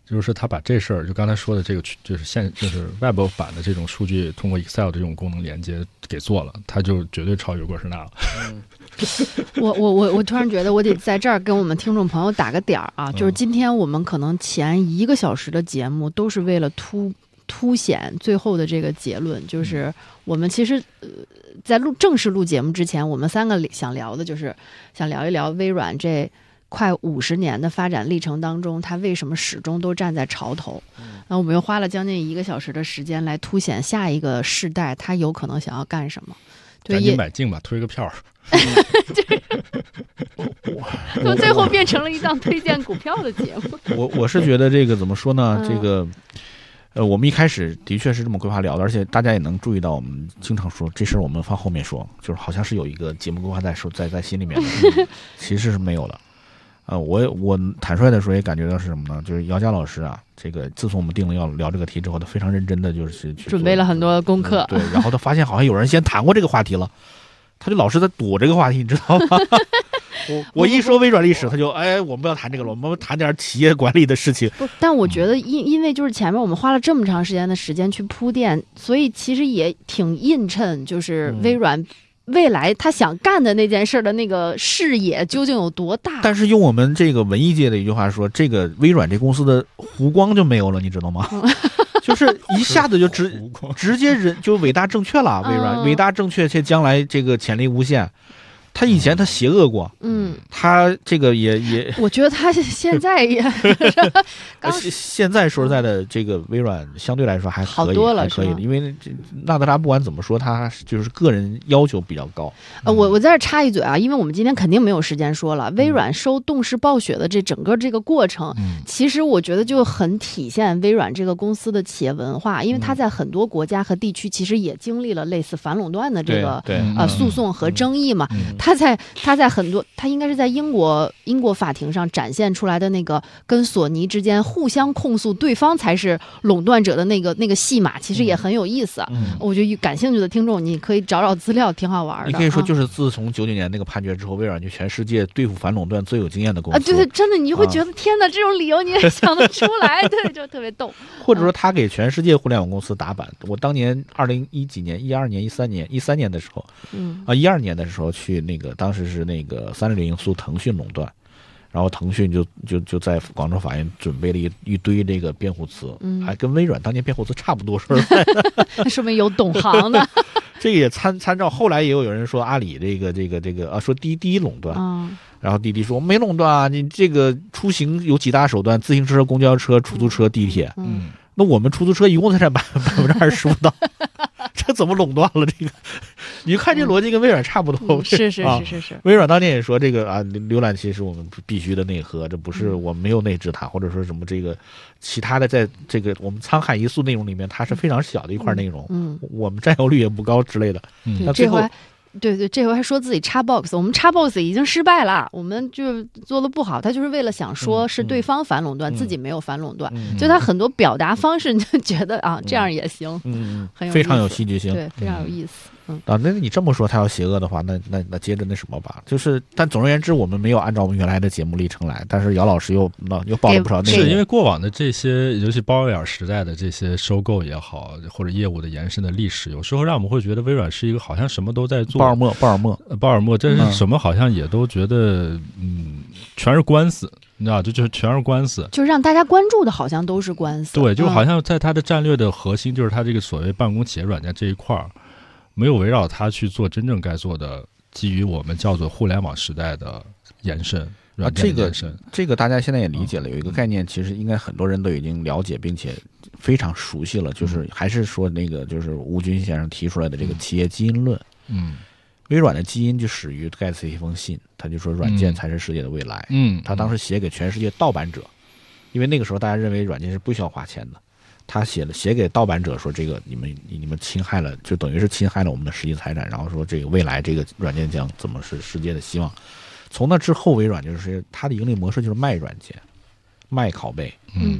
[SPEAKER 2] 就是说他把这事儿，就刚才说的这个去，就是现就是 Web 版的这种数据，通过 Excel 的这种功能连接给做了，他就绝对超越过士纳了。
[SPEAKER 3] 我我我我突然觉得，我得在这儿跟我们听众朋友打个点儿啊，就是今天我们可能前一个小时的节目都是为了突凸显最后的这个结论，就是我们其实呃在录正式录节目之前，我们三个想聊的就是想聊一聊微软这。快五十年的发展历程当中，它为什么始终都站在潮头？那我们又花了将近一个小时的时间来凸显下一个世代，它有可能想要干什么。对，
[SPEAKER 2] 赶
[SPEAKER 3] 也
[SPEAKER 2] 紧买进吧，推个票儿。
[SPEAKER 1] 怎么最后变成了一档推荐股票的节目？
[SPEAKER 5] 我我是觉得这个怎么说呢？
[SPEAKER 1] 嗯
[SPEAKER 5] 这个，呃，我们一开始的确是这么规划聊的，而且大家也能注意到，我们经常说这事儿我们放后面说，就是好像是有一个节目规划在说在在心里面
[SPEAKER 3] 嗯
[SPEAKER 5] 的， 其实是没有的。呃，我也我坦率的说，也感觉到是什么呢？就是姚佳老师啊，这个自从我们定了要聊这个题之后，他非常认真的就是去
[SPEAKER 3] 准备了很多
[SPEAKER 5] 多。
[SPEAKER 3] 功课，
[SPEAKER 5] 嗯对，然后他发现好像有人先谈过这个话题了，他就老是在躲这个话题，你知道吗？ 我我一说微软历史，他就哎，我们不要谈这个了，我们谈点企业管理的事情。
[SPEAKER 3] 不，但我觉得因因为就是前面我们花了这么长时间的时间去铺垫，所以其实也挺映衬，就是
[SPEAKER 5] 嗯
[SPEAKER 3] 微软未来他想干的那件事儿的那个视野究竟有多大。
[SPEAKER 5] 但是用我们这个文艺界的一句话说，这个微软这公司的弧光就没有了，你知道吗？
[SPEAKER 3] 嗯
[SPEAKER 5] 就是一下子就直
[SPEAKER 2] 无光
[SPEAKER 5] 直接人就伟大正确了，微软、
[SPEAKER 3] 嗯
[SPEAKER 5] 伟大正确且将来这个潜力无限。他以前他邪恶过，
[SPEAKER 3] 嗯，
[SPEAKER 5] 他这个也也
[SPEAKER 3] 我觉得他现在也刚
[SPEAKER 5] 呃现现在说实在的，这个微软相对来说还可以，
[SPEAKER 3] 好多了
[SPEAKER 5] 还可以
[SPEAKER 3] 是
[SPEAKER 5] 的，
[SPEAKER 3] 吗
[SPEAKER 5] 因为这纳德拉不管怎么说，他就是个人要求比较高。
[SPEAKER 3] 呃，
[SPEAKER 5] 嗯
[SPEAKER 3] 我我在这儿插一嘴啊，因为我们今天肯定没有时间说了。微软收动视暴雪的这整个这个过程，
[SPEAKER 2] 嗯，
[SPEAKER 3] 其实我觉得就很体现微软这个公司的企业文化，因为
[SPEAKER 5] 嗯
[SPEAKER 3] 它在很多国家和地区其实也经历了类似反垄断的这个
[SPEAKER 5] 对
[SPEAKER 2] 嗯
[SPEAKER 3] 呃诉讼和争议嘛。
[SPEAKER 2] 嗯
[SPEAKER 3] 它在它在很多，它应该是在英国英国法庭上展现出来的那个跟索尼之间互相控诉对方才是垄断者的那个那个戏码，其实也很有意思。啊
[SPEAKER 5] 嗯，
[SPEAKER 3] 我觉得感兴趣的听众，你可以找找资料，挺好玩的。
[SPEAKER 5] 你可以说，
[SPEAKER 3] 啊
[SPEAKER 5] 就是自从九九年那个判决之后，微软就全世界对付反垄断最有经验的公司。
[SPEAKER 3] 啊，对对，真的，你会
[SPEAKER 5] 啊
[SPEAKER 3] 觉得、天哪，这种理由你也 想得出来，对，就特别逗。
[SPEAKER 5] 或
[SPEAKER 3] 嗯
[SPEAKER 5] 者说他给全世界互联网公司打板。我当年二零一几年、一二年、一三年、一三年的时候，
[SPEAKER 3] 嗯
[SPEAKER 5] 啊，一二年的时候去那个，当时是那个三六零诉腾讯垄断，然后腾讯就就就在广州法院准备了一一堆这个辩护词，
[SPEAKER 3] 嗯
[SPEAKER 5] 还跟微软当年辩护词差不多 是吧？
[SPEAKER 3] 那说明有懂行 的
[SPEAKER 5] 这个也参参照，后来也有有人说阿里这个这个这个啊，说滴滴垄断，
[SPEAKER 3] 啊，
[SPEAKER 5] 然后滴滴说没垄断啊，你这个出行有几大手段，自行车、公交车、出租车、地铁，
[SPEAKER 3] 嗯，
[SPEAKER 2] 嗯，
[SPEAKER 5] 那我们出租车一共才占百百分之二十不到， 这怎么垄断了？这个，你看这逻辑跟微软差不多，
[SPEAKER 3] 嗯是是
[SPEAKER 5] 啊
[SPEAKER 3] 是是是，
[SPEAKER 5] 微软当年也说这个啊，浏浏览器是我们必须的内核，这不是
[SPEAKER 3] 嗯
[SPEAKER 5] 我们没有内置它，或者说什么这个其他的，在这个我们沧海一粟内容里面，它是非常小的一块内容，
[SPEAKER 3] 嗯，
[SPEAKER 5] 我们占有率也不高之类的。
[SPEAKER 2] 嗯
[SPEAKER 5] 那最
[SPEAKER 3] 这
[SPEAKER 5] 后
[SPEAKER 3] 回还。对对，这回还说自己插 box，我们插 box 已经失败了，我们就做的不好。他就是为了想说
[SPEAKER 5] 嗯
[SPEAKER 3] 是
[SPEAKER 5] 嗯
[SPEAKER 3] 对方反垄断，自
[SPEAKER 5] 嗯
[SPEAKER 3] 己没有反垄断，
[SPEAKER 5] 嗯
[SPEAKER 3] 就他很多表达方式，你就觉得啊，这
[SPEAKER 5] 嗯
[SPEAKER 3] 样也行，
[SPEAKER 5] 嗯，
[SPEAKER 3] 很有
[SPEAKER 5] 非常
[SPEAKER 3] 意
[SPEAKER 5] 有
[SPEAKER 3] 思
[SPEAKER 5] 戏剧性。
[SPEAKER 3] 对，非常有意思。嗯，
[SPEAKER 5] 啊，那你这么说，他要邪恶的话，那那那接着那什么吧，就是，但总而言之，我们没有按照我们原来的节目历程来，但是姚老师又那又报了不少内容，
[SPEAKER 2] 是因为过往的这些，尤其鲍威尔时代的这些收购也好，或者业务的延伸的历史，有时候让我们会觉得微软是一个好像什么都在做，
[SPEAKER 5] 鲍尔默，鲍尔默，
[SPEAKER 2] 呃鲍尔默真
[SPEAKER 5] 嗯
[SPEAKER 2] 是什么好像也都觉得，嗯，全是官司，你知道，就就全是官司。
[SPEAKER 3] 就让大家关注的好像都是官司，
[SPEAKER 2] 对，就
[SPEAKER 3] 嗯
[SPEAKER 2] 好像在它的战略的核心，就是它这个所谓办公企业软件这一块儿，没有围绕它去做真正该做的，基于我们叫做互联网时代的延伸。软件
[SPEAKER 5] 啊这
[SPEAKER 2] 的
[SPEAKER 5] 个
[SPEAKER 2] 延伸。
[SPEAKER 5] 这个大家现在也理解了，有一个概念，其实应该很多人都已经了解并且非常熟悉了，就是还是说那个就是吴军先生提出来的这个企业基因论。
[SPEAKER 2] 嗯
[SPEAKER 5] 微软的基因就始于盖茨一封信，他就说软件才是世界的未来。
[SPEAKER 2] 嗯，
[SPEAKER 5] 他当时写给全世界盗版者，因为那个时候大家认为软件是不需要花钱的。他写了写给盗版者说：“这个你们你们侵害了，就等于是侵害了我们的实际财产。”然后说这个未来这个软件将怎么是世界的希望。从那之后，微软就是它的盈利模式就是卖软件，卖拷贝。
[SPEAKER 2] 嗯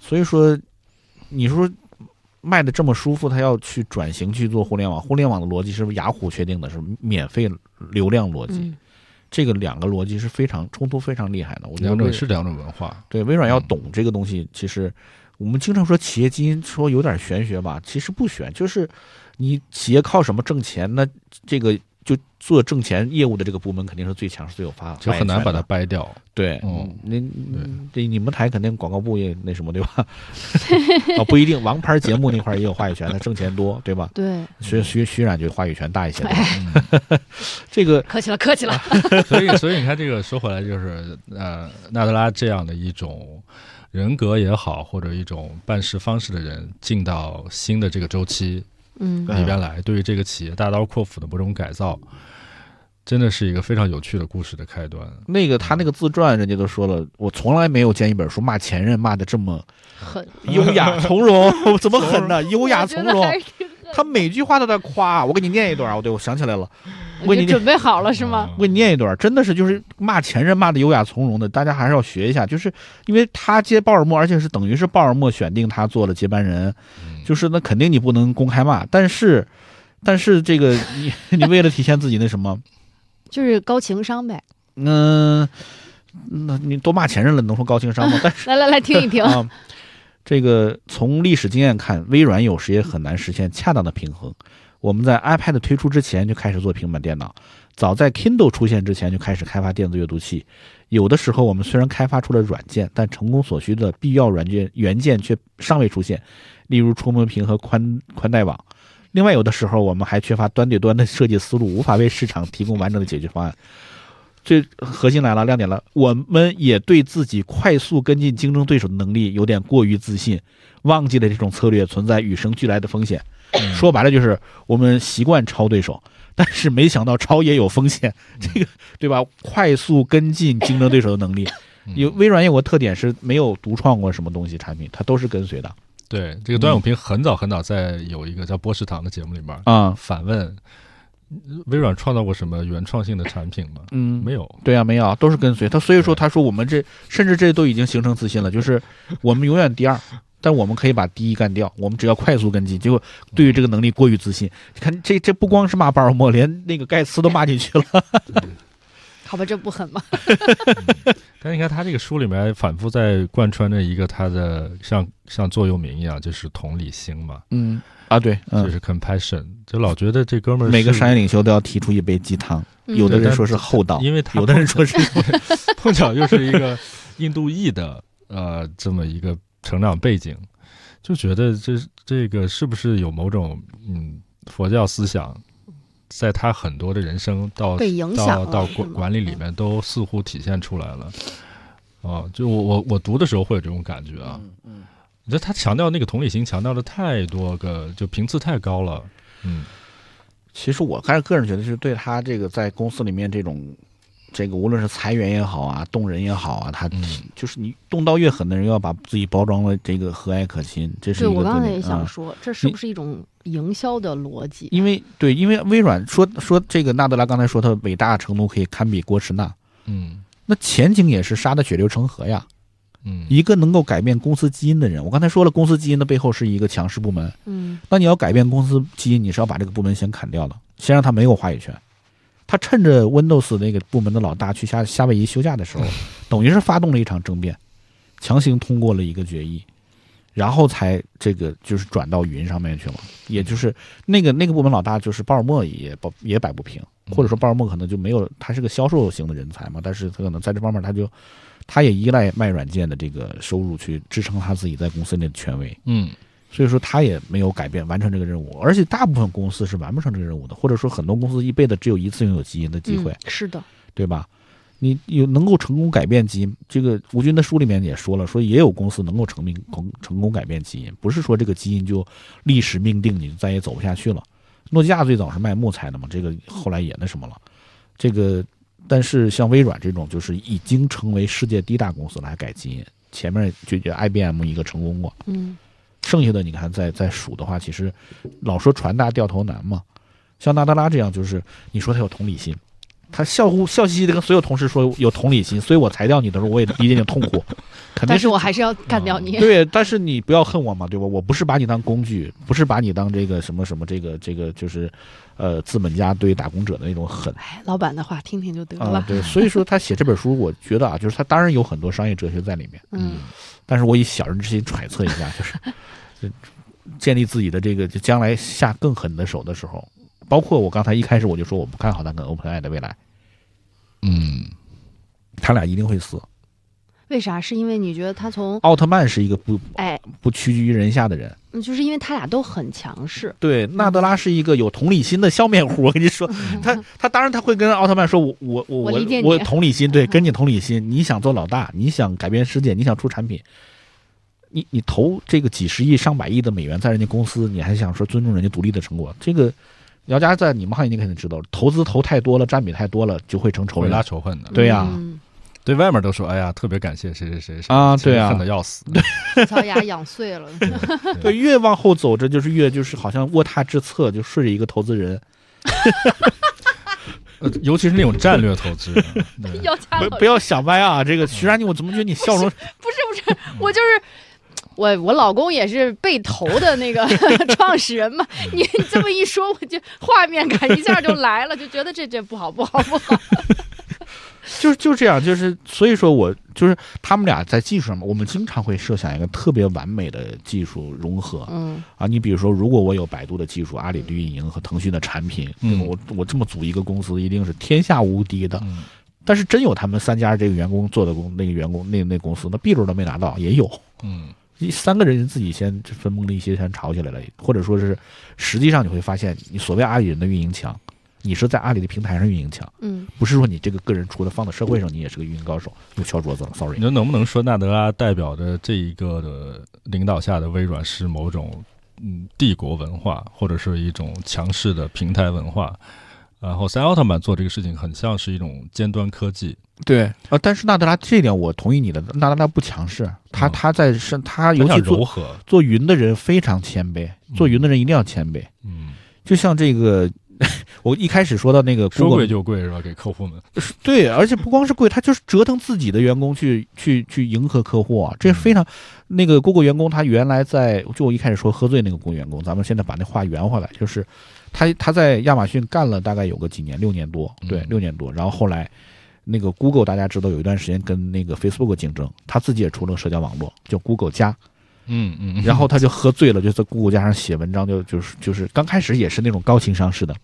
[SPEAKER 5] 所以说，你说卖的这么舒服，他要去转型去做互联网，互联网的逻辑是不是雅虎确定的？是免费流量逻辑。
[SPEAKER 3] 嗯
[SPEAKER 5] 这个两个逻辑是非常冲突、非常厉害的。我觉得
[SPEAKER 2] 两种
[SPEAKER 5] 微
[SPEAKER 2] 是两种文化，
[SPEAKER 5] 对微软要
[SPEAKER 2] 嗯
[SPEAKER 5] 懂这个东西，其实我们经常说企业基因说有点玄学吧，其实不玄，就是你企业靠什么挣钱，那这个就做挣钱业务的这个部门肯定是最强、是最有发，
[SPEAKER 2] 就很难把
[SPEAKER 5] 发言权
[SPEAKER 2] 它
[SPEAKER 5] 的
[SPEAKER 2] 掰掉。
[SPEAKER 5] 对，
[SPEAKER 2] 嗯
[SPEAKER 5] 那这你们台肯定广告部也那什么对吧？ 啊，不一定，王牌节目那块儿也有话语权的，挣钱多对吧？
[SPEAKER 3] 对，
[SPEAKER 2] 嗯
[SPEAKER 3] 哎
[SPEAKER 5] 徐徐徐冉就话语权大一些，对吧
[SPEAKER 2] 哎
[SPEAKER 5] 啊这个
[SPEAKER 1] 客气了，客气了。
[SPEAKER 2] 嗯所以，所以你看，这个说回来，就是呃，纳德拉这样的一种人格也好，或者一种办事方式的人，进到新的这个周期
[SPEAKER 3] 嗯
[SPEAKER 2] 里边来，对于这个企业大刀阔斧的某种改造，真的是一个非常有趣的故事的开端。
[SPEAKER 5] 那个他那个自传，人家都说了，我从来没有见一本书骂前任骂的这么
[SPEAKER 1] 很
[SPEAKER 5] 优雅从 容，怎么狠呢？优雅从容，他
[SPEAKER 1] 他
[SPEAKER 5] 每句话都在夸。我给你念一段啊，哦，对，我想起来了，为你
[SPEAKER 1] 你准备好了是
[SPEAKER 2] 啊
[SPEAKER 1] 吗？
[SPEAKER 2] 嗯
[SPEAKER 5] 我给你念一段，真的是就是骂前任骂的优雅从容的，大家还是要学一下，就是因为他接鲍尔默，而且是等于是鲍尔默选定他做了接班人，
[SPEAKER 2] 嗯？
[SPEAKER 5] 就是那肯定你不能公开骂，但是。但是这个你 你为了体现自己那什么，
[SPEAKER 3] 就是高情商呗。
[SPEAKER 5] 嗯、那你都骂前任了，能说高情商吗？ 但是
[SPEAKER 1] 来来来，听一听。
[SPEAKER 5] 啊，这个从历史经验看，微软有时也很难实现恰当的平衡。我们在 iPad 推出之前就开始做平板电脑，早在 Kindle 出现之前就开始开发电子阅读器。有的时候，我们虽然开发出了软件，但成功所需的必要软件元件却尚未出现，例如触摸屏和宽宽带网。另外，有的时候我们还缺乏端对端的设计思路，无法为市场提供完整的解决方案。最核心来了，亮点了，我们也对自己快速跟进竞争对手的能力有点过于自信，忘记了这种策略存在与生俱来的风险。说白了就是我们习惯超对手，但是没想到超也有风险，这个对吧？快速跟进竞争对手的能力，有微软有个特点是没有独创过什么东西产品，它都是跟随的
[SPEAKER 2] 对这个端永平很早很早在有一个叫波士堂的节目里面
[SPEAKER 5] 啊，
[SPEAKER 2] 反问微软创造过什么原创性的产品吗？
[SPEAKER 5] 嗯，
[SPEAKER 2] 没有，
[SPEAKER 5] 对啊，没有，都是跟随他。所以说，
[SPEAKER 2] 对
[SPEAKER 5] 他说我们这甚至这都已经形成自 信了，就是我们永远第二，但我们可以把第一干掉，我们只要快速跟进。结果对于这个能力过于自信，你看这这不光是骂巴尔默，连那个盖茨都骂 进去了。
[SPEAKER 1] 好吧，这不狠吧？
[SPEAKER 2] 但你看他这个书里面反复在贯穿着一个他的像像座右铭一样，就是同理心嘛，
[SPEAKER 5] 嗯，啊对，
[SPEAKER 2] 就
[SPEAKER 5] 嗯，
[SPEAKER 2] 是 compassion，就老觉得这哥们儿
[SPEAKER 5] 每个
[SPEAKER 2] 是
[SPEAKER 5] 商业领袖都要提出一杯鸡汤，
[SPEAKER 3] 嗯
[SPEAKER 5] 有的
[SPEAKER 2] 对
[SPEAKER 5] 人
[SPEAKER 2] 但
[SPEAKER 5] 说是厚道，
[SPEAKER 2] 因为他
[SPEAKER 5] 有的人说是
[SPEAKER 2] 碰巧又是一个印度裔的呃这么一个成长背景，就觉得这这个是不是有某种嗯佛教思想，在他很多的人生到
[SPEAKER 3] 被影响
[SPEAKER 2] 到
[SPEAKER 3] 了
[SPEAKER 2] 到
[SPEAKER 3] 是
[SPEAKER 2] 管
[SPEAKER 3] 吗
[SPEAKER 2] 管理里面都似乎体现出来了。哦，就我我我读的时候会有这种感觉啊，你觉得他强调那个同理心强调的太多个，就频次太高了，嗯，
[SPEAKER 5] 其实我还是个人觉得，是对他这个在公司里面这种，这个无论是裁员也好啊，动人也好啊，他、
[SPEAKER 2] 嗯
[SPEAKER 5] 就是你动刀越狠的人，要把自己包装的这个和蔼可亲，这是
[SPEAKER 3] 对，
[SPEAKER 5] 一个
[SPEAKER 3] 我刚才
[SPEAKER 5] 对你
[SPEAKER 3] 也
[SPEAKER 5] 啊
[SPEAKER 3] 想说，这是不是一种营销的逻辑？
[SPEAKER 5] 因为对，因为微软说说这个纳德拉刚才说他伟大程度可以堪比郭士纳，
[SPEAKER 2] 嗯
[SPEAKER 5] 那前景也是杀的血流成河呀。
[SPEAKER 2] 嗯，
[SPEAKER 5] 一个能够改变公司基因的人，我刚才说了，公司基因的背后是一个强势部门，
[SPEAKER 3] 嗯，
[SPEAKER 5] 那你要改变公司基因，你是要把这个部门先砍掉的，先让他没有话语权。他趁着 Windows 那个部门的老大去夏夏威夷休假的时候，等于是发动了一场政变，强行通过了一个决议，然后才这个就是转到云上面去了。也就是那个那个部门老大就是鲍尔默也不也摆不平，或者说鲍尔默可能就没有他是个销售型的人才嘛，但是他可能在这方面他就他也依赖卖软件的这个收入去支撑他自己在公司内的权威。
[SPEAKER 2] 嗯。
[SPEAKER 5] 所以说他也没有改变完成这个任务，而且大部分公司是完不成这个任务的，或者说很多公司一辈子只有一次拥有基因的机会，
[SPEAKER 3] 嗯是的，
[SPEAKER 5] 对吧？你有能够成功改变基因，这个吴军的书里面也说了，说也有公司能够成名成成功改变基因，不是说这个基因就历史命定你就再也走不下去了。诺基亚最早是卖木材的嘛，这个后来也那什么了，这个但是像微软这种就是已经成为世界第一大公司了，还改基因，前面就就 IBM 一个成功过，
[SPEAKER 3] 嗯，
[SPEAKER 5] 剩下的你看再再数的话，其实老说传达掉头难嘛，像纳德拉这样，就是你说他有同理心，他笑乎笑嘻嘻的跟所有同事说有同理心，所以我裁掉你的时候我也理解你痛 苦，肯定
[SPEAKER 3] 但是我还是要干掉你。
[SPEAKER 5] 对，但是你不要恨我嘛，对吧？我不是把你当工具，不是把你当这个什么什么这个这个就是，呃，资本家对打工者的那 种狠
[SPEAKER 3] 哎，老板的话听听就得
[SPEAKER 5] 啊、
[SPEAKER 3] 了。
[SPEAKER 5] 对。所以说他写这本书，我觉得啊，就是他当然有很多商业哲学在里面，
[SPEAKER 3] 嗯，
[SPEAKER 5] 但是我以小人之心揣测一下，就是就建立自己的这个，就将来下更狠的手的时候，包括我刚才一开始我就说我不看好他跟 OpenAI 的未来，
[SPEAKER 2] 嗯，
[SPEAKER 5] 他俩一定会死。
[SPEAKER 3] 为啥？是因为你觉得他从
[SPEAKER 5] 奥特曼是一个不
[SPEAKER 3] 哎，
[SPEAKER 5] 不屈居于人下的人，
[SPEAKER 3] 就是因为他俩都很强势。
[SPEAKER 5] 对，纳德拉是一个有同理心的笑面虎。我跟你说，他他当然他会跟奥特曼说，我我
[SPEAKER 1] 嗯
[SPEAKER 5] 我
[SPEAKER 1] 我
[SPEAKER 5] 我
[SPEAKER 1] 理解你
[SPEAKER 5] 我同理心，对，跟你同理心。你想做老大，你想改变世界，你想出产品，你你投这个几十亿、上百亿的美元在人家公司，你还想说尊重人家独立的成果？这个姚家在你们行业你肯定知道，投资投太多了，占比太多了，就会成仇
[SPEAKER 2] 会
[SPEAKER 5] 人
[SPEAKER 2] 拉。仇恨的，
[SPEAKER 5] 对呀
[SPEAKER 3] 嗯
[SPEAKER 2] 对外面都说哎呀，特别感谢谁谁谁谁
[SPEAKER 5] 啊
[SPEAKER 2] 其实
[SPEAKER 5] 对啊
[SPEAKER 2] 恨得要死，
[SPEAKER 3] 槽牙痒碎了。
[SPEAKER 5] 对，越往后走，这就是越就是好像卧榻之侧，就睡着一个投资人，
[SPEAKER 2] 呃尤其是那种战略投资，对
[SPEAKER 1] 要加
[SPEAKER 5] 不
[SPEAKER 1] 老
[SPEAKER 5] 不要想歪啊！这个
[SPEAKER 1] 嗯
[SPEAKER 5] 徐然你我怎么觉得你笑容
[SPEAKER 1] 不是不是，
[SPEAKER 3] 我就是我，我老公也是被投的那个 创始人嘛。
[SPEAKER 5] 嗯
[SPEAKER 3] 你这么一说，我就画面感一下就来了，就觉得这这不好，不好，不好。
[SPEAKER 5] 就是就这样，就是所以说我就是他们俩在技术上嘛，我们经常会设想一个特别完美的技术融合
[SPEAKER 3] 嗯，
[SPEAKER 5] 啊。你比如说，如果我有百度的技术、阿里的运营和腾讯的产品，
[SPEAKER 2] 嗯
[SPEAKER 5] 我我这么组一个公司，一定是天下无敌的。
[SPEAKER 2] 嗯
[SPEAKER 5] 但是真有他们三家这个员工做的工，那个员工那那公司，那 B 轮都没拿到，也有。
[SPEAKER 2] 嗯
[SPEAKER 5] 一三个人自己先分崩离析，先吵起来了，或者说是实际上你会发现，你所谓阿里人的运营强，你是在阿里的平台上运营强，
[SPEAKER 3] 嗯，
[SPEAKER 5] 不是说你这个个人除了放到社会上，你也是个运营高手。又敲桌子了，sorry
[SPEAKER 2] 你。说能不能说纳德拉代表着这一个的领导下的微软是某种嗯帝国文化，或者是一种强势的平台文化？然后三奥特曼做这个事情很像是一种尖端科技，
[SPEAKER 5] 对啊、但是纳德拉这一点我同意你的，纳德拉不强势，他、
[SPEAKER 2] 嗯
[SPEAKER 5] 他在是他嗯
[SPEAKER 2] 很
[SPEAKER 5] 尤其
[SPEAKER 2] 想
[SPEAKER 5] 做
[SPEAKER 2] 柔和，
[SPEAKER 5] 做云的人非常谦卑，做云的人一定要谦卑。
[SPEAKER 2] 嗯，
[SPEAKER 5] 就像这个， 我一开始说到那个
[SPEAKER 2] 说
[SPEAKER 5] Google-
[SPEAKER 2] 贵就贵是吧？给客户们，
[SPEAKER 5] 对，而且不光是贵，他就是折腾自己的员工去去去迎合客户啊，这非常。那个 Google 员工他原来在就我一开始说喝醉那个 Google 员工，咱们现在把那话圆回来，就是他他在亚马逊干了大概有个几年，六年多，对，
[SPEAKER 2] 嗯
[SPEAKER 5] 六年多。然后后来那个 Google 大家知道有一段时间跟那个 Facebook 竞争，他自己也出了个社交网络叫 Google 加，
[SPEAKER 2] 嗯嗯，
[SPEAKER 5] 然后他就喝醉了，就在 Google 加上写文章就，就是就是刚开始也是那种高情商式的。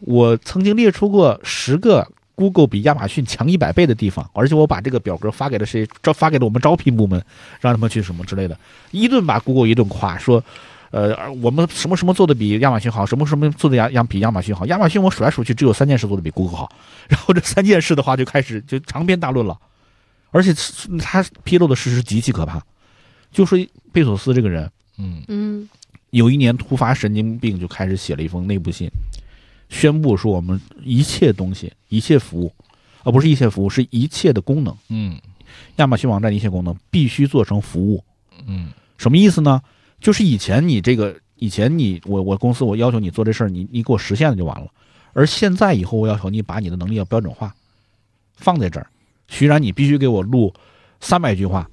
[SPEAKER 5] 我曾经列出过十个 Google 比亚马逊强一百倍的地方，而且我把这个表格发给了谁？招发给了我们招聘部门，让他们去什么之类的，一顿把 Google 一顿夸，说，呃，而我们什么什么做的比亚马逊好，什么什么做的亚亚比亚马逊好，亚马逊我数来数去只有三件事做的比 Google 好， 然后这三件事的话就开始就长篇大论了，而且是他披露的事实极其可怕，就说贝索斯这个人，
[SPEAKER 2] 嗯
[SPEAKER 3] 嗯，
[SPEAKER 5] 有一年突发神经病，就开始写了一封内部信，宣布说我们一切东西、一切服务，啊，不是一切服务，是一切的功能，
[SPEAKER 2] 嗯
[SPEAKER 5] 亚马逊网站的一切功能必须做成服务。
[SPEAKER 2] 嗯
[SPEAKER 5] 什么意思呢？就是以前你这个，以前你我我公司我要求你做这事儿，你你给我实现了就完了。而现在以后我要求你把你的能力要标准化，放在这儿。徐然，你必须给我录三百句话，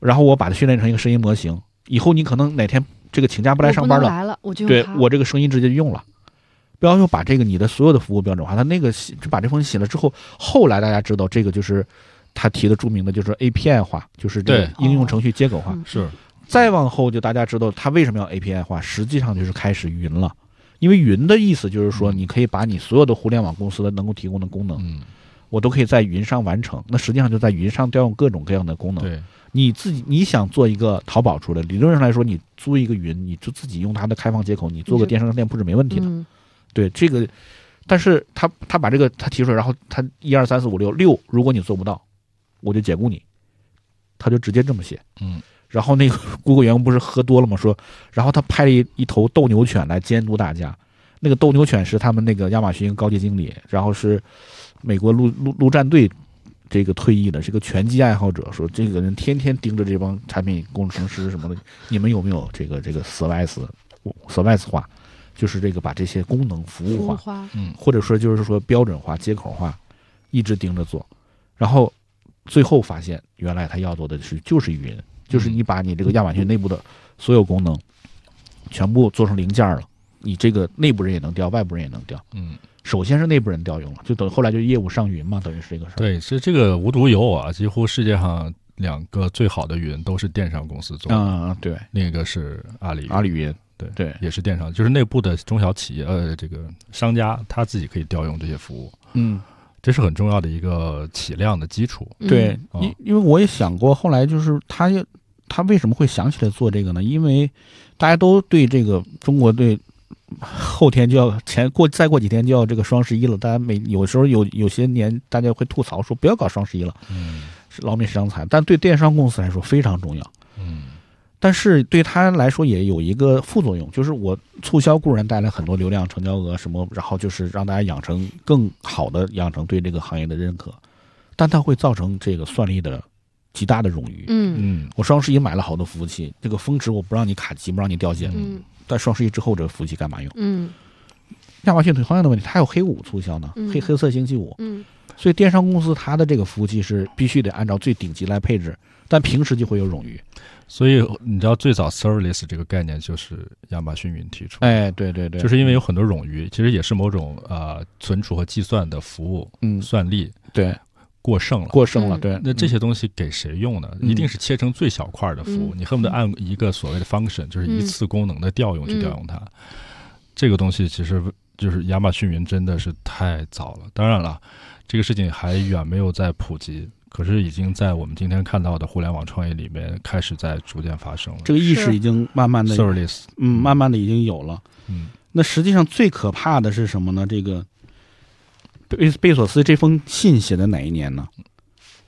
[SPEAKER 5] 然后我把它训练成一个声音模型。以后你可能哪天这个请假不来
[SPEAKER 3] 我
[SPEAKER 5] 上班
[SPEAKER 3] 能
[SPEAKER 5] 了，
[SPEAKER 3] 来了，我就
[SPEAKER 5] 对
[SPEAKER 3] 用它
[SPEAKER 5] 我这个声音直接就用了。不要求把这个你的所有的服务标准化，他那个写把这封信写了之后，后来大家知道这个就是他提的著名的，就是 API 化，就是这个
[SPEAKER 3] 对
[SPEAKER 5] 应用程序接口化。
[SPEAKER 3] 嗯
[SPEAKER 2] 是
[SPEAKER 5] 再往后就大家知道它为什么要 API 化，实际上就是开始云了。因为云的意思就是说，你可以把你所有的互联网公司的能够提供的功能，
[SPEAKER 2] 嗯
[SPEAKER 5] 我都可以在云上完成。那实际上就在云上调用各种各样的功能。
[SPEAKER 2] 对
[SPEAKER 5] 你自己你想做一个淘宝出来，理论上来说，你租一个云，你就自己用它的开放接口，你做
[SPEAKER 3] 嗯
[SPEAKER 5] 个电商店铺是没问题的。
[SPEAKER 3] 嗯
[SPEAKER 5] 对这个，但是他他把这个他提出来，然后他一二三四五六六，如果你做不到，我就解雇你，他就直接这么写。
[SPEAKER 2] 嗯，
[SPEAKER 5] 然后那个 Google 员工不是喝多了吗？说，然后他派了一一头斗牛犬来监督大家。那个斗牛犬是他们那个亚马逊高级经理，然后是美国陆陆陆战队这个退役的，是个拳击爱好者。说这个人天天盯着这帮产品工程师什么的，你们有没有这个这个 service service 化？就是这个把这些功能服务化，
[SPEAKER 3] 花
[SPEAKER 2] 嗯
[SPEAKER 5] 或者说就是说标准化、接口化，一直盯着做，然后最后发现原来他要做的是就是云，就是你把你这个亚马逊内部的所有功能全部做成零件了，你这个内部人也能调，外部人也能调。
[SPEAKER 2] 嗯，
[SPEAKER 5] 首先是内部人调用了，就等后来就业务上云嘛，等于是这个事儿。
[SPEAKER 2] 对，这这个无独有偶啊，几乎世界上两个最好的云都是电商公司做的，
[SPEAKER 5] 啊、对，
[SPEAKER 2] 另一个是阿里云，
[SPEAKER 5] 阿里云，
[SPEAKER 2] 对
[SPEAKER 5] 对，
[SPEAKER 2] 也是电商，就是内部的中小企业呃这个商家他自己可以调用这些服务，
[SPEAKER 5] 嗯，
[SPEAKER 2] 这是很重要的一个起量的基础。
[SPEAKER 3] 嗯
[SPEAKER 5] 对，
[SPEAKER 2] 哦
[SPEAKER 5] 因因为我也想过，后来就是他也他为什么会想起来做这个呢？因为大家都对这个中国对后天就要前过再过几天就要这个双十一了，大家每有时候有有些年大家会吐槽说不要搞双十一了，
[SPEAKER 2] 嗯
[SPEAKER 5] 是劳民伤财，但对电商公司来说非常重要。
[SPEAKER 2] 嗯
[SPEAKER 5] 但是对他来说也有一个副作用，就是我促销固然带来很多流量、成交额什么，然后就是让大家养成更好的养成对这个行业的认可，但它会造成这个算力的极大的冗余。
[SPEAKER 3] 嗯
[SPEAKER 2] 嗯
[SPEAKER 5] 我双十一买了好多服务器，这个峰值我不让你卡机，不让你掉件，
[SPEAKER 3] 嗯
[SPEAKER 5] 但双十一之后这个服务器干嘛用？
[SPEAKER 3] 嗯
[SPEAKER 5] 亚马逊同样的问题，它有黑五促销呢，
[SPEAKER 3] 嗯
[SPEAKER 5] 黑黑色星期五，
[SPEAKER 3] 嗯
[SPEAKER 5] 所以电商公司它的这个服务器是必须得按照最顶级来配置，但平时就会有冗余。
[SPEAKER 2] 所以你知道最早 serverless 这个概念就是亚马逊云提出的，
[SPEAKER 5] 哎，对对对，
[SPEAKER 2] 就是因为有很多冗余，其实也是某种呃存储和计算的服务
[SPEAKER 5] 嗯，
[SPEAKER 2] 算力
[SPEAKER 5] 对，
[SPEAKER 2] 过剩了。
[SPEAKER 5] 过剩了，
[SPEAKER 3] 嗯
[SPEAKER 5] 对，
[SPEAKER 2] 那这些东西给谁用呢？
[SPEAKER 5] 嗯
[SPEAKER 2] 一定是切成最小块的服务，
[SPEAKER 3] 嗯
[SPEAKER 2] 你恨不得按一个所谓的 function，就是一次功能的调用去调用它。这个东西其实就是亚马逊云真的是太早了。当然了，这个事情还远没有在普及，可是已经在我们今天看到的互联网创业里面开始在逐渐发生了。
[SPEAKER 5] 这个意识
[SPEAKER 3] 是
[SPEAKER 5] 已经慢慢的，
[SPEAKER 2] service，
[SPEAKER 5] 嗯，慢慢的已经有了。
[SPEAKER 2] 嗯
[SPEAKER 5] 那实际上最可怕的是什么呢？这个贝贝索斯这封信写的哪一年呢？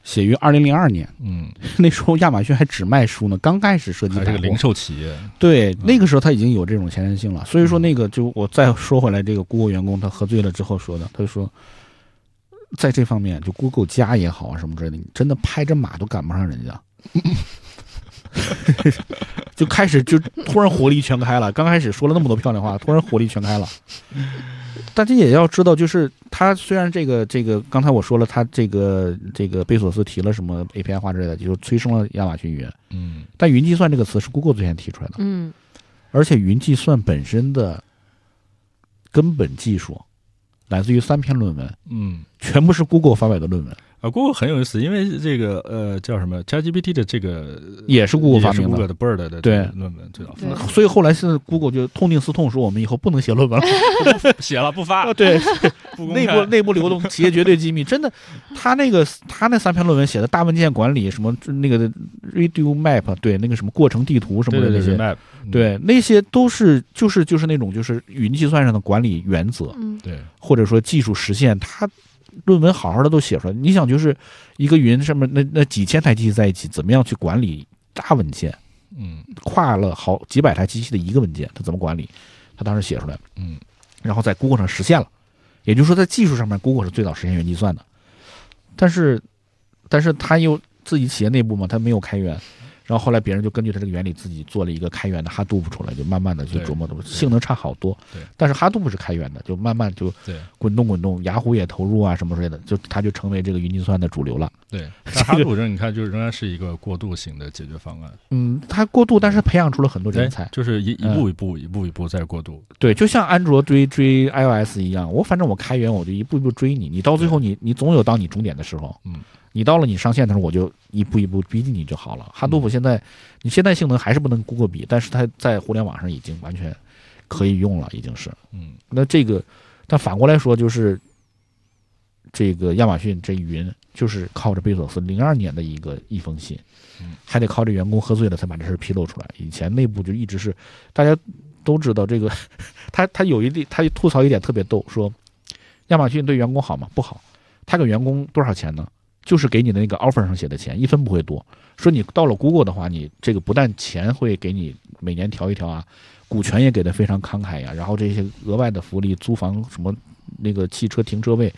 [SPEAKER 5] 写于二零零二年，
[SPEAKER 2] 嗯，
[SPEAKER 5] 那时候亚马逊还只卖书呢，刚开始设计
[SPEAKER 2] 还是
[SPEAKER 5] 百
[SPEAKER 2] 个
[SPEAKER 5] 货
[SPEAKER 2] 零售企业，
[SPEAKER 5] 对，那个时候他已经有这种前瞻性了。所以说，那个就我再说回来，这个 Google 员工他喝醉了之后说的，他就说，在这方面，就 Google 家也好啊什么之类的，你真的拍着马都赶不上人家。 就开始就突然火力全开了，刚开始说了那么多漂亮话，突然火力全开了。大家也要知道，就是他虽然这个这个，刚才我说了，他这个这个贝索斯提了什么 API 化之类的，就是催生了亚马逊云，
[SPEAKER 2] 嗯
[SPEAKER 5] 但云计算这个词是 Google 最先提出来的。
[SPEAKER 3] 嗯
[SPEAKER 5] 而且云计算本身的根本技术来自于三篇论文，
[SPEAKER 2] 嗯。
[SPEAKER 5] 全部是 Google 发表的论文，
[SPEAKER 2] 啊，Google 很有意思，因为这个呃叫什么 ChatGPT 的这个
[SPEAKER 5] 也是 Google
[SPEAKER 2] 也
[SPEAKER 5] 发
[SPEAKER 2] 是
[SPEAKER 5] 明
[SPEAKER 2] Google
[SPEAKER 5] 的。
[SPEAKER 2] 的 Bird 的
[SPEAKER 5] 对
[SPEAKER 2] 论文最早
[SPEAKER 1] 对
[SPEAKER 5] 所以后来现在 Google 就痛定思痛，说我们以后不能写论文 了。
[SPEAKER 2] 写了不发，
[SPEAKER 5] 对，
[SPEAKER 2] 不公
[SPEAKER 5] 内
[SPEAKER 2] 开
[SPEAKER 5] 部内部流动，企业绝对机密。真的，他那个他那三篇论文写的大文件管理，什么那个 Radio Map，对那个什么过程地图什么
[SPEAKER 2] 对对
[SPEAKER 5] 的那些，
[SPEAKER 2] 对 Map，嗯
[SPEAKER 5] 对那些都是就是就是那种就是云计算上的管理原则。
[SPEAKER 3] 嗯
[SPEAKER 2] 对，
[SPEAKER 5] 或者说技术实现，他论文好好的都写出来。你想，就是一个云上面那那几千台机器在一起，怎么样去管理大文件，
[SPEAKER 2] 嗯
[SPEAKER 5] 跨了好几百台机器的一个文件，它怎么管理？他当时写出来，
[SPEAKER 2] 嗯
[SPEAKER 5] 然后在 Google 上实现了。也就是说，在技术上面，Google 是最早实现云计算的。但是，但是他又自己企业内部嘛，他没有开源。然后后来别人就根据他这个原理自己做了一个开源的 Hadoop 出来，就慢慢的就
[SPEAKER 2] 对
[SPEAKER 5] 琢磨琢磨，性能差好多
[SPEAKER 2] 对。
[SPEAKER 5] 但是 Hadoop 是开源的，就慢慢就
[SPEAKER 2] 对
[SPEAKER 5] 滚动滚动，雅虎也投入啊什么之类的，就它就成为这个云计算的主流了。
[SPEAKER 2] 对，但哈鲁这你看就是仍然是一个过渡型的解决方案，哎
[SPEAKER 5] 嗯，它过渡，但是培养出了很多人才。
[SPEAKER 2] 就是一一
[SPEAKER 5] 嗯
[SPEAKER 2] 步一步一步一步在过渡，
[SPEAKER 5] 对，就像安卓追追 iOS 一样，我反正我开源，我就一步一步追你，你到最后你你总有到你终点的时候。
[SPEAKER 2] 嗯，
[SPEAKER 5] 你到了你上线的时候，我就一步一步逼近你就好了。哈杜普现在，你现在性能还是不能 Google 比，但是它在互联网上已经完全可以用了，已经是。
[SPEAKER 2] 嗯
[SPEAKER 5] 那这个，但反过来说，就是这个亚马逊这云，就是靠着贝索斯零二年的一个一封信
[SPEAKER 2] 嗯，
[SPEAKER 5] 还得靠着员工喝醉了才把这事儿披露出来。以前内部就一直是，大家都知道这个， 他他有一例，他吐槽一点特别逗，说亚马逊对员工好吗？不好，他给员工多少钱呢？就是给你的那个 offer 上写的钱，一分不会多。说你到了 Google 的话，你这个不但钱会给你每年调一调啊，股权也给的非常慷慨呀，然后这些额外的福利，租房什么那个汽车停车位，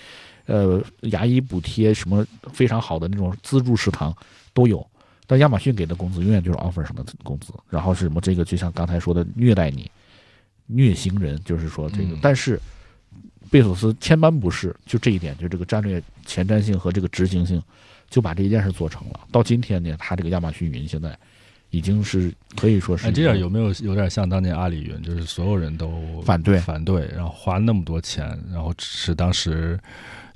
[SPEAKER 5] 呃，牙医补贴什么非常好的那种自助食堂都有。但亚马逊给的工资永远就是 offer 上的工资，然后是什么这个就像刚才说的虐待你，虐行人，就是说这个。
[SPEAKER 2] 嗯
[SPEAKER 5] 但是贝索斯千般不是，就这一点，就这个战略前瞻性和这个执行性，就把这一件事做成了。到今天呢，他这个亚马逊云现在已经是可以说是
[SPEAKER 2] 哎，
[SPEAKER 5] 一
[SPEAKER 2] 这
[SPEAKER 5] 个
[SPEAKER 2] 样有没有有点像当年阿里云，就是所有人都
[SPEAKER 5] 反对
[SPEAKER 2] 反对，然后花那么多钱，然后只是当时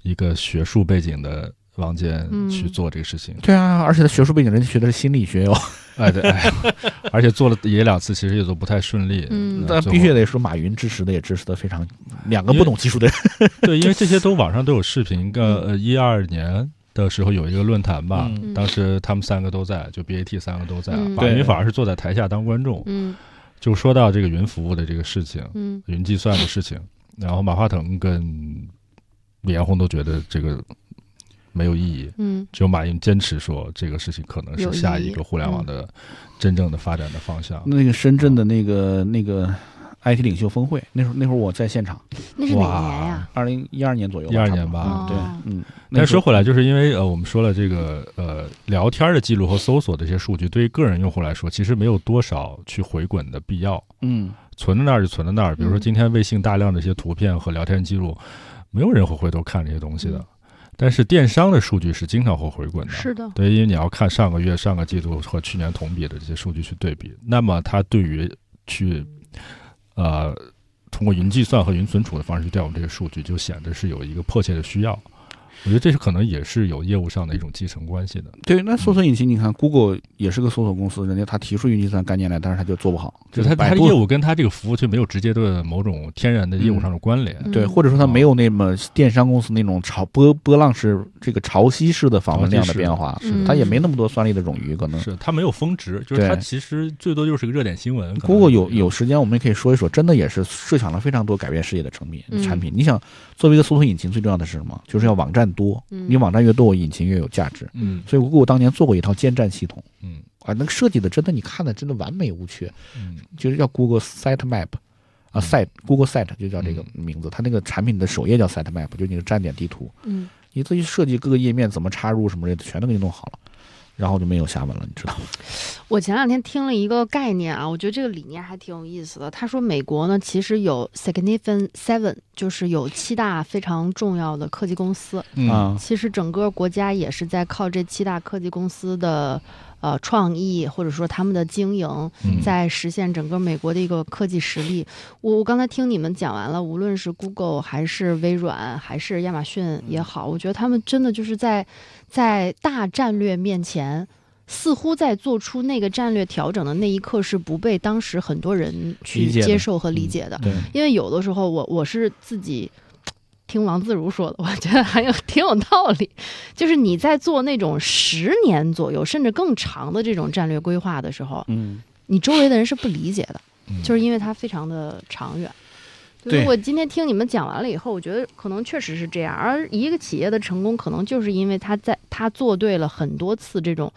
[SPEAKER 2] 一个学术背景的王健
[SPEAKER 3] 嗯
[SPEAKER 2] 去做这个事情，
[SPEAKER 5] 对啊，而且他学术背景，人家学的是心理学哟，
[SPEAKER 2] 哎对，哎， 而且做了也两次，其实也都不太顺利，
[SPEAKER 3] 嗯
[SPEAKER 2] 那
[SPEAKER 5] 但
[SPEAKER 2] 最
[SPEAKER 5] 必
[SPEAKER 2] 后
[SPEAKER 5] 须得说马云支持的也支持的非常，两个
[SPEAKER 2] 因为
[SPEAKER 5] 不懂技术的人，
[SPEAKER 2] 对，因为这些都网上都有视频。个呃，一二年的时候有一个论坛吧，
[SPEAKER 5] 嗯
[SPEAKER 2] 当时他们三个都在，就 BAT 三个都在啊，
[SPEAKER 3] 嗯
[SPEAKER 2] 马云
[SPEAKER 5] 对
[SPEAKER 2] 反而是坐在台下当观众，
[SPEAKER 3] 嗯
[SPEAKER 2] 就说到这个云服务的这个事情，
[SPEAKER 3] 嗯
[SPEAKER 2] 云计算的事情，然后马化腾跟李彦宏都觉得这个没有意义。
[SPEAKER 3] 嗯
[SPEAKER 2] 只有马云坚持说这个事情可能是
[SPEAKER 3] 有意义嗯
[SPEAKER 2] 下一个互联网的真正的发展的方向。
[SPEAKER 5] 那个深圳的那个那个 IT 领袖峰会，那时候那会儿我在现场，
[SPEAKER 3] 那是哪
[SPEAKER 2] 哇
[SPEAKER 3] 年呀？
[SPEAKER 5] 二零一二年左右吧，
[SPEAKER 2] 12
[SPEAKER 5] 差不多
[SPEAKER 2] 年吧
[SPEAKER 5] 嗯对
[SPEAKER 3] 哦，
[SPEAKER 5] 嗯。
[SPEAKER 2] 但
[SPEAKER 5] 时
[SPEAKER 2] 说
[SPEAKER 5] 候
[SPEAKER 2] 回来，就是因为呃，我们说了这个呃聊天的记录和搜索的这些数据，对于个人用户来说，其实没有多少去回滚的必要，
[SPEAKER 5] 嗯，
[SPEAKER 2] 存在那儿就存在那儿。比如说
[SPEAKER 3] 嗯
[SPEAKER 2] 今天微信大量的一些图片和聊天记录，没有人会回头看这些东西的
[SPEAKER 3] 嗯。
[SPEAKER 2] 但是电商的数据是经常会回滚的，
[SPEAKER 3] 是的，
[SPEAKER 2] 对，因为你要看上个月、上个季度和去年同比的这些数据去对比，那么它对于去呃通过云计算和云存储的方式去调用这些数据，就显得是有一个迫切的需要。我觉得这是可能也是有业务上的一种继承关系的，
[SPEAKER 5] 对，那搜索引擎你看，Google 也是个搜索公司，人家他提出云计算概念来，但是他就做不好，
[SPEAKER 2] 就是它
[SPEAKER 5] 百
[SPEAKER 2] 它的
[SPEAKER 5] 度
[SPEAKER 2] 业务跟它这个服务却没有直接的某种天然的业务上的关联。
[SPEAKER 3] 嗯
[SPEAKER 5] 对，或者说它没有那么电商公司那种潮波波浪式这个潮汐式的访问量的变化，
[SPEAKER 3] 是的
[SPEAKER 5] 它也没那么多算力的冗余，可能。
[SPEAKER 2] 是它没有峰值，就是它
[SPEAKER 5] 对
[SPEAKER 2] 其实最多就是个热点新闻。可能
[SPEAKER 5] Google 有有时间，我们也可以说一说，真的也是设想了非常多改变世界的成品
[SPEAKER 3] 嗯
[SPEAKER 5] 产品。你想，作为一个搜索引擎，最重要的是什么？就是要网站多，
[SPEAKER 3] 嗯
[SPEAKER 5] 你网站越多，我引擎越有价值。
[SPEAKER 2] 嗯
[SPEAKER 5] 所以 Google 当年做过一套监站系统
[SPEAKER 2] 嗯
[SPEAKER 5] 啊，那个设计的真的你看的真的完美无缺，
[SPEAKER 2] 嗯
[SPEAKER 5] 就是叫 Google Site Map，啊
[SPEAKER 2] 嗯
[SPEAKER 5] ，Site Google Site 就叫这个
[SPEAKER 2] 嗯
[SPEAKER 5] 名字，它那个产品的首页叫 Site Map，就是你的站点地图，
[SPEAKER 3] 嗯，
[SPEAKER 5] 你自己设计各个页面怎么插入什么的，全都给你弄好了，然后就没有下文了，你知道吗？
[SPEAKER 3] 我前两天听了一个概念啊，我觉得这个理念还挺有意思的。他说，美国呢其实有 significant seven，就是有七大非常重要的科技公司。
[SPEAKER 2] 嗯，
[SPEAKER 5] 啊，
[SPEAKER 3] 其实整个国家也是在靠这七大科技公司的呃创意，或者说他们的经营，
[SPEAKER 2] 嗯
[SPEAKER 3] 在实现整个美国的一个科技实力。我我刚才听你们讲完了，无论是 Google 还是微软还是亚马逊
[SPEAKER 5] 嗯
[SPEAKER 3] 也好，我觉得他们真的就是在在大战略面前。似乎在做出那个战略调整的那一刻是不被当时很多人去
[SPEAKER 5] 理解的嗯
[SPEAKER 3] 接受和理解的，
[SPEAKER 5] 对，
[SPEAKER 3] 因为有的时候我我是自己听王自如说的，我觉得还有挺有道理。就是你在做那种十年左右甚至更长的这种战略规划的时候，
[SPEAKER 5] 嗯，
[SPEAKER 3] 你周围的人是不理解的，
[SPEAKER 2] 嗯
[SPEAKER 3] 就是因为它非常的长远。所
[SPEAKER 5] 对
[SPEAKER 3] 以我今天听你们讲完了以后，我觉得可能确实是这样。而一个企业的成功，可能就是因为他在他做对了很多次这种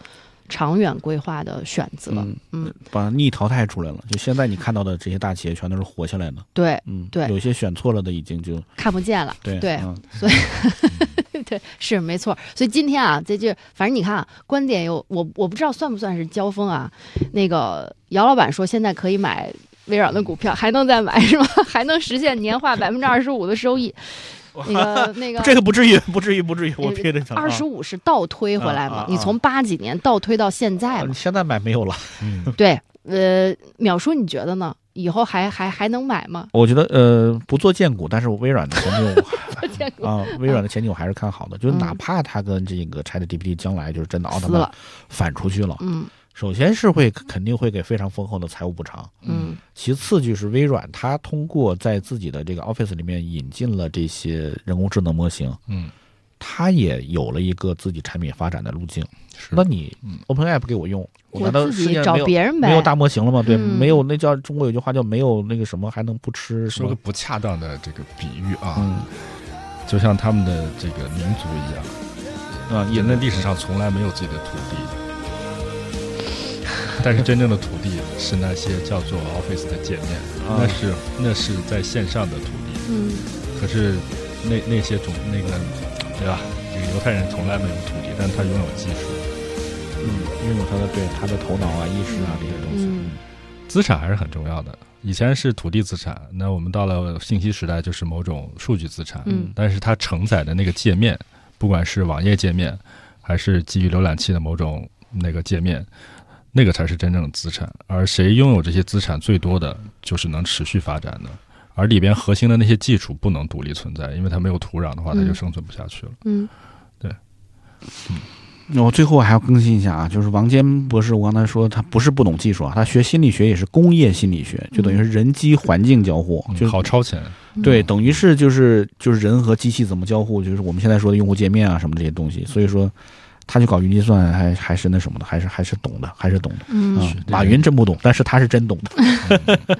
[SPEAKER 3] 长远规划的选择。
[SPEAKER 5] 嗯
[SPEAKER 3] 嗯，
[SPEAKER 5] 把逆淘汰出来了，就现在你看到的这些大企业全都是活下来的，
[SPEAKER 3] 对，
[SPEAKER 5] 嗯，
[SPEAKER 3] 对
[SPEAKER 5] 有些选错了的已经就
[SPEAKER 3] 看不见了。
[SPEAKER 5] 对
[SPEAKER 3] 对，
[SPEAKER 5] 嗯
[SPEAKER 3] 对，是没错。所以今天啊，这就反正你看啊，观点有我我不知道算不算是交锋啊。那个姚老板说现在可以买微软的股票，还能再买是吗？ 还能实现年化百分之二十五的收益。那 个那个，
[SPEAKER 5] 这个不至于，不至于，不至于，我
[SPEAKER 3] 呃
[SPEAKER 5] 撇着讲啊
[SPEAKER 3] 二十五是倒推回来嘛？
[SPEAKER 5] 啊啊啊
[SPEAKER 3] 你从八几年倒推到现在
[SPEAKER 5] 啊
[SPEAKER 3] 嘛？
[SPEAKER 5] 你现在买没有了。
[SPEAKER 2] 嗯
[SPEAKER 5] 啊
[SPEAKER 3] 对，呃，淼叔你觉得呢？以后还还还能买吗？
[SPEAKER 5] 我觉得呃，不做荐股，但是微软的前景我
[SPEAKER 3] 见过
[SPEAKER 5] 啊，微软的前景我还是看好的，就是
[SPEAKER 3] 嗯
[SPEAKER 5] 哪怕它跟这个 ChatGPT 将来就是真的奥特
[SPEAKER 3] 撕
[SPEAKER 5] 曼
[SPEAKER 3] 了，
[SPEAKER 5] 反出去了，
[SPEAKER 3] 嗯
[SPEAKER 5] 首先是会肯定会给非常丰厚的财务补偿，
[SPEAKER 3] 嗯
[SPEAKER 5] 其次就是微软它通过在自己的这个 Office 里面引进了这些人工智能模型，
[SPEAKER 2] 嗯，
[SPEAKER 5] 它也有了一个自己产品发展的路径。
[SPEAKER 2] 是
[SPEAKER 5] 那你
[SPEAKER 2] 嗯
[SPEAKER 5] OpenAI 不给我用，
[SPEAKER 3] 我
[SPEAKER 5] 我难道
[SPEAKER 3] 自
[SPEAKER 5] 世
[SPEAKER 3] 己
[SPEAKER 5] 界
[SPEAKER 3] 找
[SPEAKER 5] 没有
[SPEAKER 3] 别人呗。
[SPEAKER 5] 没有大模型了吗？对，
[SPEAKER 3] 嗯
[SPEAKER 5] 没有那叫中国有句话叫没有那个什么还能不吃什
[SPEAKER 2] 说个
[SPEAKER 5] 么？
[SPEAKER 2] 不恰当的这个比喻啊，
[SPEAKER 5] 嗯
[SPEAKER 2] 就像他们的这个民族一样，
[SPEAKER 5] 啊，
[SPEAKER 2] 人类历史上从来没有自己的土 地，但是真正的土地是那些叫做 Office 的界面，
[SPEAKER 5] 啊
[SPEAKER 2] 那是那是在线上的土地。
[SPEAKER 3] 嗯
[SPEAKER 2] 可是那那些种那个对吧？这个犹太人从来没有土地，但他拥有技术，
[SPEAKER 5] 嗯，拥有他的对他的头脑啊、意识啊这些东西。
[SPEAKER 3] 嗯
[SPEAKER 2] 资产还是很重要的。以前是土地资产，那我们到了信息时代就是某种数据资产，
[SPEAKER 1] 嗯
[SPEAKER 2] 但是它承载的那个界面，不管是网页界面，还是基于浏览器的某种那个界面，那个才是真正的资产。而谁拥有这些资产最多的，就是能持续发展的。而里边核心的那些技术不能独立存在，因为它没有土壤的话，它就
[SPEAKER 1] 嗯
[SPEAKER 2] 生存不下去了。
[SPEAKER 1] 嗯
[SPEAKER 5] 那我最后还要更新一下啊，就是王坚博士，我刚才说他不是不懂技术啊，他学心理学也是工业心理学，就等
[SPEAKER 3] 嗯
[SPEAKER 5] 于是人机环境交互，
[SPEAKER 2] 嗯
[SPEAKER 5] 就是
[SPEAKER 2] 好超前，
[SPEAKER 5] 对，
[SPEAKER 2] 嗯
[SPEAKER 5] 等于是就是就是人和机器怎么交互，就是我们现在说的用户界面啊什么这些东西。所以说，他去搞云计算还还是那什么的，还是还是懂的，还是懂的。
[SPEAKER 1] 嗯
[SPEAKER 2] 啊
[SPEAKER 5] 嗯，马云真不懂，但是他是真懂的。